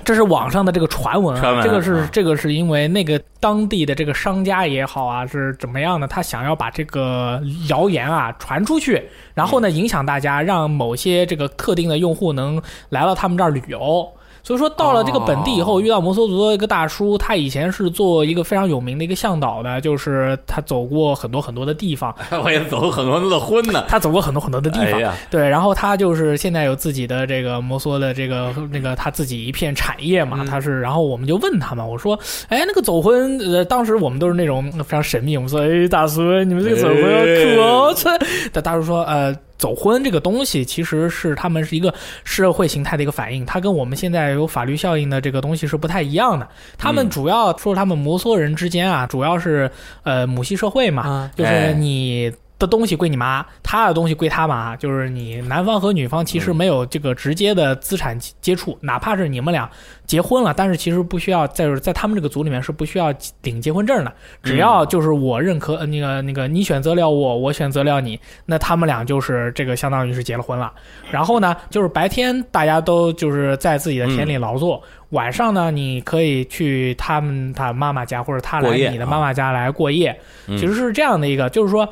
S3: 这是网上的这个传闻
S4: 传
S3: 啊，
S4: 闻
S3: 这个是
S4: 啊
S3: 这个是因为那个当地的这个商家也好啊，是怎么样呢？他想要把这个谣言啊传出去，然后呢
S4: 嗯
S3: 影响大家，让某些这个特定的用户能来到他们这儿旅游。所以说，到了这个本地以
S4: 哦
S3: 后，遇到摩梭族的一个大叔，他以前是做一个非常有名的一个向导的，就是他走过很多很多的地方，
S4: [laughs] 我也走很多人的婚 [laughs] 呢。
S3: 他走过很多很多的地
S4: 哎
S3: 方，
S4: 呀，
S3: 对，然后他就是现在有自己的这个摩梭的这个那个他自己一片产业
S4: 嗯
S3: 嘛，他是，然后我们就问他嘛，我说，哎，那个走婚，呃，当时我们都是那种非常神秘，我们说，哎，大叔，你们这个走婚
S4: 哎
S3: 要酷哦，这， [laughs] 但大叔说，呃。走婚这个东西其实是他们是一个社会形态的一个反应，它跟我们现在有法律效应的这个东西是不太一样的。他们
S4: 嗯
S3: 主要说他们摩梭人之间啊，主要是呃母系社会嘛，
S2: 啊
S3: 就是
S4: 哎
S3: 你的东西归你妈，他的东西归他妈，就是你男方和女方其实没有这个直接的资产接触，哪怕是你们俩结婚了，但是其实不需要在就是在他们这个组里面是不需要领结婚证的，只要就是我认可、呃那个那个你选择了我，我选择了你，那他们俩就是这个相当于是结了婚了。然后呢，就是白天大家都就是在自己的田里劳作，晚上呢你可以去他们他妈妈家或者他
S4: 过
S3: 来
S4: 夜
S3: 你的
S4: 啊
S3: 妈妈家来过夜，
S4: 嗯
S3: 其实是这样的一个，就是说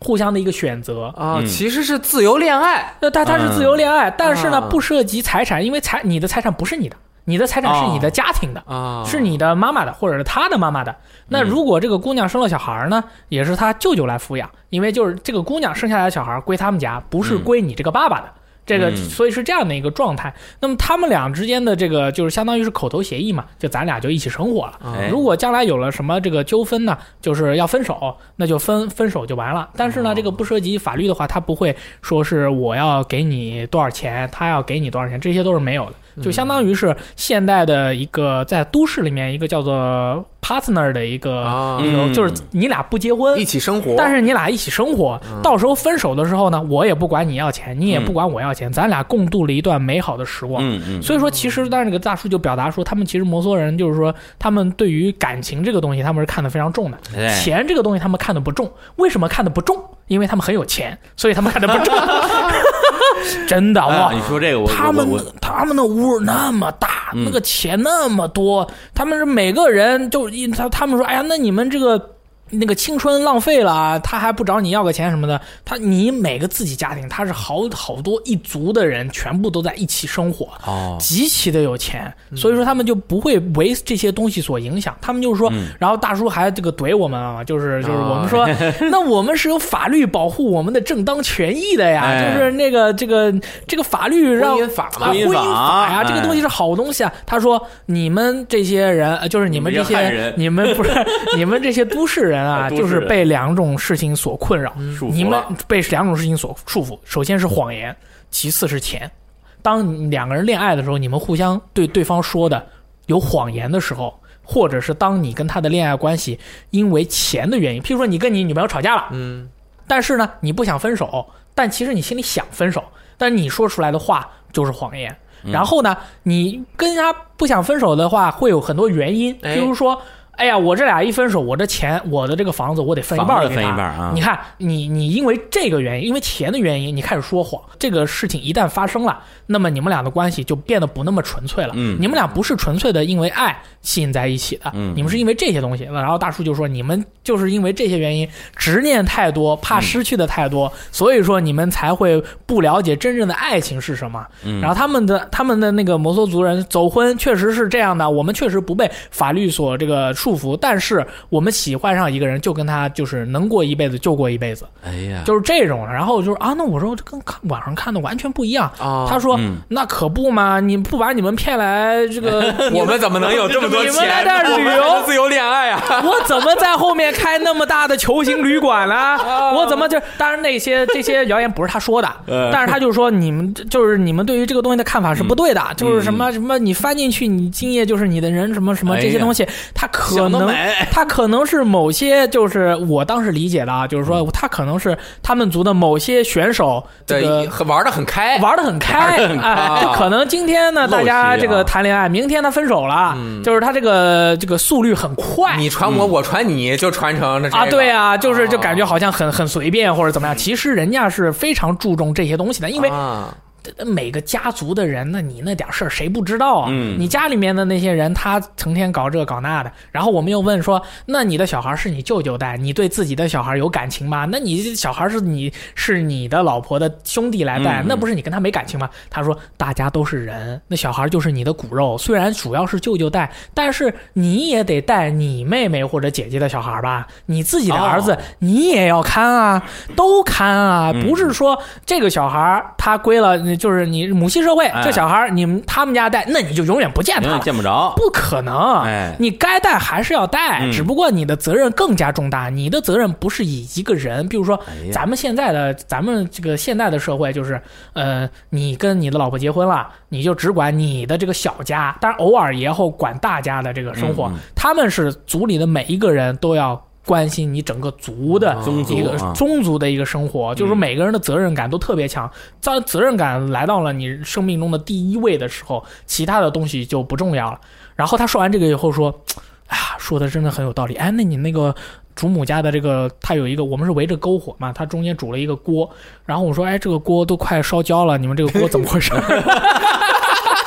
S3: 互相的一个选择。
S2: 啊，
S4: 嗯
S2: 其实是自由恋爱，
S3: 那它它是自由恋爱，但是呢
S4: 嗯
S2: 啊
S3: 不涉及财产，因为财你的财产不是你的，你的财产是
S4: 哦
S3: 你的家庭的。
S2: 啊，
S3: 是你的妈妈的，或者是他的妈妈的。那
S4: 嗯
S3: 如果这个姑娘生了小孩儿呢，也是他舅舅来抚养，因为就是这个姑娘生下来的小孩儿归他们家，不是归你这个爸爸的。这个，
S4: 嗯
S3: 所以是这样的一个状态。那么他们俩之间的这个，就是相当于是口头协议嘛，就咱俩就一起生活了。
S4: 哎
S3: 如果将来有了什么这个纠纷呢，就是要分手，那就分分手就完了。但是呢，这个不涉及法律的话，他不会说是我要给你多少钱，他要给你多少钱，这些都是没有的。就相当于是现代的一个在都市里面一个叫做 partner 的一个，
S2: 啊
S3: 一种
S4: 嗯
S3: 就是你俩不结婚
S2: 一。起生活，
S3: 但是你俩一起生活，
S4: 嗯
S3: 到时候分手的时候呢，我也不管你要钱，你也不管我要钱，咱俩共度了一段美好的时光。
S4: 嗯嗯，
S3: 所以说，其实但是这个大叔就表达说，他们其实摩梭人就是说，他们对于感情这个东西，他们是看得非常重的。
S4: 哎
S3: 钱这个东西他们看得不重，为什么看得不重？因为他们很有钱，所以他们看得不
S4: [laughs]
S3: 重。真的
S4: 哎呀
S3: 哇！
S4: 你说这个我
S3: 他们
S4: 我我
S3: 他们的屋那么大，
S4: 嗯
S3: 那个钱那么多，他们是每个人就一他他们说，哎呀，那你们这个。那个青春浪费了啊，他还不找你要个钱什么的。他你每个自己家庭，他
S4: 嗯
S3: 是好好多一族的人，全部都在一起生活，
S4: 哦，
S3: 极其的有钱，所以说他们就不会为这些东西所影响。他们就是说，
S4: 嗯
S3: 然后大叔还这个怼我们啊，就是就是
S2: 啊
S3: 我们说，那我们是有法律保护我们的正当权益的呀，
S4: 哎
S3: 就是那个这个这个法律让
S2: 婚姻法嘛
S3: 啊婚姻
S4: 婚姻
S3: 法
S4: 法
S3: 呀，
S4: 哎
S3: 这个东西是好东西啊。他说你们这些人，呃就是你们这
S4: 你们这些汉
S3: 些
S4: 人
S3: [laughs] 你们不是你们这些都市人啊，
S6: 哎都市
S3: 就
S6: 人
S3: 是被两种事情所困扰，嗯
S4: 束
S3: 你
S4: 缚
S3: 们
S4: 了。
S3: 被两种事情所束缚，首先是谎言，其次是钱。当你两个人恋爱的时候，你们互相对对方说的有谎言的时候，或者是当你跟他的恋爱关系因为钱的原因，譬如说你跟你女朋友吵架了，
S2: 嗯，
S3: 但是呢，你不想分手，但其实你心里想分手，但你说出来的话就是谎言。
S4: 嗯
S3: 然后呢，你跟他不想分手的话，会有很多原因，
S2: 哎
S3: 比如说，哎呀，我这俩一分手，我这钱，我的这个房子，我得分一半儿
S4: 房
S3: 给
S4: 子
S3: 他。
S4: 分一半儿啊
S3: 你看，你你因为这个原因，因为钱的原因，你开始说谎。这个事情一旦发生了，那么你们俩的关系就变得不那么纯粹了。
S4: 嗯
S3: 你们俩不是纯粹的因为爱吸引在一起的，
S4: 嗯
S3: 你们是因为这些东西。然后大叔就说，你们就是因为这些原因，执念太多，怕失去的太
S4: 嗯
S3: 多，所以说你们才会不了解真正的爱情是什么。
S4: 嗯
S3: 然后他们的他们的那个摩梭族人走婚确实是这样的，我们确实不被法律所这个束缚，但是我们喜欢上一个人就跟他就是能过一辈子就过一辈子，
S4: 哎呀，
S3: 就是这种。然后就是啊，那我说这跟看网上看的完全不一样。
S2: 啊。
S3: 他说、
S4: 嗯
S3: 那可不嘛，你不把你们骗来这个
S2: 我们怎么能有这么多
S3: 你们来
S2: 钱？
S3: 这儿旅游
S2: 我们自由恋爱啊！
S3: 我怎么在后面开那么大的球形旅馆啦？我怎么就……当然那些这些谣言不是他说的，但是他就说你们就是你们对于这个东西的看法是不对的，就是什么什么你翻进去，你今夜就是你的人，什么什么
S4: 哎呀
S3: 这些东西，他可
S4: 想得
S3: 能
S4: 美
S3: [laughs] 他可能是某些就是我当时理解的啊，就是说他可能是他们族的某些选手这个
S2: 对，很玩的很开，
S3: 玩的很开，哎，就可能今天呢，
S4: 露
S3: 大
S4: 皮
S3: 家
S4: 啊
S3: 这个谈恋爱，明天他分手了，就是他这个这个速率很快。
S2: 你传我，我传你，就传成那这
S3: 啊，
S2: 个
S3: 对啊，就是就感觉好像很很随便或者怎么样，其实人家是非常注重这些东西的，因为
S2: 啊
S3: 每个家族的人，那你那点事儿谁不知道啊？
S4: 嗯
S3: 你家里面的那些人，他成天搞这搞那的，然后我们又问说，那你的小孩是你舅舅带，你对自己的小孩有感情吗？那你小孩是你是你的老婆的兄弟来带，
S4: 嗯嗯
S3: 那不是你跟他没感情吗？他说大家都是人，那小孩就是你的骨肉，虽然主要是舅舅带，但是你也得带你妹妹或者姐姐的小孩吧，你自己的
S4: 哦
S3: 儿子、你也要看啊，都看啊，
S4: 嗯
S3: 不是说这个小孩儿他归了，就是你母系社会，
S4: 哎
S3: 这小孩儿你们他们家带，那你就永远不见
S4: 永
S3: 他
S4: 远
S3: 了。
S4: 见不着。
S3: 不可能，
S4: 哎
S3: 你该带还是要带，
S4: 嗯
S3: 只不过你的责任更加重大。你的责任不是以一个人，比如说
S4: 哎呀
S3: 咱们现在的、咱们这个现代的社会，就是呃，你跟你的老婆结婚了，你就只管你的这个小家，当然偶尔也要管大家的这个生活。
S4: 嗯嗯
S3: 他们是族里的每一个人都要。关心你整个族的
S4: 宗族
S3: 一个
S4: 啊嗯
S3: 宗族的一个生活，就是说每个人的责任感都特别强。当责任感来到了你生命中的第一位的时候，其他的东西就不重要了。然后他说完这个以后说：“哎呀，说的真的很有道理。哎，那你那个主母家的这个，它有一个，我们是围着篝火嘛，它中间煮了一个锅。然后我说，哎，这个锅都快烧焦了，你们这个锅怎么回事？ [laughs] 我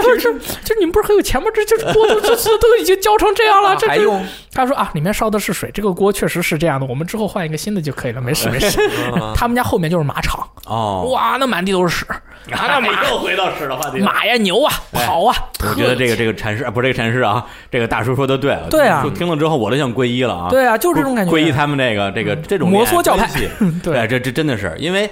S3: 说这，这你们不是很有钱吗？这这锅都这这都已经焦成这样了，这
S2: 还
S3: 这。
S2: 用
S3: 他说啊，里面烧的是水，这个锅确实是这样的，我们之后换一个新的就可以了，没事没
S4: [laughs]
S3: 事。他们家后面就是马场，
S4: 啊哦，
S3: 哇，那满地都
S4: [laughs]
S3: 是屎，
S6: 啊，那又回到屎的话题了。
S3: 马呀牛啊跑啊，
S4: 哎我觉得这个这个禅师啊，不是这个禅师啊，这个大叔说的对啊。
S3: 对啊
S4: 就听了之后我都想皈依了啊。
S3: 对啊，就是这种感觉。嗯
S4: 皈依他们这个这个这种
S3: 摩梭教派
S4: 恋爱关系
S3: [laughs] 对
S4: 对，这这真的是因为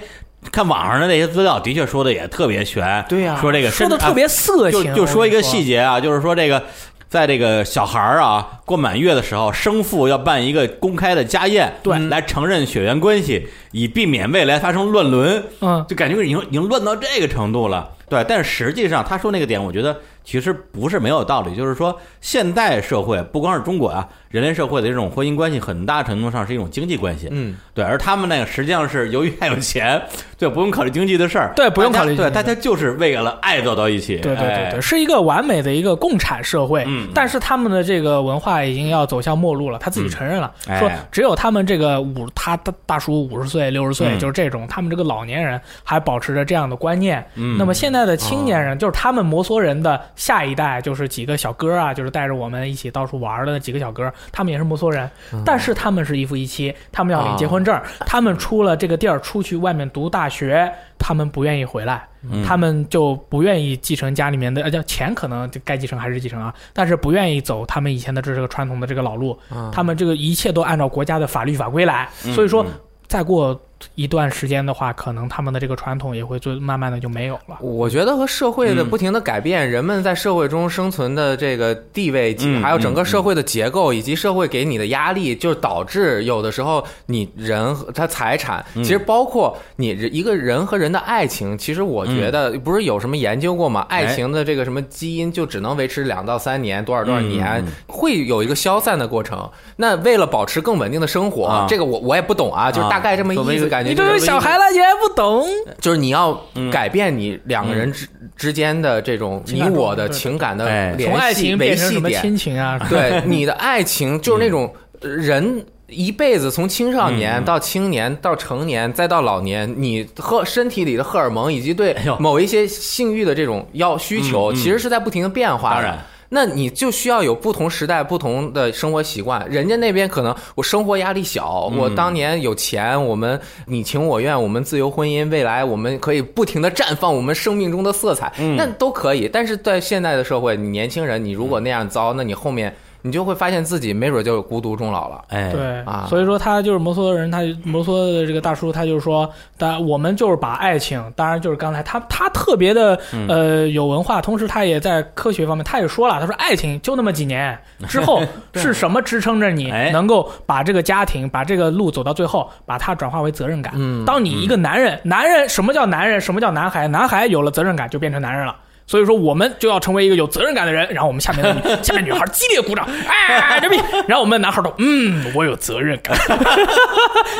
S4: 看网上的那些资料，的确说的也特别悬。
S2: 对啊
S4: 说这个
S3: 说
S4: 甚
S3: 的
S4: 至啊
S3: 特别色
S4: 就
S3: 情，
S4: 就说一个细
S3: 节，
S4: 节啊，就是说这个，在这个小孩儿啊过满月的时候，生父要办一个公开的家宴，
S3: 对
S4: 来承认血缘关系，以避免未来发生乱伦。
S3: 嗯
S4: 就感觉已经已经乱到这个程度了。对，但是实际上他说那个点，我觉得其实不是没有道理。就是说，现代社会不光是中国啊，人类社会的这种婚姻关系，很大程度上是一种经济关系。
S2: 嗯，
S4: 对，而他们那个实际上是由于太有钱， [laughs] 对，不用考虑经济的事儿，
S3: 对不用考
S4: 大家
S3: 虑经济
S4: 对，大家就是为了爱走到一起。
S3: 对对对
S4: 哎
S3: 对，是一个完美的一个共产社会，
S4: 嗯
S3: 但是他们的这个文化已经要走向末路了，他自己承认了，
S4: 嗯哎
S3: 说只有他们这个五他大大叔五十岁六十岁、
S4: 嗯
S3: 就是这种，他们这个老年人还保持着这样的观念。那么现在的青年人，就是他们摩梭人的下一代，就是几个小哥啊，就是带着我们一起到处玩的几个小哥，他们也是摩梭人，但是他们是一夫一妻，他们要领结婚证，他们出了这个地儿出去外面读大学，他们不愿意回来。他们就不愿意继承家里面的，呃，叫钱可能就该继承还是继承啊，但是不愿意走他们以前的这这个传统的这个老路，他们这个一切都按照国家的法律法规来，所以说再过一段时间的话，可能他们的这个传统也会就慢慢的就没有了。
S2: 我觉得和社会的
S4: 嗯
S2: 不停的改变，人们在社会中生存的这个地位，
S4: 嗯
S2: 还有整
S4: 嗯
S2: 个社会的结构，以及社会给你的压力，就导致有的时候你人和他财产，
S4: 嗯
S2: 其实包括你人一个人和人的爱情，其实我觉得
S4: 嗯
S2: 不是有什么研究过
S4: 哎
S2: 吗？爱情的这个什么基因就只能维持两到三年，多少多少年
S4: 嗯，
S2: 会有一个消散的过程。那为了保持更稳定的生活
S4: 啊，
S2: 这个我我也不懂啊，就是大概这么
S4: 作
S2: 意
S4: 为一个
S2: 思，感觉
S3: 你
S2: 就
S3: 这
S2: 是
S3: 是小孩了，你还不懂。
S2: 就是你要改变你两个人之之间的这种
S3: 嗯情
S2: 你
S3: 感
S2: 我的
S3: 状态
S2: 情感的
S4: 哎
S2: 联
S3: 从爱
S2: 系
S3: 情
S2: 维
S3: 变成
S2: 系
S3: 什
S2: [laughs]
S3: 么
S2: 点，
S3: 亲情啊？
S2: 对你的爱情就是那种呃
S4: 嗯
S2: 人。一辈子从青少年到青年到成年再到老年，你荷身体里的荷尔蒙以及对
S4: 哎呦
S2: 某一些性欲的这种要需求，
S4: 嗯嗯
S2: 其实是在不停的变化的。
S4: 当然
S2: 那你就需要有不同时代不同的生活习惯。人家那边可能我生活压力小，我
S4: 嗯
S2: 当年有钱，我们你情我愿，我们自由婚姻，未来我们可以不停的绽放我们生命中的色彩，
S4: 嗯
S2: 那都可以。但是在现在的社会，你年轻人，你如果那样糟，那你后面你就会发现自己没准就孤独终老
S4: [laughs]
S2: 了。
S4: 哎，
S3: 对，
S2: 啊
S3: 所以说他就是摩梭的人，他摩梭的这个大叔，他就是说，但我们就是把爱情，当然就是刚才他他特别的
S2: 嗯
S3: 呃有文化，同时他也在科学方面，他也说了，他说爱情就那么几年
S2: [laughs]
S3: 之后是什么支撑着你
S4: 哎
S3: 能够把这个家庭把这个路走到最后，把它转化为责任感。
S2: 嗯
S3: 当你一个男人，男人什么叫男人？什么叫男孩？男孩有了责任感就变成男人了。所以说，我们就要成为一个有责任感的人。然后我们下面的女下面女孩激烈鼓掌，哎，牛逼！然后我们男孩都，嗯，我有责任感，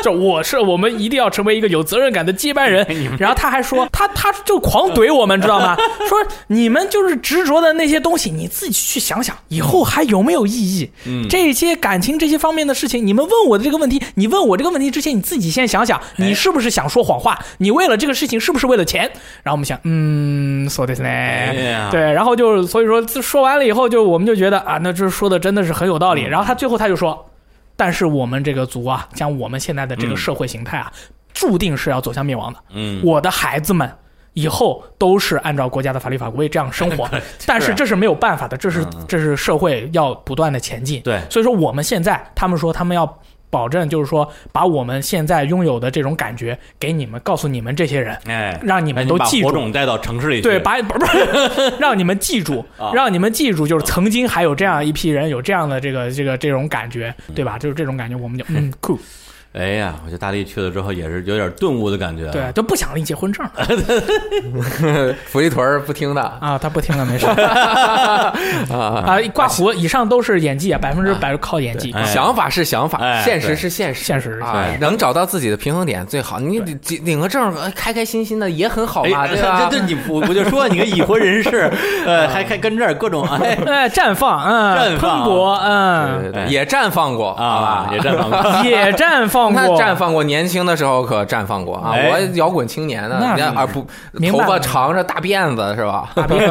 S3: 就我是我们一定要成为一个有责任感的接班人。然后他还说， [laughs] 他他就狂怼我们，知道吗？说你们就是执着的那些东西，你自己去想想，以后还有没有意义？这些感情这些方面的事情，你们问我的这个问题，你问我这个问题之前，你自己先想想，你是不是想说谎话？你为了这个事情是不是为了钱？然后我们想，嗯，そうです
S4: 呀
S3: ね，对，然后就是所以说说完了以后，就我们就觉得啊，那这说的真的是很有道理。然后他最后他就说，但是我们这个族啊，像我们现在的这个社会形态啊，注定是要走向灭亡的。
S4: 嗯，
S3: 我的孩子们以后都是按照国家的法律法规这样生
S4: [laughs]
S3: 活，但
S4: 啊
S3: 是这是没有办法的，这是这是社会要不断的前进。
S4: 嗯对
S3: 所以说我们现在他们说他们要。保证就是说，把我们现在拥有的这种感觉给你们，告诉你们这些人，
S4: 哎，
S3: 让你们都
S4: 把
S3: 记
S4: 火
S3: 住，
S4: 种带到城市里去，
S3: 对，把不是 [laughs] 让你们
S4: [laughs]
S3: 记住，
S4: 啊
S3: 让你们记住，就是曾经还有这样一批人有这样的这个这个这种感觉，
S4: 嗯
S3: 对吧？就是这种感觉，我们就
S4: [laughs]
S3: 嗯酷，
S4: 哎呀，我觉得大力去了之后也是有点顿悟的感觉。啊哎
S3: 对，，都不想领结婚证
S4: [laughs]
S2: 福利屯儿不听的，
S3: 啊，他不听了，
S4: [laughs]
S3: 没事
S4: 哎
S3: 啊，挂糊，以上都是演技啊，百分之百靠演技。
S4: 哎
S2: 想法是想法，
S4: 哎
S2: 现实
S4: 对
S2: 是现实，
S3: 现实是
S2: 啊
S4: 现实，
S2: 能找到自己的平衡点最好。你领领个证，呃开开心心的也很好嘛，
S4: 哎，
S2: 对吧？
S4: 这这你我我就说你个已婚人
S3: [laughs]
S4: 士，呃，还还跟这儿各种哎
S3: 哎，绽放，嗯，
S4: 绽放
S3: 喷薄，
S2: 对
S3: 嗯，
S2: 对
S4: 哎
S2: 对也绽放过，好吧
S4: 啊，也绽放过。
S3: 也绽
S2: [laughs]
S3: 放
S2: 那
S3: 过，
S2: 绽放过，年轻的时候可绽放过啊！
S4: 哎
S2: 我摇滚青年呢，
S3: 那
S2: 你看
S3: 是
S2: 啊不，
S3: 明
S2: 头
S3: 白
S2: 发
S3: 了
S2: 长着大辫子是吧？
S4: [laughs]
S3: 大变
S2: [laughs]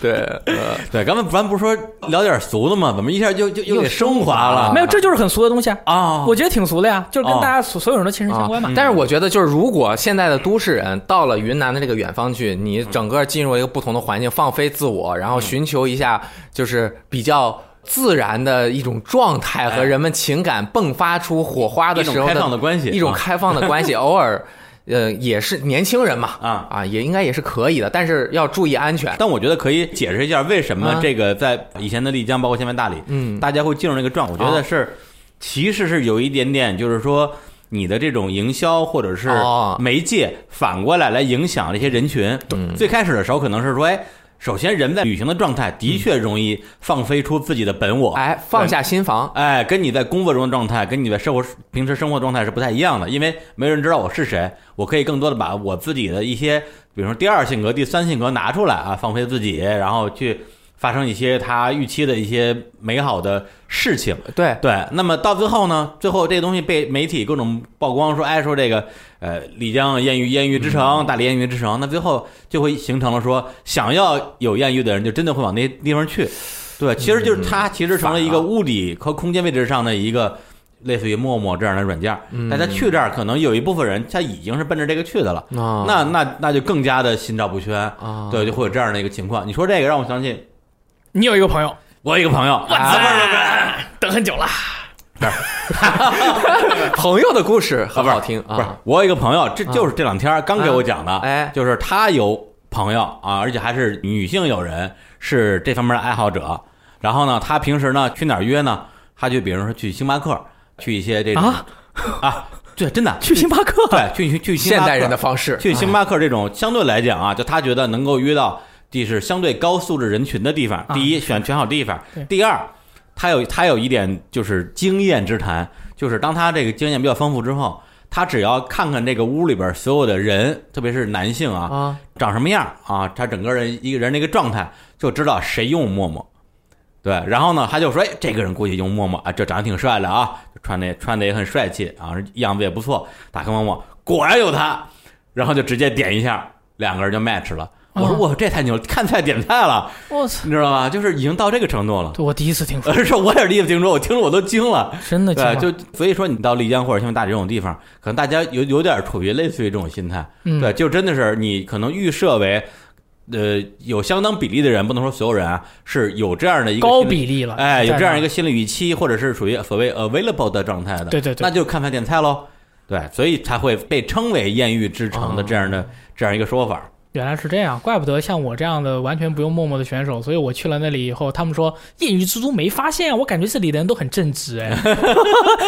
S2: 对，呃
S4: [laughs] 对，咱们咱不是说聊点俗的吗？怎么一下就就又给升华了？
S3: 没有，这就是很俗的东西啊。
S4: 啊，
S3: 我觉得挺俗的呀，就是跟
S4: 哦
S3: 大家所所有人的切身相
S2: 啊
S3: 关
S4: 嗯
S3: 嘛。，
S2: 但是我觉得就是，如果现在的都市人到了云南的这个远方去，你
S4: 嗯
S2: 整个进入一个不同的环境，放飞自我，然后寻求一下就是比较。自然的一种状态和
S4: 哎
S2: 人们情感迸发出火花的
S4: 一种
S2: 时候
S4: 开放的关系
S2: 一种
S4: 啊
S2: 开放的关
S4: [laughs]
S2: 系，偶尔，呃，也是年轻人嘛，
S4: 啊
S2: 啊，也应该也是可以的，但是要注意安全。
S4: 但我觉得可以解释一下为什么
S2: 啊
S4: 这个在以前的丽江，包括现在大理，
S2: 嗯啊
S4: 大家会进入那个状。我觉得是，其实是有一点点，就是说你的这种营销或者是
S2: 哦
S4: 媒介反过来来影响这些人群。最开始的时候可能是说，哎，首先人在旅行的状态的确容易放飞出自己的本我，
S2: 哎，放下心防，
S4: 哎，跟你在工作中的状态，跟你在生活平时生活状态是不太一样的，因为没人知道我是谁，我可以更多的把我自己的一些，比如说第二性格、第三性格拿出来啊，放飞自己，然后去发生一些他预期的一些美好的事情。
S2: 对，
S4: 对，那么到最后呢，最后这东西被媒体各种曝光，说哎说这个呃丽江艳遇艳遇之城，大理艳遇之城，那最后就会形成了说想要有艳遇的人，就真的会往那些地方去。对，其实就是它其实成了一个物理和空间位置上的一个类似于陌陌这样的软件儿，大家去这儿可能有一部分人他已经是奔着这个去的了，
S2: 啊
S4: 那那那就更加的心照不宣，
S2: 啊，
S4: 对，就会有这样的一个情况。你说这个让我想起
S3: 你有一个朋友，
S4: 我有一个朋友，
S2: 啊
S4: 啊
S3: 等很久了，
S2: 朋友的故事很
S4: 不是
S2: 好听
S4: 不是
S2: 啊，，
S4: 我有一个朋友，这就是这两天刚给我讲的，
S2: 哎
S4: 就是他有朋友啊，而且还是女性友人，是这方面的爱好者。然后呢，他平时呢去哪儿约呢？他就比如说去星巴克，去一些这种
S3: 啊
S4: 啊对，真的
S3: 去星巴克，
S4: 对，去去去星巴
S2: 现
S4: 克
S2: 代人的方式，
S4: 去星巴克这种相对来讲啊，就他觉得能够约到地是相对高素质人群的地方。第一，选选好地方
S3: 对；
S4: 第二，他有他有一点就是经验之谈，就是当他这个经验比较丰富之后，他只要看看这个屋里边所有的人，特别是男性啊，
S2: 啊
S4: 长什么样啊，他整个人一个人的一个状态，就知道谁用陌陌。对，然后呢，他就说，哎，这个人估计用陌陌啊，这长得挺帅的啊，穿的穿的也很帅气啊，样子也不错，打开陌陌，果然有他，然后就直接点一下，两个人就 match 了。我说
S3: 哦
S4: 我这太牛了，看菜点菜了，
S3: 我操！
S4: 你知道吗？就是已经到这个程度了。 [laughs]
S3: 对我第一次听说，
S4: 而是我也是第一次听说，我听着我都惊了。
S3: 真
S4: [laughs]
S3: 的 [laughs]
S4: 对，
S3: 假的
S4: 就所以说你到丽江或者像大理这种地方，可能大家有有点处于类似于这种心态，
S3: 嗯
S4: 对，就真的是你可能预设为，呃，有相当比例的人，不能说所有人啊，是有这样的一个
S3: 高
S4: 心理
S3: 比例了，
S4: 哎，有这样一
S3: 个
S4: 个心理预期，或者是属于所谓 available 的状态的，
S3: 对对对
S4: 那就看饭点菜喽，对，所以才会被称为艳遇之城的这样
S3: 哦
S4: 的、这样一个说法，
S3: 原来是这样，怪不得像我这样的完全不用陌陌的选手，所以我去了那里以后，他们说艳遇之都没发现，啊我感觉这里的人都很正直，哎， [laughs]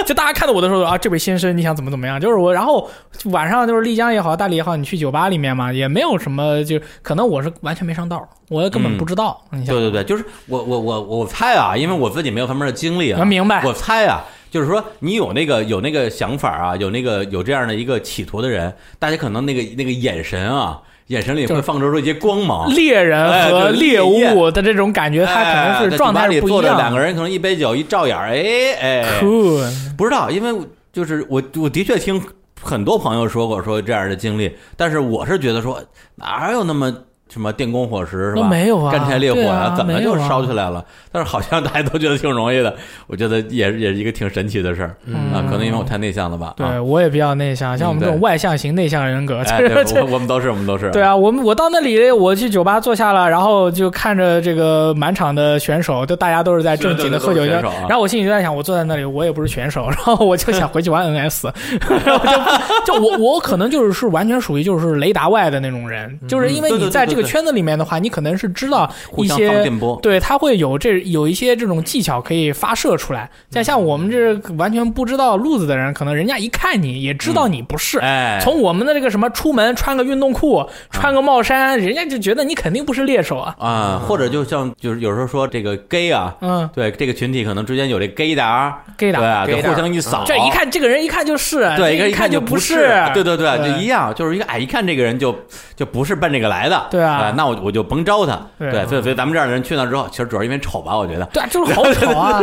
S3: 就大家看到我的时候啊，这位先生你想怎么怎么样，就是我，然后晚上就是丽江也好，大理也好，你去酒吧里面嘛，也没有什么，就可能我是完全没上道，我根
S4: 嗯
S3: 本不知道，你想
S4: 对对对，就是我我我我猜啊，因为我自己没有方面的经历啊，
S3: 能明白
S4: 我猜啊，就是说你有那个有那个想法啊，有那个有这样的一个企图的人，大家可能那个那个眼神啊，眼神里
S3: 就
S4: 会
S3: 是
S4: 放射出一些光芒。
S3: 猎人和
S4: 哎对
S3: 猎物的这种感觉，他可
S4: 哎
S3: 能
S4: 在
S3: 是状
S4: 酒吧
S3: 态
S4: 里
S3: 是不一
S4: 坐着两
S3: 样
S4: 个
S3: 的。
S4: 人，可能一杯酒一照眼儿，哎哎，
S3: Cool，
S4: 不知道，因为就是我我的确听很多朋友说过说这样的经历，但是我是觉得说哪有那么什么电光火石是吧？
S3: 那没有啊
S4: 干柴烈火
S3: 对啊
S4: 怎么就
S3: 没有啊
S4: 烧起来了？但是好像大家都觉得挺容易的，我觉得也是也是一个挺神奇的事儿、啊，可能因为我太内向了吧？
S3: 嗯对
S4: 啊、
S3: 我也比较内向，像我们
S4: 嗯
S3: 这
S4: 对
S3: 种外向型内向人格，
S4: 哎，
S3: 这
S4: 对，
S3: 这
S4: 我我们都是我们都是，
S3: 对啊，我们我到那里，我去酒吧坐下了，然后就看着这个满场的选手，就大家都是在正经的喝酒，
S4: 是对对都是选
S3: 然
S4: 手啊
S3: 后我心里就在想，我坐在那里，我也不是选手， [laughs] 然后我就想回去玩 NS，我就就我我可能就是是完全属于就是雷达外的那种人，就是因为
S4: 嗯对对
S3: 你
S4: 对
S3: 在
S4: 对
S3: 这个
S4: 对
S3: 圈子里面的话，你可能是知道
S4: 互
S3: 一
S4: 相放
S3: 些
S4: 电波。
S3: 对，他会有这有一些这种技巧可以发射出来。
S4: 嗯
S3: 但像我们这完全不知道路子的人，可能人家一看你也知道你不是。
S4: 哎嗯
S3: 从我们的这个什么出门穿个运动裤、穿个帽衫，人家就觉得你肯定不是猎手啊。
S4: 啊，或者就像就是有时候说这个 gay 啊，
S3: 嗯
S4: 对这个群体可能之间有这 gay 达，
S3: gay
S4: 对啊，
S3: 达
S4: 就
S2: gaydar
S4: 互相一扫，
S3: 这一看，这个人一看就是，
S4: 对，一
S3: 这
S4: 个
S3: 哎一看
S4: 就
S3: 不
S4: 是，对对对，
S3: 对
S4: 就一样，就是一个哎，一看这个人就就不是奔这个来的，哎
S3: 对啊
S4: 那我我就甭招他，
S3: 对啊
S4: 对，所以所以咱们这样的人去那之后，其实主要因为丑吧，我觉得，
S3: 对啊，就是好吵
S4: [laughs]
S3: 啊。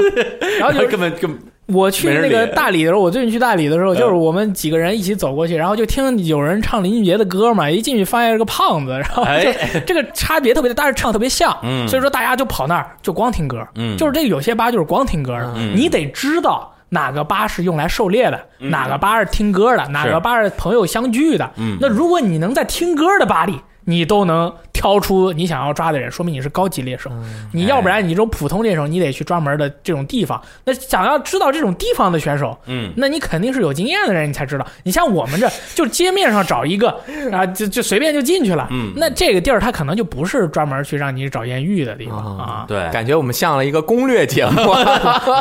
S3: 然后 [laughs] 就是
S4: 根本根本
S3: 我去那
S4: 没
S3: 个
S4: 人理
S3: 大理的时候，我最近去大理的时候，
S4: 嗯
S3: 就是我们几个人一起走过去，然后就听有人唱林俊杰的歌嘛，一进去发现是个胖子，然后就
S4: 哎
S3: 这个差别特别大，但是唱特别像，
S4: 嗯
S3: 所以说大家就跑那儿就光听歌，
S4: 嗯
S3: 就是这个有些吧就是光听歌的，
S4: 嗯
S3: 你得知道。哪个吧是用来狩猎的，哪个吧是听歌的，哪个吧是朋友相聚的。
S4: 嗯
S3: 那如果你能在听歌的吧里，你都能挑出你想要抓的人，说明你是高级猎手。
S4: 嗯
S3: 你要不然你这种普通猎手，你得去专门的这种地方。那想要知道这种地方的选手，
S4: 嗯
S3: 那你肯定是有经验的人，你才知道。你像我
S4: [laughs]
S3: 们这，就街面上找一个啊，就就随便就进去了。
S4: 嗯
S3: 那这个地儿它可能就不是专门去让你找艳遇的地方
S2: 啊
S3: 啊。
S2: [laughs]
S4: 对，
S2: 感觉我们像了一个攻略节
S4: [laughs]
S2: 目，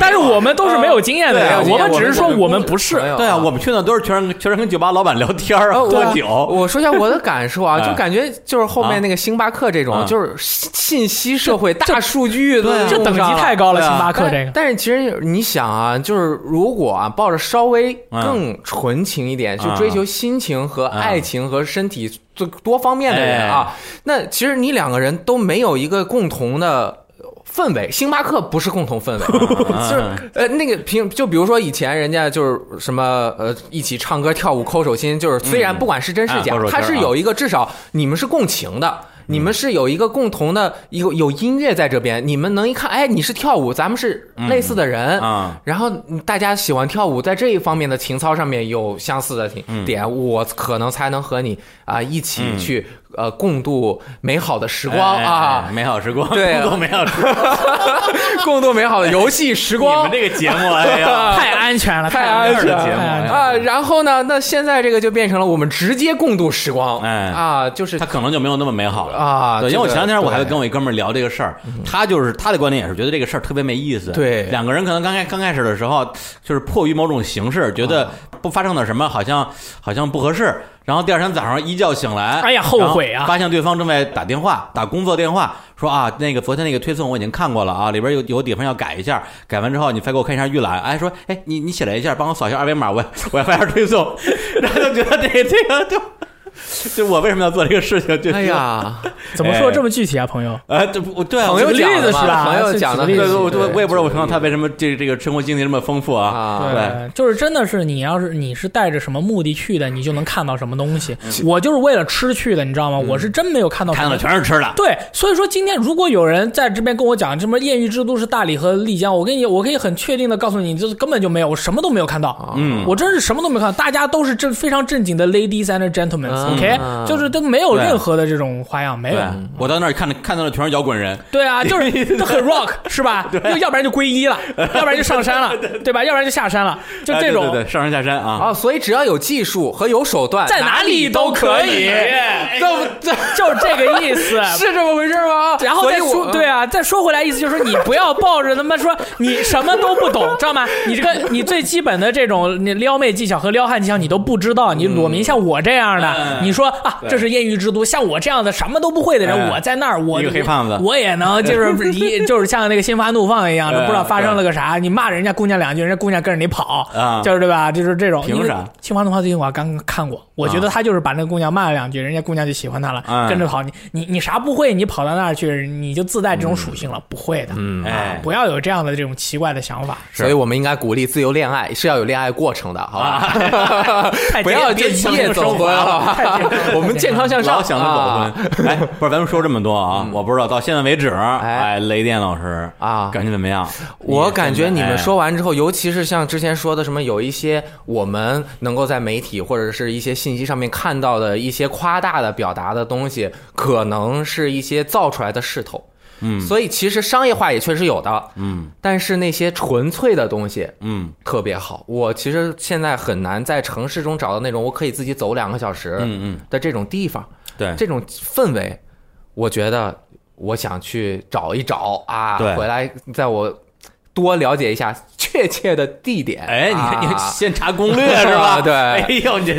S3: 但是我们都是没有经验的
S2: 啊对啊
S3: 人，
S2: 我
S3: 们只是说
S2: 我
S3: 我们不是。
S4: 对啊，我们去那都是全是全是跟酒吧老板聊天
S3: 呃
S4: 儿啊，
S2: 对
S4: 喝
S2: 啊
S4: 酒，
S2: 我说一下我的感受啊，
S4: 哎
S2: 就感觉就是后面那个星巴克这
S4: 啊
S2: 种，就是信信息社会、大数据都
S3: 这
S2: 用
S3: 等级
S2: 上
S3: 太高了，
S4: 对啊
S3: 星巴克这个
S2: 但。但是其实你想啊，就是如果啊抱着稍微更纯情一点，
S4: 嗯
S2: 就追求心情和爱情和身体最多方面的人啊，
S4: 哎
S2: 那其实你两个人都没有一个共同的。氛围，星巴克不是共同氛
S4: [laughs]
S2: 围，就是呃，那个平就比如说以前人家就是什么呃，一起唱歌跳舞抠手心，就是虽然不管是真是假
S4: 啊抠手，心
S2: 它是
S4: 啊
S2: 有一个至少你们是共情的，你们是有一个共同的有有音乐在这边，你们能一看，哎，你是跳舞，咱们是类似的人
S4: 嗯啊，
S2: 然后大家喜欢跳舞，在这一方面的
S4: 嗯
S2: 情操上面有相似的点，我可能才能和你啊一起去呃共度美好的时光
S4: 哎
S2: 啊，
S4: 美好时光，
S2: 对
S4: 都没有时光。 [laughs]
S2: [laughs] 共度美好的游戏时
S6: 你
S2: 光
S6: 们。这个节目，哎呀，
S3: [laughs] 太安全了，
S2: 太
S3: 安
S2: 安全
S3: 了哎
S2: 了
S3: 太安全了。
S2: 啊，然后呢？那现在这个就变成了我们直接共度时光，
S4: 哎
S2: 啊，就是
S4: 他可能就没有那么美好了
S2: 啊
S4: 对，
S2: 这
S4: 因
S2: 个
S4: 为我前两天我还
S2: 对嗯
S4: 跟我一哥们儿聊这个事儿，他就是他的观点也是觉得这个事儿特别没意思。
S2: 对
S4: 两个人可能刚开刚开始的时候，就是迫于某种形式，觉
S2: 啊
S4: 得不发生点什么好像好像不合适。然后第二天早上一觉醒来，
S3: 哎呀后悔啊
S4: 然后发现对方正在打电话，打工作电话，说啊，那个昨天那个推送我已经看过了啊，里边有有地方要改一下，改完之后你再给我看一下预览。哎，说哎，你你写了一下，帮我扫一下二维码，我我要发一下推送。 [laughs] 然后就觉得这这个就。就我为什么要做这个事情？就
S2: 哎，呀，
S3: 怎么说这么具体啊，朋友？
S4: 哎，这不对啊，
S2: 朋
S4: 我
S2: 友
S3: 举个
S2: 讲
S3: 例
S2: 的
S3: 子
S2: 嘛
S3: 是吧
S2: 朋友
S3: 是
S2: 讲的很
S3: 举个
S4: 对，
S3: 例子
S4: 我我我也不知道我朋友
S2: 举
S4: 他为什么这这个生活经历这么丰富啊？
S2: 啊，
S4: 对，
S3: 就是真的是你要是你是带着什么目的去的，你就能看到什么东西。我就是为了吃去的，你知道吗？我是真没有看到什
S4: 看到
S3: 么
S4: 全是吃的，
S3: 对，所以说今天如果有人在这边跟我讲什么艳遇之都是大理和丽江，我跟你，我可以很确定的告诉你，就是根本就没有，我什么都没有看到。
S4: 嗯
S3: 我真是什么都没有看到，大家都是正非常正经的 ladies and gentlemen，OK，、就是都没有
S4: 对
S3: 任何的这种花样，没有
S4: 对。，
S2: 嗯
S4: 我到那儿看着看到的全是摇滚人，
S3: 对啊，就是很 rock 是吧？要要不然就皈依了，要不然就上山了，对吧？要不然就下山了，就
S4: 哎
S3: 这
S4: 对
S3: 种。
S4: 对对上山下山啊，
S2: 啊，所以只要有技术和有手段，
S3: 在哪里都可以，
S4: 哎
S2: 这不这
S3: [laughs] 就是 [laughs] 这个意思。
S2: [laughs] 是这么回事吗？
S3: [laughs] 然后
S2: 所
S3: 再
S2: 以我嗯
S4: 嗯
S3: 说，对，啊，再说回来，意思就是说你不要抱着他妈说你什么都不懂，知道吗？你这个你最基本的这种你撩妹技巧和撩汉技巧你都不知道，
S4: 嗯
S3: 你裸民像我这样的，你说啊，这是艳遇之都，像我这样的什么都不会的人，
S4: 哎
S3: 我在那儿，我
S4: 一个黑胖子
S3: 我也
S4: [laughs]
S3: 能就是一就是像那个心花怒放一样，
S4: 对
S3: 都
S4: 啊
S3: 不知道发生了个啥，你骂人家姑娘两句，人家姑娘跟着你跑
S4: 啊，
S3: 就是对吧？就是这种。
S4: 凭
S3: 因为
S4: 啥啊
S3: 心花怒放最近我刚看过，我觉得他就是把那个姑娘骂了两句，人家姑娘就喜欢他了，
S4: 嗯
S3: 跟着跑。你你你啥不会，你跑到那儿去，你就自带这种属性了，不会的。嗯
S4: 哎
S3: 不要有这样的这种奇怪的想法。
S2: 所以我们应该鼓励自由恋爱，是要有恋爱过程的，好吧？
S3: [laughs] 太
S2: 不要就
S3: 健
S2: 一夜走婚，好 [laughs]
S3: 太健
S2: 吧
S3: 康了？
S2: 我们健康向上，
S4: 老想着
S2: 啊嗯
S4: 走婚。哎，不是，咱们说这么多啊，我不知道到现在为止，哎，雷电老师
S2: 啊
S4: 感觉怎么样？
S2: 我感觉你们
S4: 哎
S2: 说完之后，尤其是像之前说的什么，有一些我们能够在媒体或者是一些信息上面看到的一些夸大的表达的东西，可能是一些造出来的势头。嗯，所以其实商业化也确实有的，
S4: 嗯
S2: 但是那些纯粹的东西
S4: 嗯
S2: 特别好。我其实现在很难在城市中找到那种我可以自己走两个小时
S4: 嗯嗯，
S2: 的这种地方。
S4: 对，
S2: 这种氛围，我觉得我想去找一找啊，
S4: 对
S2: 回来在我多了解一下确切的地点。
S4: 哎，你看，你
S2: 啊
S4: 看先查攻略是吧？
S2: [laughs] 对嗯
S4: 哎呦，你这，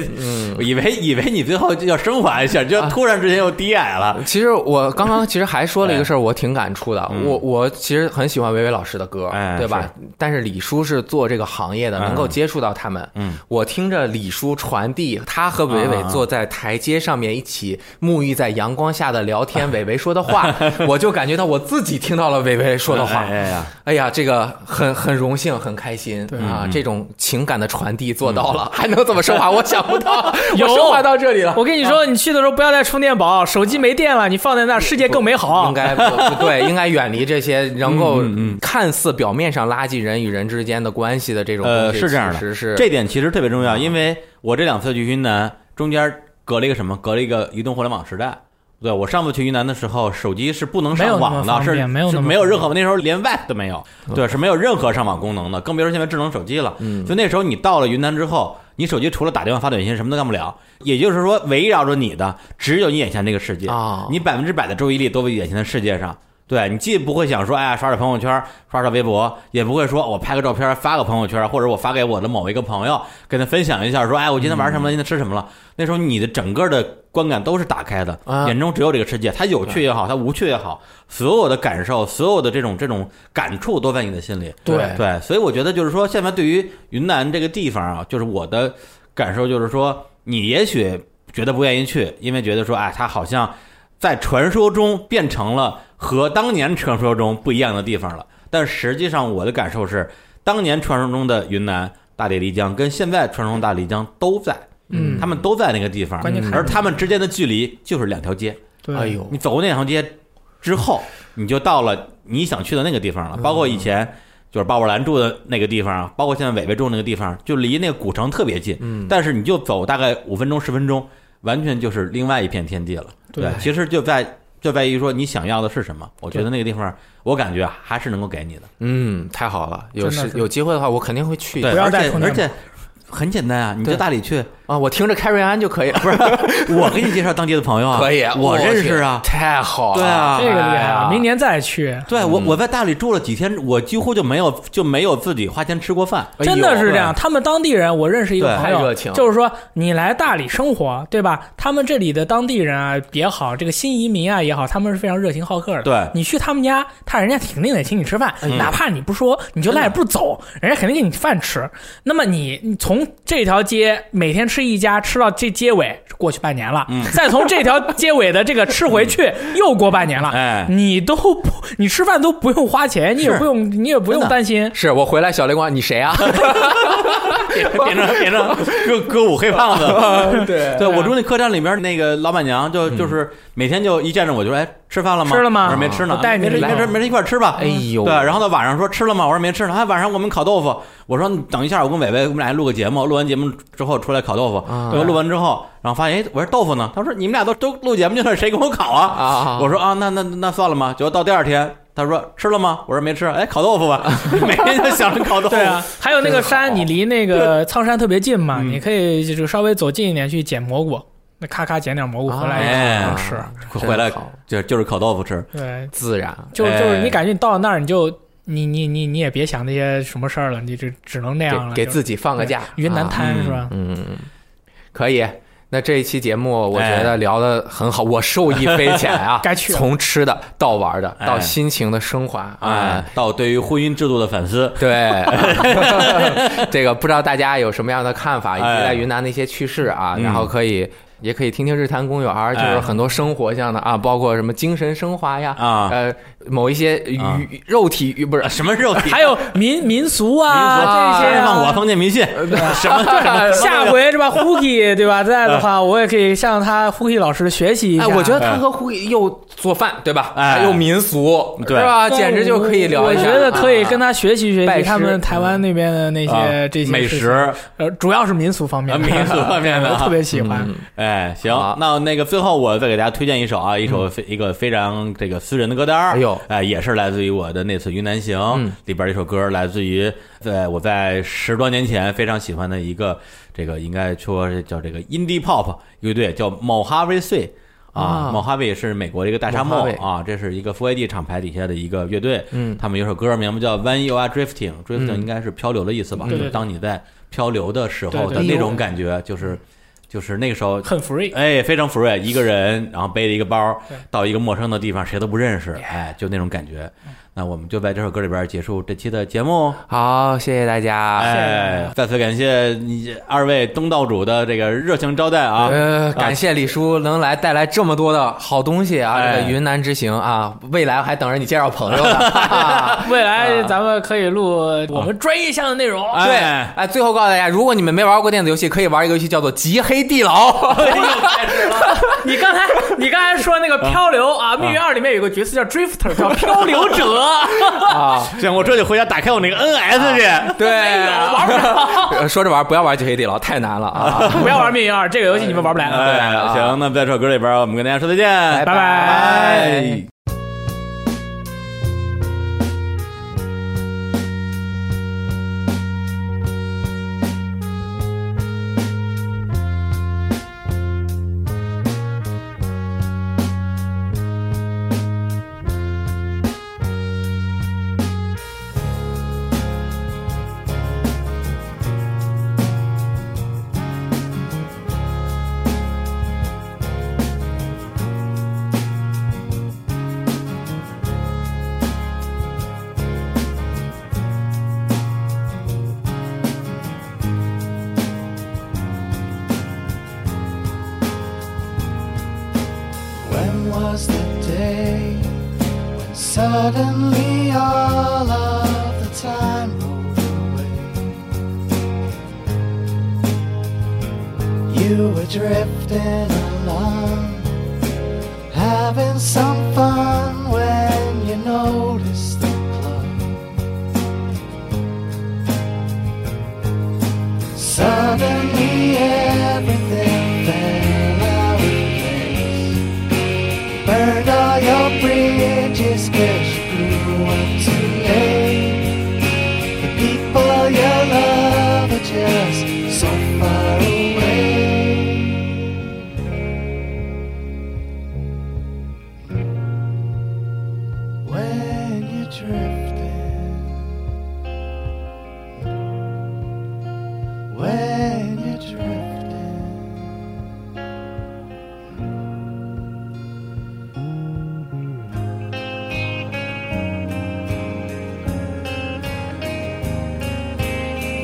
S4: 我以为以为你最后就要升华一下，就
S2: 啊
S4: 突然之间又低矮了。
S2: 其实我刚刚其实还说了一个事儿，我挺感触的。
S4: 哎嗯
S2: 我我其实很喜欢维维老师的歌，
S4: 哎
S2: 对吧？但是李叔是做这个行业的，
S4: 嗯
S2: 能够接触到他们。
S4: 嗯，
S2: 我听着李叔传递他和伟伟
S4: 啊
S2: 坐在台阶上面一起沐浴在阳光下的聊天，伟伟说的
S4: [laughs]
S2: 话，我就感觉到我自己听到了伟伟说的话。
S4: 哎哎呀，
S2: 哎呀，这个很很荣幸，很开心
S4: 嗯
S2: 啊！这种情感的传递做到了，还能怎么升华？我想不到，
S3: 有
S2: 我升华到这里了。
S3: 我跟你说，你去的时候不要带充电宝，手机没电了，你放在那儿，世哎界更美
S2: 嗯
S3: 好啊
S2: 应。该不不对，应该远离这些能
S4: 嗯
S2: 够看似表面上拉近人与人之间的关系的这种
S4: 呃，
S2: 东西。
S4: 是这样
S2: 其
S4: 的，
S2: 实是
S4: 这点其实特别重要，因为我这两次去云南，中间隔了一个什么？隔了一个移动互联网时代。对我上次去云南的时候，手机是不能上网
S3: 没有那么
S4: 的，
S3: 方
S4: 是
S3: 便没有那
S4: 是
S3: 么
S4: 没有任何那时候连 Wi-Fi 都没有，对，是没有任何上网功能的，更别说现在智能手机了。嗯，所以那时候你到了云南之后，你手机除了打电话发短信什么都干不了，也就是说围绕着你的只有你眼前这个世界
S2: 啊
S4: 你百分之百的注意力都在眼前的世界上。对你既不会想说，哎呀，刷刷朋友圈，刷刷微博，也不会说我拍个照片发个朋友圈，或者我发给我的某一个朋友，跟他分享一下，说，哎，我今天玩什么了，今天吃什么了。那时候你的整个的观感都是打开的，
S2: 啊
S4: 眼中只有这个世界，它有趣也好，它无趣也好，所有的感受，所有的这种这种感触都在你的心里。
S2: 对
S4: 对，所以我觉得就是说，现在对于云南这个地方啊，就是我的感受就是说，你也许觉得不愿意去，因为觉得说，哎，它好像在传说中变成了和当年传说中不一样的地方了。但实际上，我的感受是，当年传说中的云南大理丽江跟现在传说中大理丽江都在，
S3: 嗯
S4: 他们都在那个地方
S3: 关键看，
S4: 而他们之间的距离就是两条街。
S3: 对
S2: 哎呦
S4: 你走过那条街之后，你就到了你想去的那个地方了。包括以前就是鲍勃兰住的那个地方啊，包括现在伟伟住的那个地方，就离那个古城特别近。嗯，但是你就走大概五分钟十分钟，完全就是另外一片天地了。
S3: 对
S4: 其实就在就在于说你想要的是什么。我觉得那个地方，我感觉啊还是能够给你的。
S2: 嗯，太好了，有
S3: 真的
S2: 时
S3: 是
S2: 有机会的话，我肯定会去
S4: 对，
S3: 不要
S4: 而
S3: 带
S4: 且
S3: 充电
S4: 而且很简单啊，你
S2: 对
S4: 到大理去，
S2: 啊，我听着开瑞安就可以，不是
S4: 我给你介绍当地的朋友啊，
S2: 可以，
S4: 我认识啊
S2: 去。太好了，
S4: 对啊
S3: 这个厉害
S2: 哎
S3: 啊！
S2: 呀
S3: 明年再去，
S4: 对我，我在大理住了几天，我几乎就没有就没有自己花钱吃过饭。
S2: 哎呦
S3: 真的是这样。他们当地人，我认识一个
S4: 对
S3: 朋
S2: 太热
S3: 友，
S2: 情了
S3: 就是说你来大理生活，对吧？他们这里的当地人啊也好，这个新移民啊也好，他们是非常热情好客的。
S4: 对嗯
S3: 你去他们家，他人家肯定得请你吃饭，哪怕你不说，你就赖着不走，人家肯定给你饭吃。那么你你从这条街每天吃一家，吃到这街尾，过去半年了，
S4: 嗯
S3: 再从这条街尾的这个吃
S4: [laughs]
S3: 回去，又过半年了，
S4: 哎
S3: 你都不你吃饭都不用花钱，你也
S4: 是
S3: 不用你也不用
S4: 真的
S3: 担心。
S2: 是我回来，小雷光，你
S3: [laughs]
S2: 谁啊？
S4: [laughs] 变成变成歌歌舞黑胖子。
S2: 对，
S4: [laughs] 对我住那客栈里边，那个老板娘就就是每天就一见着我就说：“哎，吃饭了吗？
S3: 吃了吗
S4: 我说没吃呢。
S3: 我带你
S4: 没事
S3: 来
S4: 没事没事，一块儿吃吧。
S2: 哎呦
S4: 对，然后到晚上说吃了吗？我说没吃呢。哎，晚上我们烤豆腐。我说你等一下，我跟伟伟我们俩录个节目，录完节目之后出来烤豆腐。
S2: 啊
S4: 对，录完之后，然后发现哎，我说豆腐呢？他说你们俩都都录节目去了，谁给我烤啊？
S2: 啊啊
S4: 我说啊，那那那算了吧。结果到第二天。他说吃了吗？我说没吃。哎，烤豆腐吧， [laughs] 每天就想着烤豆腐。
S3: 对啊，还有那个山，你离那个苍山特别近嘛，你可以就是稍微走近一点去捡蘑菇，那咔咔捡点蘑菇
S2: 啊
S3: 回来
S4: 哎
S3: 能吃。
S4: 回来
S2: 真好
S4: 就就是烤豆腐吃。
S3: 对，
S2: 自然，
S3: 就
S4: 哎
S3: 就是你感觉你到了那儿，你就你你你你也别想那些什么事儿了，你就只能那样了，
S2: 给给
S3: 就
S2: 自己放个假。
S3: 云南
S2: 啊
S3: 滩是吧？
S2: 嗯，可以。那这一期节目，我觉得聊的很好，我受益匪浅
S4: [laughs]
S2: 啊！
S3: 该去了
S2: 从吃的到玩的，
S4: 哎
S2: 到心情的升华
S4: 哎
S2: 啊。，
S4: 到对于婚姻制度的反思。
S2: 对， [laughs] 这个不知道大家有什么样的看法，以及
S4: 哎
S2: 在云南的一些趣事啊，
S4: 嗯
S2: 然后可以。也可以听听日坛公园儿，就是
S4: 哎
S2: 很多生活上的啊，包括什么精神升华呀，
S4: 啊
S2: 呃，某一些语、
S4: 啊
S2: 肉体语不是
S4: 啊 [laughs] 什么肉体？
S3: 还有民民俗
S4: 民俗
S3: 啊
S2: 啊
S3: 这些
S4: 开放我
S3: 啊。
S4: 封建迷信，什么
S2: [laughs]
S3: 下回是吧 h o o k i 对吧？在的话，我也可以向他 h o o k i 老师学习一
S2: 哎，
S3: 下。
S2: 我觉得他和胡又做饭，对吧？
S4: 哎
S2: 又民俗，
S4: 对
S2: 是吧？
S3: 对
S2: 简直就可以聊
S3: 我
S2: 一下。
S3: 觉得可以跟
S2: 他
S3: 他学习学
S2: 拜
S3: 习
S2: 师
S3: 他们台湾那边的那些
S4: 啊
S3: 这些
S4: 美
S3: 事情
S4: 食，
S3: 呃，主要是民俗方面的，
S4: 啊
S3: [laughs]
S4: 民俗方面的
S3: 我特别喜欢。
S4: 哎，行
S2: 好，
S4: 那那个最后我再给大家推荐一首啊，一首非一个非常这个私人的歌单儿，
S2: 哎呦
S4: 哎，也是来自于我的那次云南行
S2: 嗯
S4: 里边儿一首歌，来自于在我在十多年前非常喜欢的一个这个应该说是叫这个 indie pop 乐队，叫 Mojave Sea。
S2: 啊
S4: 啊，莫哈维也是美国的一个大沙漠
S2: Mojave
S4: 啊，这是一个 4AD 厂牌底下的一个乐队，嗯，他们有首歌名字叫《When You Are Drifting》，drifting 应该是漂流的意思吧？
S3: 嗯对对
S4: 就
S3: 对
S4: 当你在漂流的时候
S3: 对
S4: 的
S3: 对
S4: 那种感觉，就是就是那个时候
S3: 很 free，
S4: 哎，非常 free，一个人，然后背着一个包
S3: 对，
S4: 到一个陌生的地方，谁都不认识，哎，就那种感觉。
S2: 嗯
S4: 那我们就在这首歌里边结束这期的节目。
S2: 好，谢谢大家。
S4: 哎，再次感谢你二位东道主的这个热情招待啊！
S2: 呃，感谢李叔能来带来这么多的好东西啊！
S4: 哎
S2: 这个云南之行啊，未来还等着你介绍朋友呢。哈哈
S3: [laughs] 未来
S4: 啊
S3: 咱们可以录我们专业项的内容。
S4: 哎
S2: 对，哎，最后告诉大家，如果你们没玩过电子游戏，可以玩一个游戏叫做《极黑地牢》。
S3: 你刚
S4: [laughs]
S3: 才你刚才说那个漂流啊，《密云二》里面有个角色叫 Drifter，叫漂流
S4: [laughs]
S3: 者，
S4: 行，我这就回家打开我那个 NS 去。
S2: 对，玩不 [laughs] 了。说着玩，不要玩《极黑地牢》，太难了啊！
S3: 不要玩《密云二》这个游戏，你们玩不来。
S4: 哎，行，那在这首歌里边，我们跟大家说再见，
S2: 拜
S3: 拜
S4: 拜。
S7: When was the day when suddenly all of the time rolled away? You were drifting along, having some fun when you noticed the clock. Suddenly everything fell out.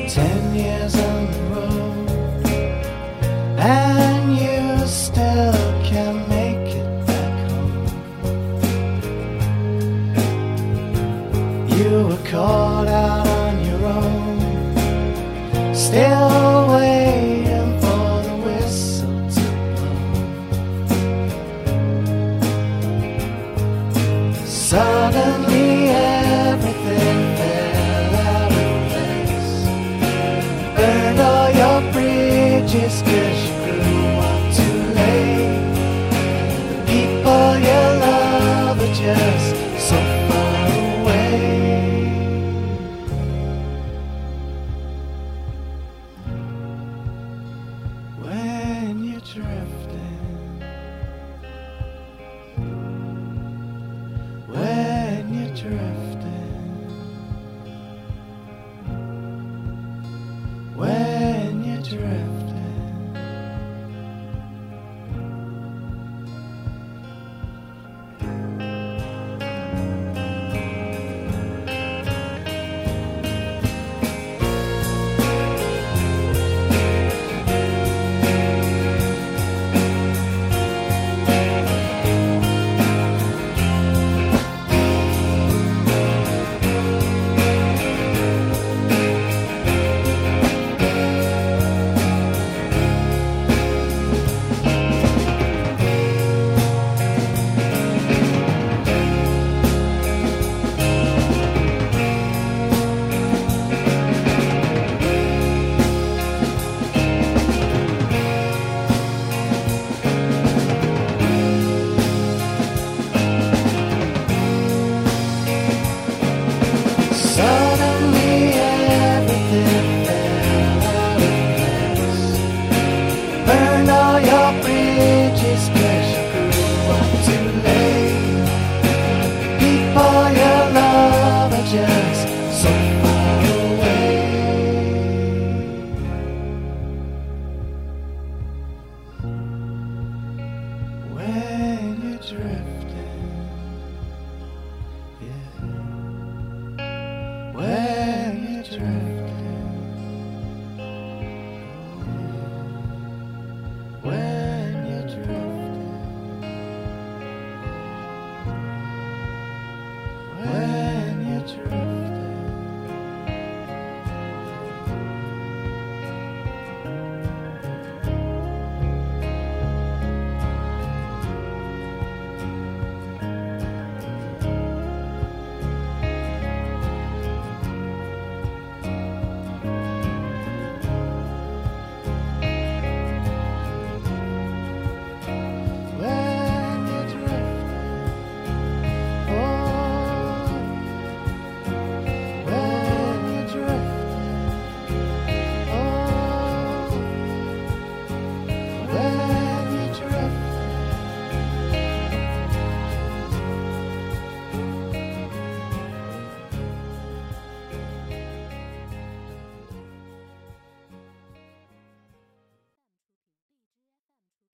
S7: ten years on the road, and you still can make it back home. You were caught out on your own, still waiting for the whistle to blow. Suddenly everything fell out of place. Burned all your bridges 'cause you grew up too late. The people you love are just so far away. When you're drifting, when you're drifting, when you're drifting. Oh. Oh.